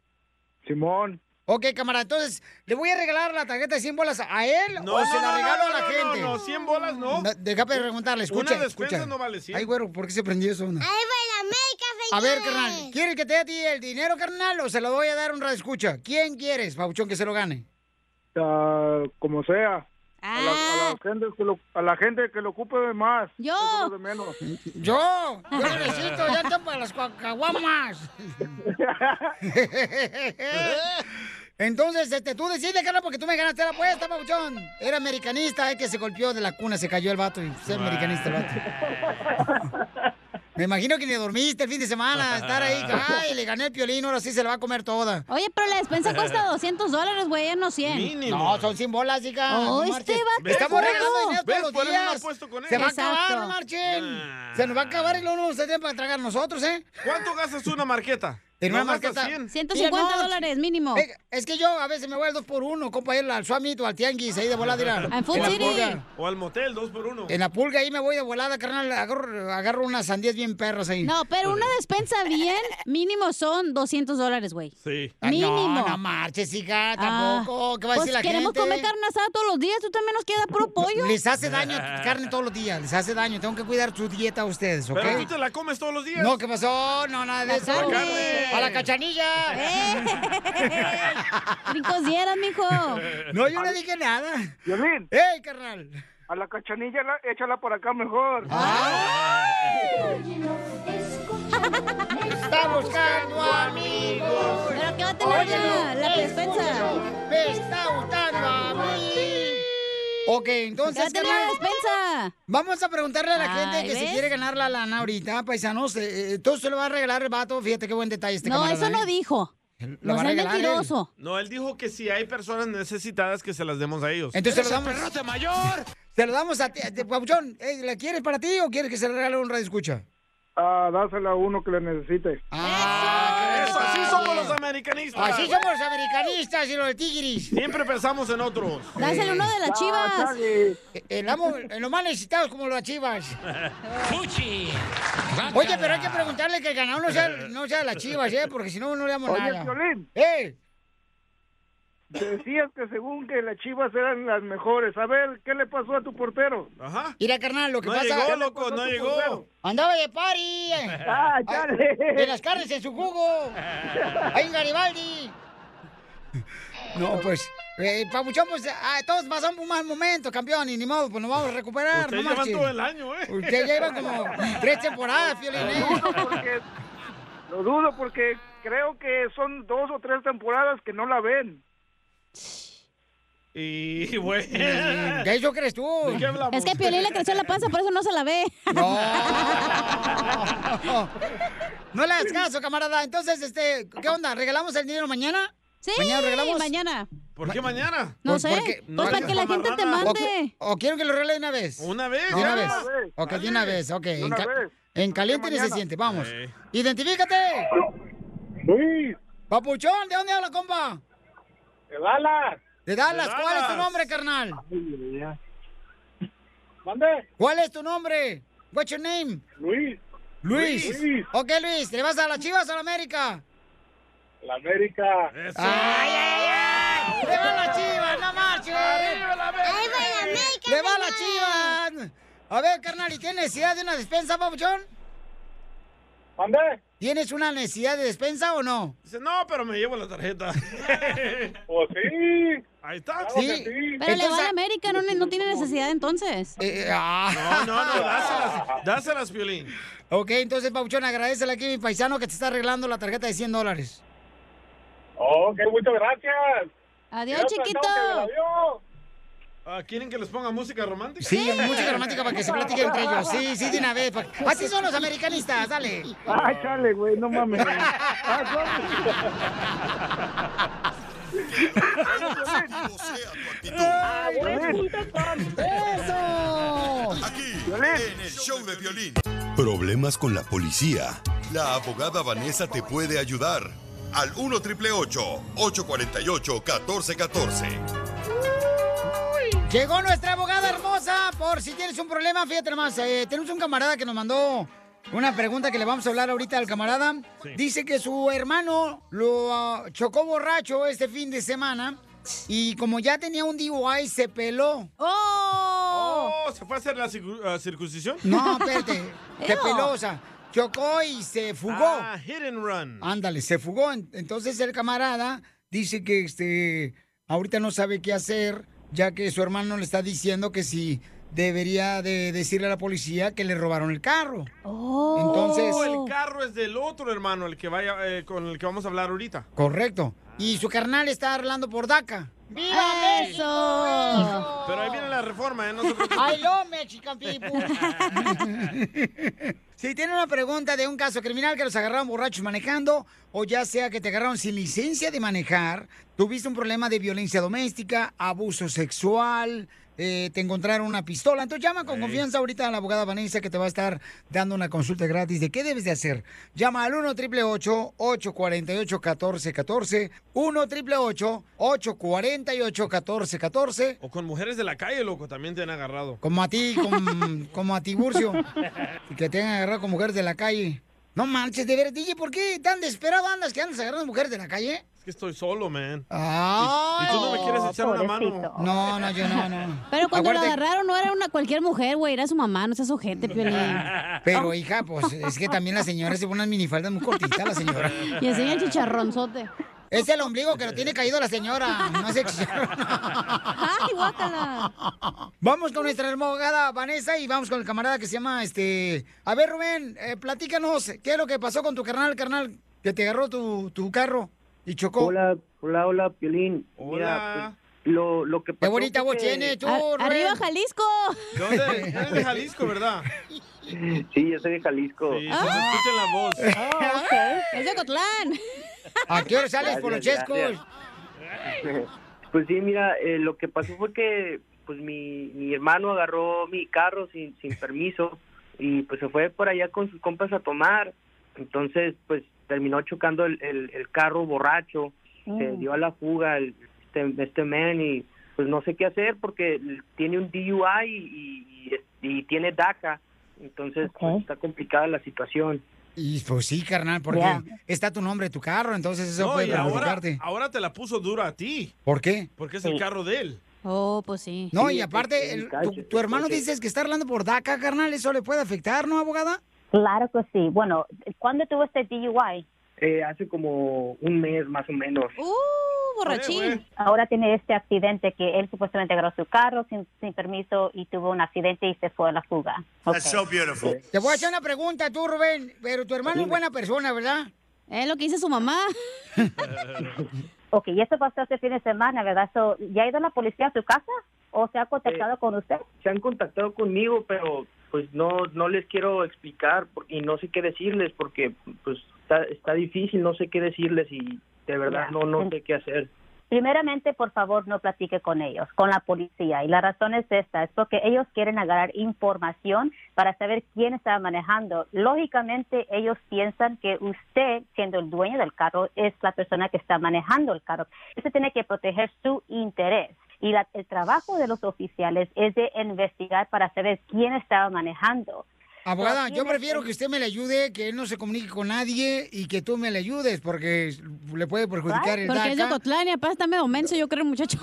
[SPEAKER 25] Simón.
[SPEAKER 1] Ok, cámara, entonces, ¿le voy a regalar la tarjeta de 100 bolas a él
[SPEAKER 5] No,
[SPEAKER 1] o se la
[SPEAKER 5] no, no,
[SPEAKER 1] regalo a
[SPEAKER 5] no,
[SPEAKER 1] la
[SPEAKER 5] no,
[SPEAKER 1] gente?
[SPEAKER 5] no, no, 100 bolas no.
[SPEAKER 1] Déjame preguntarle, escucha.
[SPEAKER 5] Una despensa
[SPEAKER 1] escucha.
[SPEAKER 5] no vale 100.
[SPEAKER 1] Ay, güero, ¿por qué se prendió eso? Una? A ver, carnal, ¿quieres que te dé a ti el dinero, carnal, o se lo voy a dar un radio escucha? ¿Quién quieres, papuchón, que se lo gane?
[SPEAKER 25] Ah, como sea. A, la, a la gente que lo, a la gente que lo ocupe de más. Yo. de menos.
[SPEAKER 1] Yo, yo lo necesito, ya están para las cua- caguamas. Entonces, este, tú decides, carnal, porque tú me ganaste la apuesta, papuchón. Era americanista, es que se golpeó de la cuna, se cayó el vato y se americanista el vato. Me imagino que ni dormiste el fin de semana, estar ahí, ay, le gané el piolín, ahora sí se la va a comer toda.
[SPEAKER 2] Oye, pero la despensa cuesta 200 dólares, güey, ya no 100.
[SPEAKER 1] No, son 100 bolas, hija.
[SPEAKER 2] Oh,
[SPEAKER 1] no
[SPEAKER 2] este
[SPEAKER 1] marches.
[SPEAKER 2] vato
[SPEAKER 1] Estamos
[SPEAKER 2] es
[SPEAKER 1] regalando
[SPEAKER 2] bueno.
[SPEAKER 1] dinero
[SPEAKER 2] ¿Ves?
[SPEAKER 1] todos los
[SPEAKER 2] Por eso no
[SPEAKER 1] días.
[SPEAKER 2] apuesto con él.
[SPEAKER 1] Se va
[SPEAKER 2] Exacto.
[SPEAKER 1] a acabar, no marchen. Se nos va a acabar y luego no se tiene para tragar nosotros, ¿eh?
[SPEAKER 5] ¿Cuánto gastas una marqueta?
[SPEAKER 1] En una
[SPEAKER 5] No gastas
[SPEAKER 1] marqueta.
[SPEAKER 5] 100.
[SPEAKER 1] dólares mínimo. Eh, Es que yo a veces me voy al 2 por 1 compañero, al suamito, al tianguis, ahí de volada. mira. En la pulga.
[SPEAKER 5] O al motel, dos por uno.
[SPEAKER 1] En la pulga ahí me voy de volada, carnal, agarro, agarro unas sandías bien perras ahí.
[SPEAKER 2] No, pero una despensa bien, mínimo son 200 dólares, güey.
[SPEAKER 5] Sí.
[SPEAKER 2] Mínimo.
[SPEAKER 1] No, no marches, hija,
[SPEAKER 2] Ah,
[SPEAKER 1] tampoco. ¿Qué va a decir
[SPEAKER 2] pues
[SPEAKER 1] la
[SPEAKER 2] queremos
[SPEAKER 1] gente?
[SPEAKER 2] comer carne asada todos los días, tú también nos queda puro pollo.
[SPEAKER 1] Les hace daño carne todos los días, les hace daño. Tengo que cuidar su dieta a ustedes, ¿ok?
[SPEAKER 5] Pero tú te la comes todos los días.
[SPEAKER 1] No, ¿qué pasó? No, nada de
[SPEAKER 5] La
[SPEAKER 1] eso.
[SPEAKER 5] carne.
[SPEAKER 1] ¡A la cachanilla!
[SPEAKER 2] ¿Eh? Ricos dieras, mijo.
[SPEAKER 1] No, yo no dije nada.
[SPEAKER 25] Violín.
[SPEAKER 1] ¡Ey, carnal!
[SPEAKER 25] A la cachanilla la- échala por acá mejor.
[SPEAKER 1] Ah. Está buscando amigos.
[SPEAKER 2] ¿Pero qué va a tener la, la despensa?
[SPEAKER 1] Me está gustando a mí. Ok, entonces.
[SPEAKER 2] Ya tenemos
[SPEAKER 1] carnal,
[SPEAKER 2] despensa.
[SPEAKER 1] Vamos a preguntarle a la gente
[SPEAKER 2] Ay,
[SPEAKER 1] que se
[SPEAKER 2] ¿ves?
[SPEAKER 1] quiere ganar la lana ahorita, paisanos. eh, eh, todo se lo va a regalar el vato. Fíjate qué buen detalle este
[SPEAKER 2] No,
[SPEAKER 1] camarada,
[SPEAKER 2] eso no
[SPEAKER 1] ¿eh?
[SPEAKER 2] dijo.
[SPEAKER 1] Lo
[SPEAKER 2] No
[SPEAKER 1] va a
[SPEAKER 2] seas
[SPEAKER 1] regalar él.
[SPEAKER 2] mentiroso.
[SPEAKER 5] No, él dijo que si hay personas necesitadas que se las demos a ellos.
[SPEAKER 1] Entonces se lo damos. mayor! Se lo damos a ti, a ti, Papuchón. eh, ¿La quieres para ti o quieres que se le regale un radio escucha?
[SPEAKER 25] Ah, dásela a uno que le necesite.
[SPEAKER 5] Eso, así somos los americanistas.
[SPEAKER 1] Así somos Ah, los americanistas y los de tigris.
[SPEAKER 5] Siempre pensamos en otros.
[SPEAKER 1] Dáselo uno de las
[SPEAKER 5] Ah,
[SPEAKER 1] chivas.
[SPEAKER 5] dale.
[SPEAKER 1] Eh, El amo, en los más necesitados como las chivas. Oye, pero hay que preguntarle que el ganador no sea, no sea las chivas, ¿eh? Porque si no, no le damos
[SPEAKER 25] Oye,
[SPEAKER 1] nada.
[SPEAKER 25] Piolín.
[SPEAKER 1] ¡Eh!
[SPEAKER 25] Decías que según que las chivas eran las mejores. A ver, ¿qué le pasó a tu portero?
[SPEAKER 5] Ajá.
[SPEAKER 1] Mira, carnal, lo que pasa... Andaba de party. eh.
[SPEAKER 25] Ah, chale.
[SPEAKER 1] De las carnes en su jugo. ¡Hay un Garibaldi! No, pues... Eh, Pabuchón, pues ah, todos pasamos por un mal momento, campeón, y ni modo, pues nos vamos a recuperar.
[SPEAKER 5] Ustedes
[SPEAKER 1] no
[SPEAKER 5] llevan
[SPEAKER 1] marchen.
[SPEAKER 5] todo el año, ¿eh?
[SPEAKER 1] Usted ya iba como tres temporadas, Piolín. ¿eh?
[SPEAKER 25] Lo dudo porque creo que son dos o tres temporadas que no la ven.
[SPEAKER 5] Y güey.
[SPEAKER 1] ¿De eso crees tú?
[SPEAKER 5] qué hablamos?
[SPEAKER 2] Es que Piolín le creció la panza, por eso no se la ve.
[SPEAKER 1] No le hagas caso, camarada. Entonces, este, ¿qué onda? ¿Regalamos el dinero mañana?
[SPEAKER 2] Sí,
[SPEAKER 1] mañana regalamos.
[SPEAKER 2] mañana.
[SPEAKER 5] ¿Por qué mañana?
[SPEAKER 1] No sé, pues para que la gente te
[SPEAKER 5] marrana.
[SPEAKER 1] mande. ¿O, quiero que lo regale de una vez?
[SPEAKER 5] Una vez,
[SPEAKER 1] De una
[SPEAKER 5] ya.
[SPEAKER 1] vez.
[SPEAKER 5] Una vez.
[SPEAKER 1] Ok, de una vez, ok.
[SPEAKER 5] De
[SPEAKER 1] en,
[SPEAKER 5] una
[SPEAKER 1] ca-
[SPEAKER 5] vez.
[SPEAKER 1] en caliente ni se
[SPEAKER 5] mañana.
[SPEAKER 1] siente, vamos.
[SPEAKER 5] Sí.
[SPEAKER 1] ¡Identifícate!
[SPEAKER 25] Luis.
[SPEAKER 1] Papuchón, ¿de dónde habla, compa?
[SPEAKER 25] De Dallas.
[SPEAKER 1] De Dallas,
[SPEAKER 25] De
[SPEAKER 1] ¿cuál es tu
[SPEAKER 25] Dallas.
[SPEAKER 1] nombre, carnal?
[SPEAKER 25] ¿Mande?
[SPEAKER 1] ¿Cuál es tu nombre? What's your name?
[SPEAKER 25] Luis.
[SPEAKER 1] Luis.
[SPEAKER 25] Luis.
[SPEAKER 1] Ok, Luis, ¿le vas a las Chivas o a la América?
[SPEAKER 25] La América.
[SPEAKER 1] ¡Ay, ay, ay! ¡Le va la Chivas, no marches!
[SPEAKER 25] ¡Arriba la América!
[SPEAKER 1] ¡Ahí va la América! ¡Le va la Chivas! A ver, carnal, ¿y tienes necesidad de una despensa, papuchón?
[SPEAKER 25] ¿Mande?
[SPEAKER 1] ¿Tienes una necesidad de despensa o no?
[SPEAKER 5] Dice, no, pero me llevo la tarjeta.
[SPEAKER 25] Pues sí.
[SPEAKER 5] Ahí está.
[SPEAKER 2] Pero le va a la América, no, ne- no tiene necesidad entonces.
[SPEAKER 1] eh,
[SPEAKER 5] No, no, no, dáselas, dáselas, Piolín.
[SPEAKER 1] ah. Ok, entonces, Pauchón, agradecele aquí a mi paisano que te está arreglando la tarjeta de 100 dólares.
[SPEAKER 25] Ok, muchas gracias.
[SPEAKER 2] Adiós,
[SPEAKER 5] Ya
[SPEAKER 2] chiquito.
[SPEAKER 5] pensaba que me la Ah, ¿Quieren que les ponga música romántica?
[SPEAKER 1] Sí, música romántica para que se platiquen entre ellos. Sí, sí, de una vez. pa- Así son los americanistas, dale.
[SPEAKER 25] Ah, chale, güey, no
[SPEAKER 1] Eh,
[SPEAKER 25] mames.
[SPEAKER 6] Ay,
[SPEAKER 1] ¡Eso!
[SPEAKER 6] En el show de Piolín. Piolín. Problemas con la policía. La abogada Vanessa te puede ayudar. Al 1 triple 848 1414.
[SPEAKER 1] Llegó nuestra abogada hermosa por si tienes un problema, fíjate nomás, eh, tenemos un camarada que nos mandó una pregunta que le vamos a hablar ahorita al camarada.
[SPEAKER 8] Sí.
[SPEAKER 1] Dice que su hermano lo ah, chocó borracho este fin de semana y como ya tenía un DUI se peló. ¡Oh!
[SPEAKER 5] ¿Se fue a hacer la circu- ah, circuncisión?
[SPEAKER 1] No, espérate, se peló, o sea, chocó y se fugó.
[SPEAKER 5] Ah, hit and run.
[SPEAKER 1] Ándale, se fugó. En- Entonces el camarada dice que este ahorita no sabe qué hacer, ya que su hermano le está diciendo que si debería de decirle a la policía que le robaron el carro. Entonces,
[SPEAKER 5] Oh, el carro es del otro hermano, el que vaya, eh, con el que vamos a hablar ahorita.
[SPEAKER 1] correcto. Y su carnal está hablando por DACA.
[SPEAKER 8] ¡Viva México!
[SPEAKER 5] Pero ahí viene la reforma, ¿eh? No se preocupe.
[SPEAKER 1] I love Mexican people. si tienen una pregunta de un caso criminal que los agarraron borrachos manejando, o ya sea que te agarraron sin licencia de manejar, tuviste un problema de violencia doméstica, abuso sexual, eh, te encontraron una pistola, entonces llama con confianza ahorita a la abogada Vanessa que te va a estar dando una consulta gratis de qué debes de hacer. Llama al 1 888 848 1414 1 888 848 1414
[SPEAKER 5] O con mujeres de la calle, loco, también te han agarrado.
[SPEAKER 1] como a ti, com- como a Tiburcio. Y que te han agarrado con mujeres de la calle. No manches, de ver, DJ, ¿por qué tan desesperado andas que andas agarrando mujeres de la calle?
[SPEAKER 5] Es que estoy solo, man.
[SPEAKER 1] Ah,
[SPEAKER 5] y, y tú no me quieres echar una mano.
[SPEAKER 2] pobrecito.
[SPEAKER 1] No, no, yo no, no.
[SPEAKER 2] Pero cuando
[SPEAKER 1] Acuérdate-
[SPEAKER 2] lo agarraron no era una cualquier mujer, güey, era su mamá, no seas ojete, Piolín. Oh.
[SPEAKER 1] Pero, hija, pues es que también las señoras se ponen minifaldas muy cortitas, la señora.
[SPEAKER 2] Y enseña el chicharronzote.
[SPEAKER 1] Es el ombligo que lo tiene caído la señora, no es el chicharrón.
[SPEAKER 2] ¡Ay, guácala!
[SPEAKER 1] Vamos con nuestra hermogada Vanessa y vamos con el camarada que se llama, este... A ver, Rubén, eh, platícanos, ¿qué es lo que pasó con tu carnal, carnal, que te agarró tu, tu carro y chocó?
[SPEAKER 11] Hola, hola, hola, Piolín.
[SPEAKER 1] Hola.
[SPEAKER 11] Mira, pues, lo, lo que
[SPEAKER 1] Qué
[SPEAKER 11] pasó...
[SPEAKER 1] bonita
[SPEAKER 11] fue
[SPEAKER 1] voz
[SPEAKER 11] que-
[SPEAKER 1] tiene, tú, Rubén.
[SPEAKER 2] ¡Arriba, Jalisco!
[SPEAKER 5] Eres de Jalisco, ¿verdad?
[SPEAKER 11] Sí, yo soy de Jalisco.
[SPEAKER 5] Sí, se me escucha en la voz.
[SPEAKER 2] Ah, ¡Es de Cotlán!
[SPEAKER 1] ¿A qué hora
[SPEAKER 11] sales por los Gracias, chescos? Pues sí, mira, eh, lo que pasó fue que pues mi, mi hermano agarró mi carro sin, sin permiso y pues se fue por allá con sus compas a tomar. Entonces, pues terminó chocando el, el- el carro borracho,
[SPEAKER 12] Mm.
[SPEAKER 11] se dio a la fuga el- este, este man y pues no sé qué hacer porque tiene un DUI y, y- y tiene DACA. Entonces, pues, está complicada la situación.
[SPEAKER 1] Y pues sí, carnal, porque
[SPEAKER 11] Ya.
[SPEAKER 1] está tu nombre, tu carro, entonces eso
[SPEAKER 5] No,
[SPEAKER 1] puede
[SPEAKER 5] y ahora,
[SPEAKER 1] perjudicarte.
[SPEAKER 5] ahora te la puso dura a ti.
[SPEAKER 1] ¿Por qué?
[SPEAKER 5] Porque es el carro de él.
[SPEAKER 2] Oh, pues sí.
[SPEAKER 1] No, y aparte, el- tu, tu hermano
[SPEAKER 20] cacho.
[SPEAKER 1] dices que está hablando por DACA, carnal, eso le puede afectar, ¿no, abogada?
[SPEAKER 20] Claro que sí. Bueno, ¿cuándo tuvo este DUI?
[SPEAKER 11] Eh, hace como un mes más o menos.
[SPEAKER 2] ¡Uh, borrachín!
[SPEAKER 20] Ahora tiene este accidente que él supuestamente agarró su carro sin, sin permiso y tuvo un accidente y se fue a la fuga.
[SPEAKER 12] That's so beautiful.
[SPEAKER 1] Te voy a hacer una pregunta tú, Rubén, pero tu hermano es buena persona, ¿verdad?
[SPEAKER 2] Es lo que dice su mamá.
[SPEAKER 20] Ok, y eso pasó este fin de semana, ¿verdad? So, ¿Ya ha ido la policía a su casa o se ha contactado con usted?
[SPEAKER 11] Eh, Se han contactado conmigo, pero pues no no les quiero explicar por- y no sé qué decirles porque pues está, está difícil, no sé qué decirles y de verdad
[SPEAKER 20] Ya.
[SPEAKER 11] no no sé qué hacer.
[SPEAKER 20] Primeramente, por favor, no platique con ellos, con la policía. Y la razón es esta, es porque ellos quieren agarrar información para saber quién estaba manejando. Lógicamente, ellos piensan que usted, siendo el dueño del carro, es la persona que está manejando el carro. Usted tiene que proteger su interés. Y la- el trabajo de los oficiales es de investigar para saber quién estaba manejando.
[SPEAKER 1] Abogada,
[SPEAKER 20] Pero
[SPEAKER 1] yo
[SPEAKER 20] tiene-
[SPEAKER 1] prefiero que usted me le ayude, que él no se comunique con nadie y que tú me le ayudes, porque le puede perjudicar el
[SPEAKER 2] Porque es de
[SPEAKER 1] DACA.
[SPEAKER 2] Cotlán y aparte está medio menso, yo creo, el muchacho.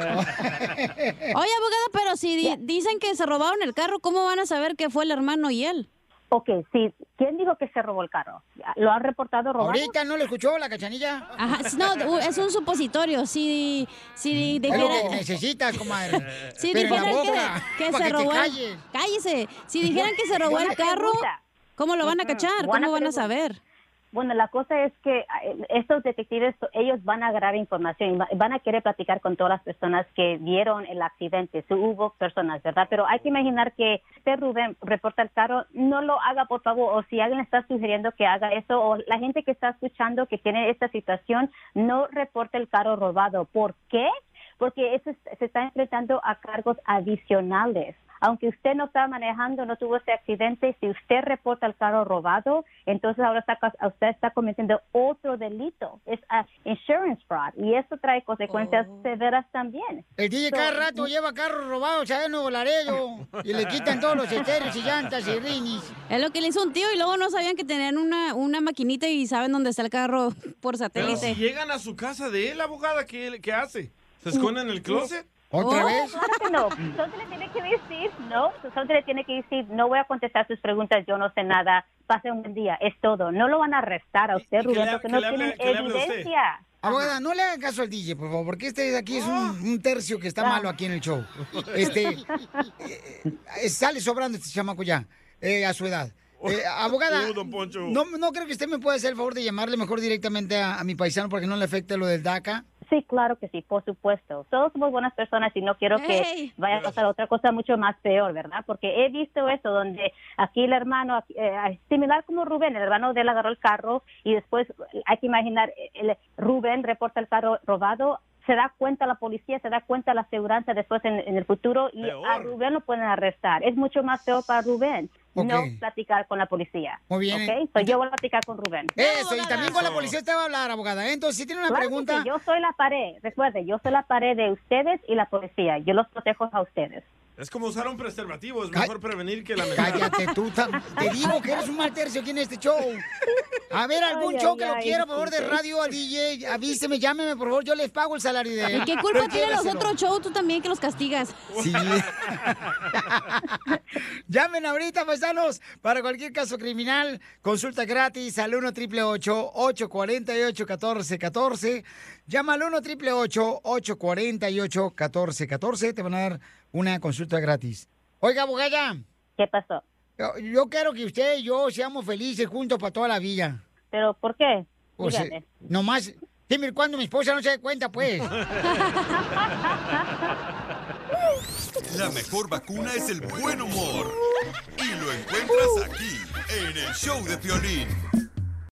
[SPEAKER 2] Oye, abogada, pero si di- dicen que se robaron el carro, ¿cómo van a saber que fue el hermano y él?
[SPEAKER 20] Ok, sí. ¿Quién dijo que se robó el carro? ¿Lo han reportado robado?
[SPEAKER 1] Ahorita no lo escuchó la cachanilla.
[SPEAKER 2] Ajá, s- no, u- es un supositorio. Si, si
[SPEAKER 1] Mm, Es lo
[SPEAKER 2] dijera...
[SPEAKER 1] que necesitas, comadre.
[SPEAKER 2] Si
[SPEAKER 1] Pero en la
[SPEAKER 2] dijeran que-
[SPEAKER 1] boca,
[SPEAKER 2] que,
[SPEAKER 1] para
[SPEAKER 2] se
[SPEAKER 1] que te
[SPEAKER 2] robó... el-
[SPEAKER 1] calles.
[SPEAKER 2] Cállese. Si dijeran que se robó
[SPEAKER 20] Buena
[SPEAKER 2] el carro,
[SPEAKER 20] pregunta.
[SPEAKER 2] ¿cómo lo van a
[SPEAKER 20] Ujú,
[SPEAKER 2] cachar?
[SPEAKER 20] buena
[SPEAKER 2] ¿Cómo van a
[SPEAKER 20] pregunta.
[SPEAKER 2] saber?
[SPEAKER 20] Bueno, la cosa es que eh, estos detectives, ellos van a agarrar información y va- van a querer platicar con todas las personas que vieron el accidente. Si hubo personas, ¿verdad? Pero hay que imaginar que usted, Rubén, reporta el carro, no lo haga, por favor. O si alguien está sugiriendo que haga eso, o la gente que está escuchando que tiene esta situación, no reporte el carro robado. ¿Por qué? Porque eso es- se está enfrentando a cargos adicionales. aunque usted no estaba manejando, no tuvo ese accidente, si usted reporta el carro robado, entonces ahora está, ca- usted está cometiendo otro delito. Es ah, insurance fraud y eso trae consecuencias
[SPEAKER 1] Oh.
[SPEAKER 20] severas también.
[SPEAKER 1] El DJ
[SPEAKER 20] So,
[SPEAKER 1] cada rato lleva carros robados allá en Nuevo Laredo y le quitan todos los estéreos y llantas y rinis.
[SPEAKER 2] Es lo que le hizo un tío y luego no sabían que tenían una, una maquinita y saben dónde está el carro por
[SPEAKER 5] Pero si
[SPEAKER 2] satélite.
[SPEAKER 5] llegan a su casa de él, abogada, ¿qué, qué hace? ¿Se esconde en el closet?
[SPEAKER 20] No, Oh, Claro que no. Solo se le tiene que decir, no, solo se le tiene que decir, no voy a contestar sus preguntas, yo no sé nada, pase un buen día, es todo. No lo van a arrestar a usted,
[SPEAKER 1] que
[SPEAKER 20] Rubén,
[SPEAKER 1] le-
[SPEAKER 20] porque
[SPEAKER 1] que
[SPEAKER 20] no
[SPEAKER 1] le hable-
[SPEAKER 20] tienen
[SPEAKER 1] que le hable a usted.
[SPEAKER 20] evidencia.
[SPEAKER 1] Abogada, no le hagan caso al DJ, por favor, porque este de aquí es
[SPEAKER 20] Ah.
[SPEAKER 1] un, un tercio que está malo aquí en el show. Este eh, eh, sale sobrando este chamaco ya, eh, a su edad. Eh, abogada,
[SPEAKER 5] Uh, don Poncho.
[SPEAKER 1] no, no creo que usted me pueda hacer el favor de llamarle mejor directamente a, a mi paisano para que no le afecte lo del DACA.
[SPEAKER 20] Sí, claro que sí, por supuesto. Todos somos buenas personas y no quiero
[SPEAKER 1] Ey.
[SPEAKER 20] que vaya a pasar otra cosa mucho más peor, ¿verdad? Porque he visto eso donde aquí el hermano, aquí, eh, similar como Rubén, el hermano de él agarró el carro y después eh, hay que imaginar, eh, el- Rubén reporta el carro robado, se da cuenta la policía, se da cuenta la aseguranza después en, en el futuro y a
[SPEAKER 1] Peor.
[SPEAKER 20] Rubén lo pueden arrestar. Es mucho más peor para Rubén no
[SPEAKER 1] Ok.
[SPEAKER 20] platicar con la policía.
[SPEAKER 1] Muy bien.
[SPEAKER 20] ¿ok? So, yo voy a platicar con Rubén.
[SPEAKER 1] Eso, y también con la policía usted va a hablar, abogada. ¿eh? Entonces, si tiene una
[SPEAKER 20] Claro que
[SPEAKER 1] pregunta...
[SPEAKER 20] sí, yo soy la pared, recuerde, yo soy la pared de ustedes y la policía. Yo los protejo a ustedes.
[SPEAKER 5] Es como usar un preservativo, es mejor prevenir que lamentar.
[SPEAKER 1] Cállate tú, tam- te digo que eres un mal tercio aquí en este show. A ver, algún
[SPEAKER 5] Ay,
[SPEAKER 1] show
[SPEAKER 5] ay,
[SPEAKER 1] que lo
[SPEAKER 5] ay,
[SPEAKER 1] quiera, por favor, de
[SPEAKER 5] disculpe.
[SPEAKER 1] radio al DJ, avíseme, llámeme, por favor, yo les pago el salario de
[SPEAKER 2] ¿Y qué culpa tienen los
[SPEAKER 1] Lléveselo.
[SPEAKER 2] otros shows? Tú también que los castigas.
[SPEAKER 1] Sí. Llamen ahorita, paisanos, para cualquier caso criminal. Consulta gratis al 1 888 848 1414 Llama al 1 888 848 1414 Te van a dar una consulta gratis. Oiga, abogada.
[SPEAKER 20] ¿Qué pasó?
[SPEAKER 1] Yo, yo quiero que usted y yo seamos felices juntos para toda la vida.
[SPEAKER 20] ¿Pero por qué?
[SPEAKER 1] O sea,
[SPEAKER 20] Dígame.
[SPEAKER 1] nomás, dime cuando mi esposa no se dé cuenta, pues.
[SPEAKER 6] La mejor vacuna es el buen humor. Y lo encuentras aquí, en el show de Piolín.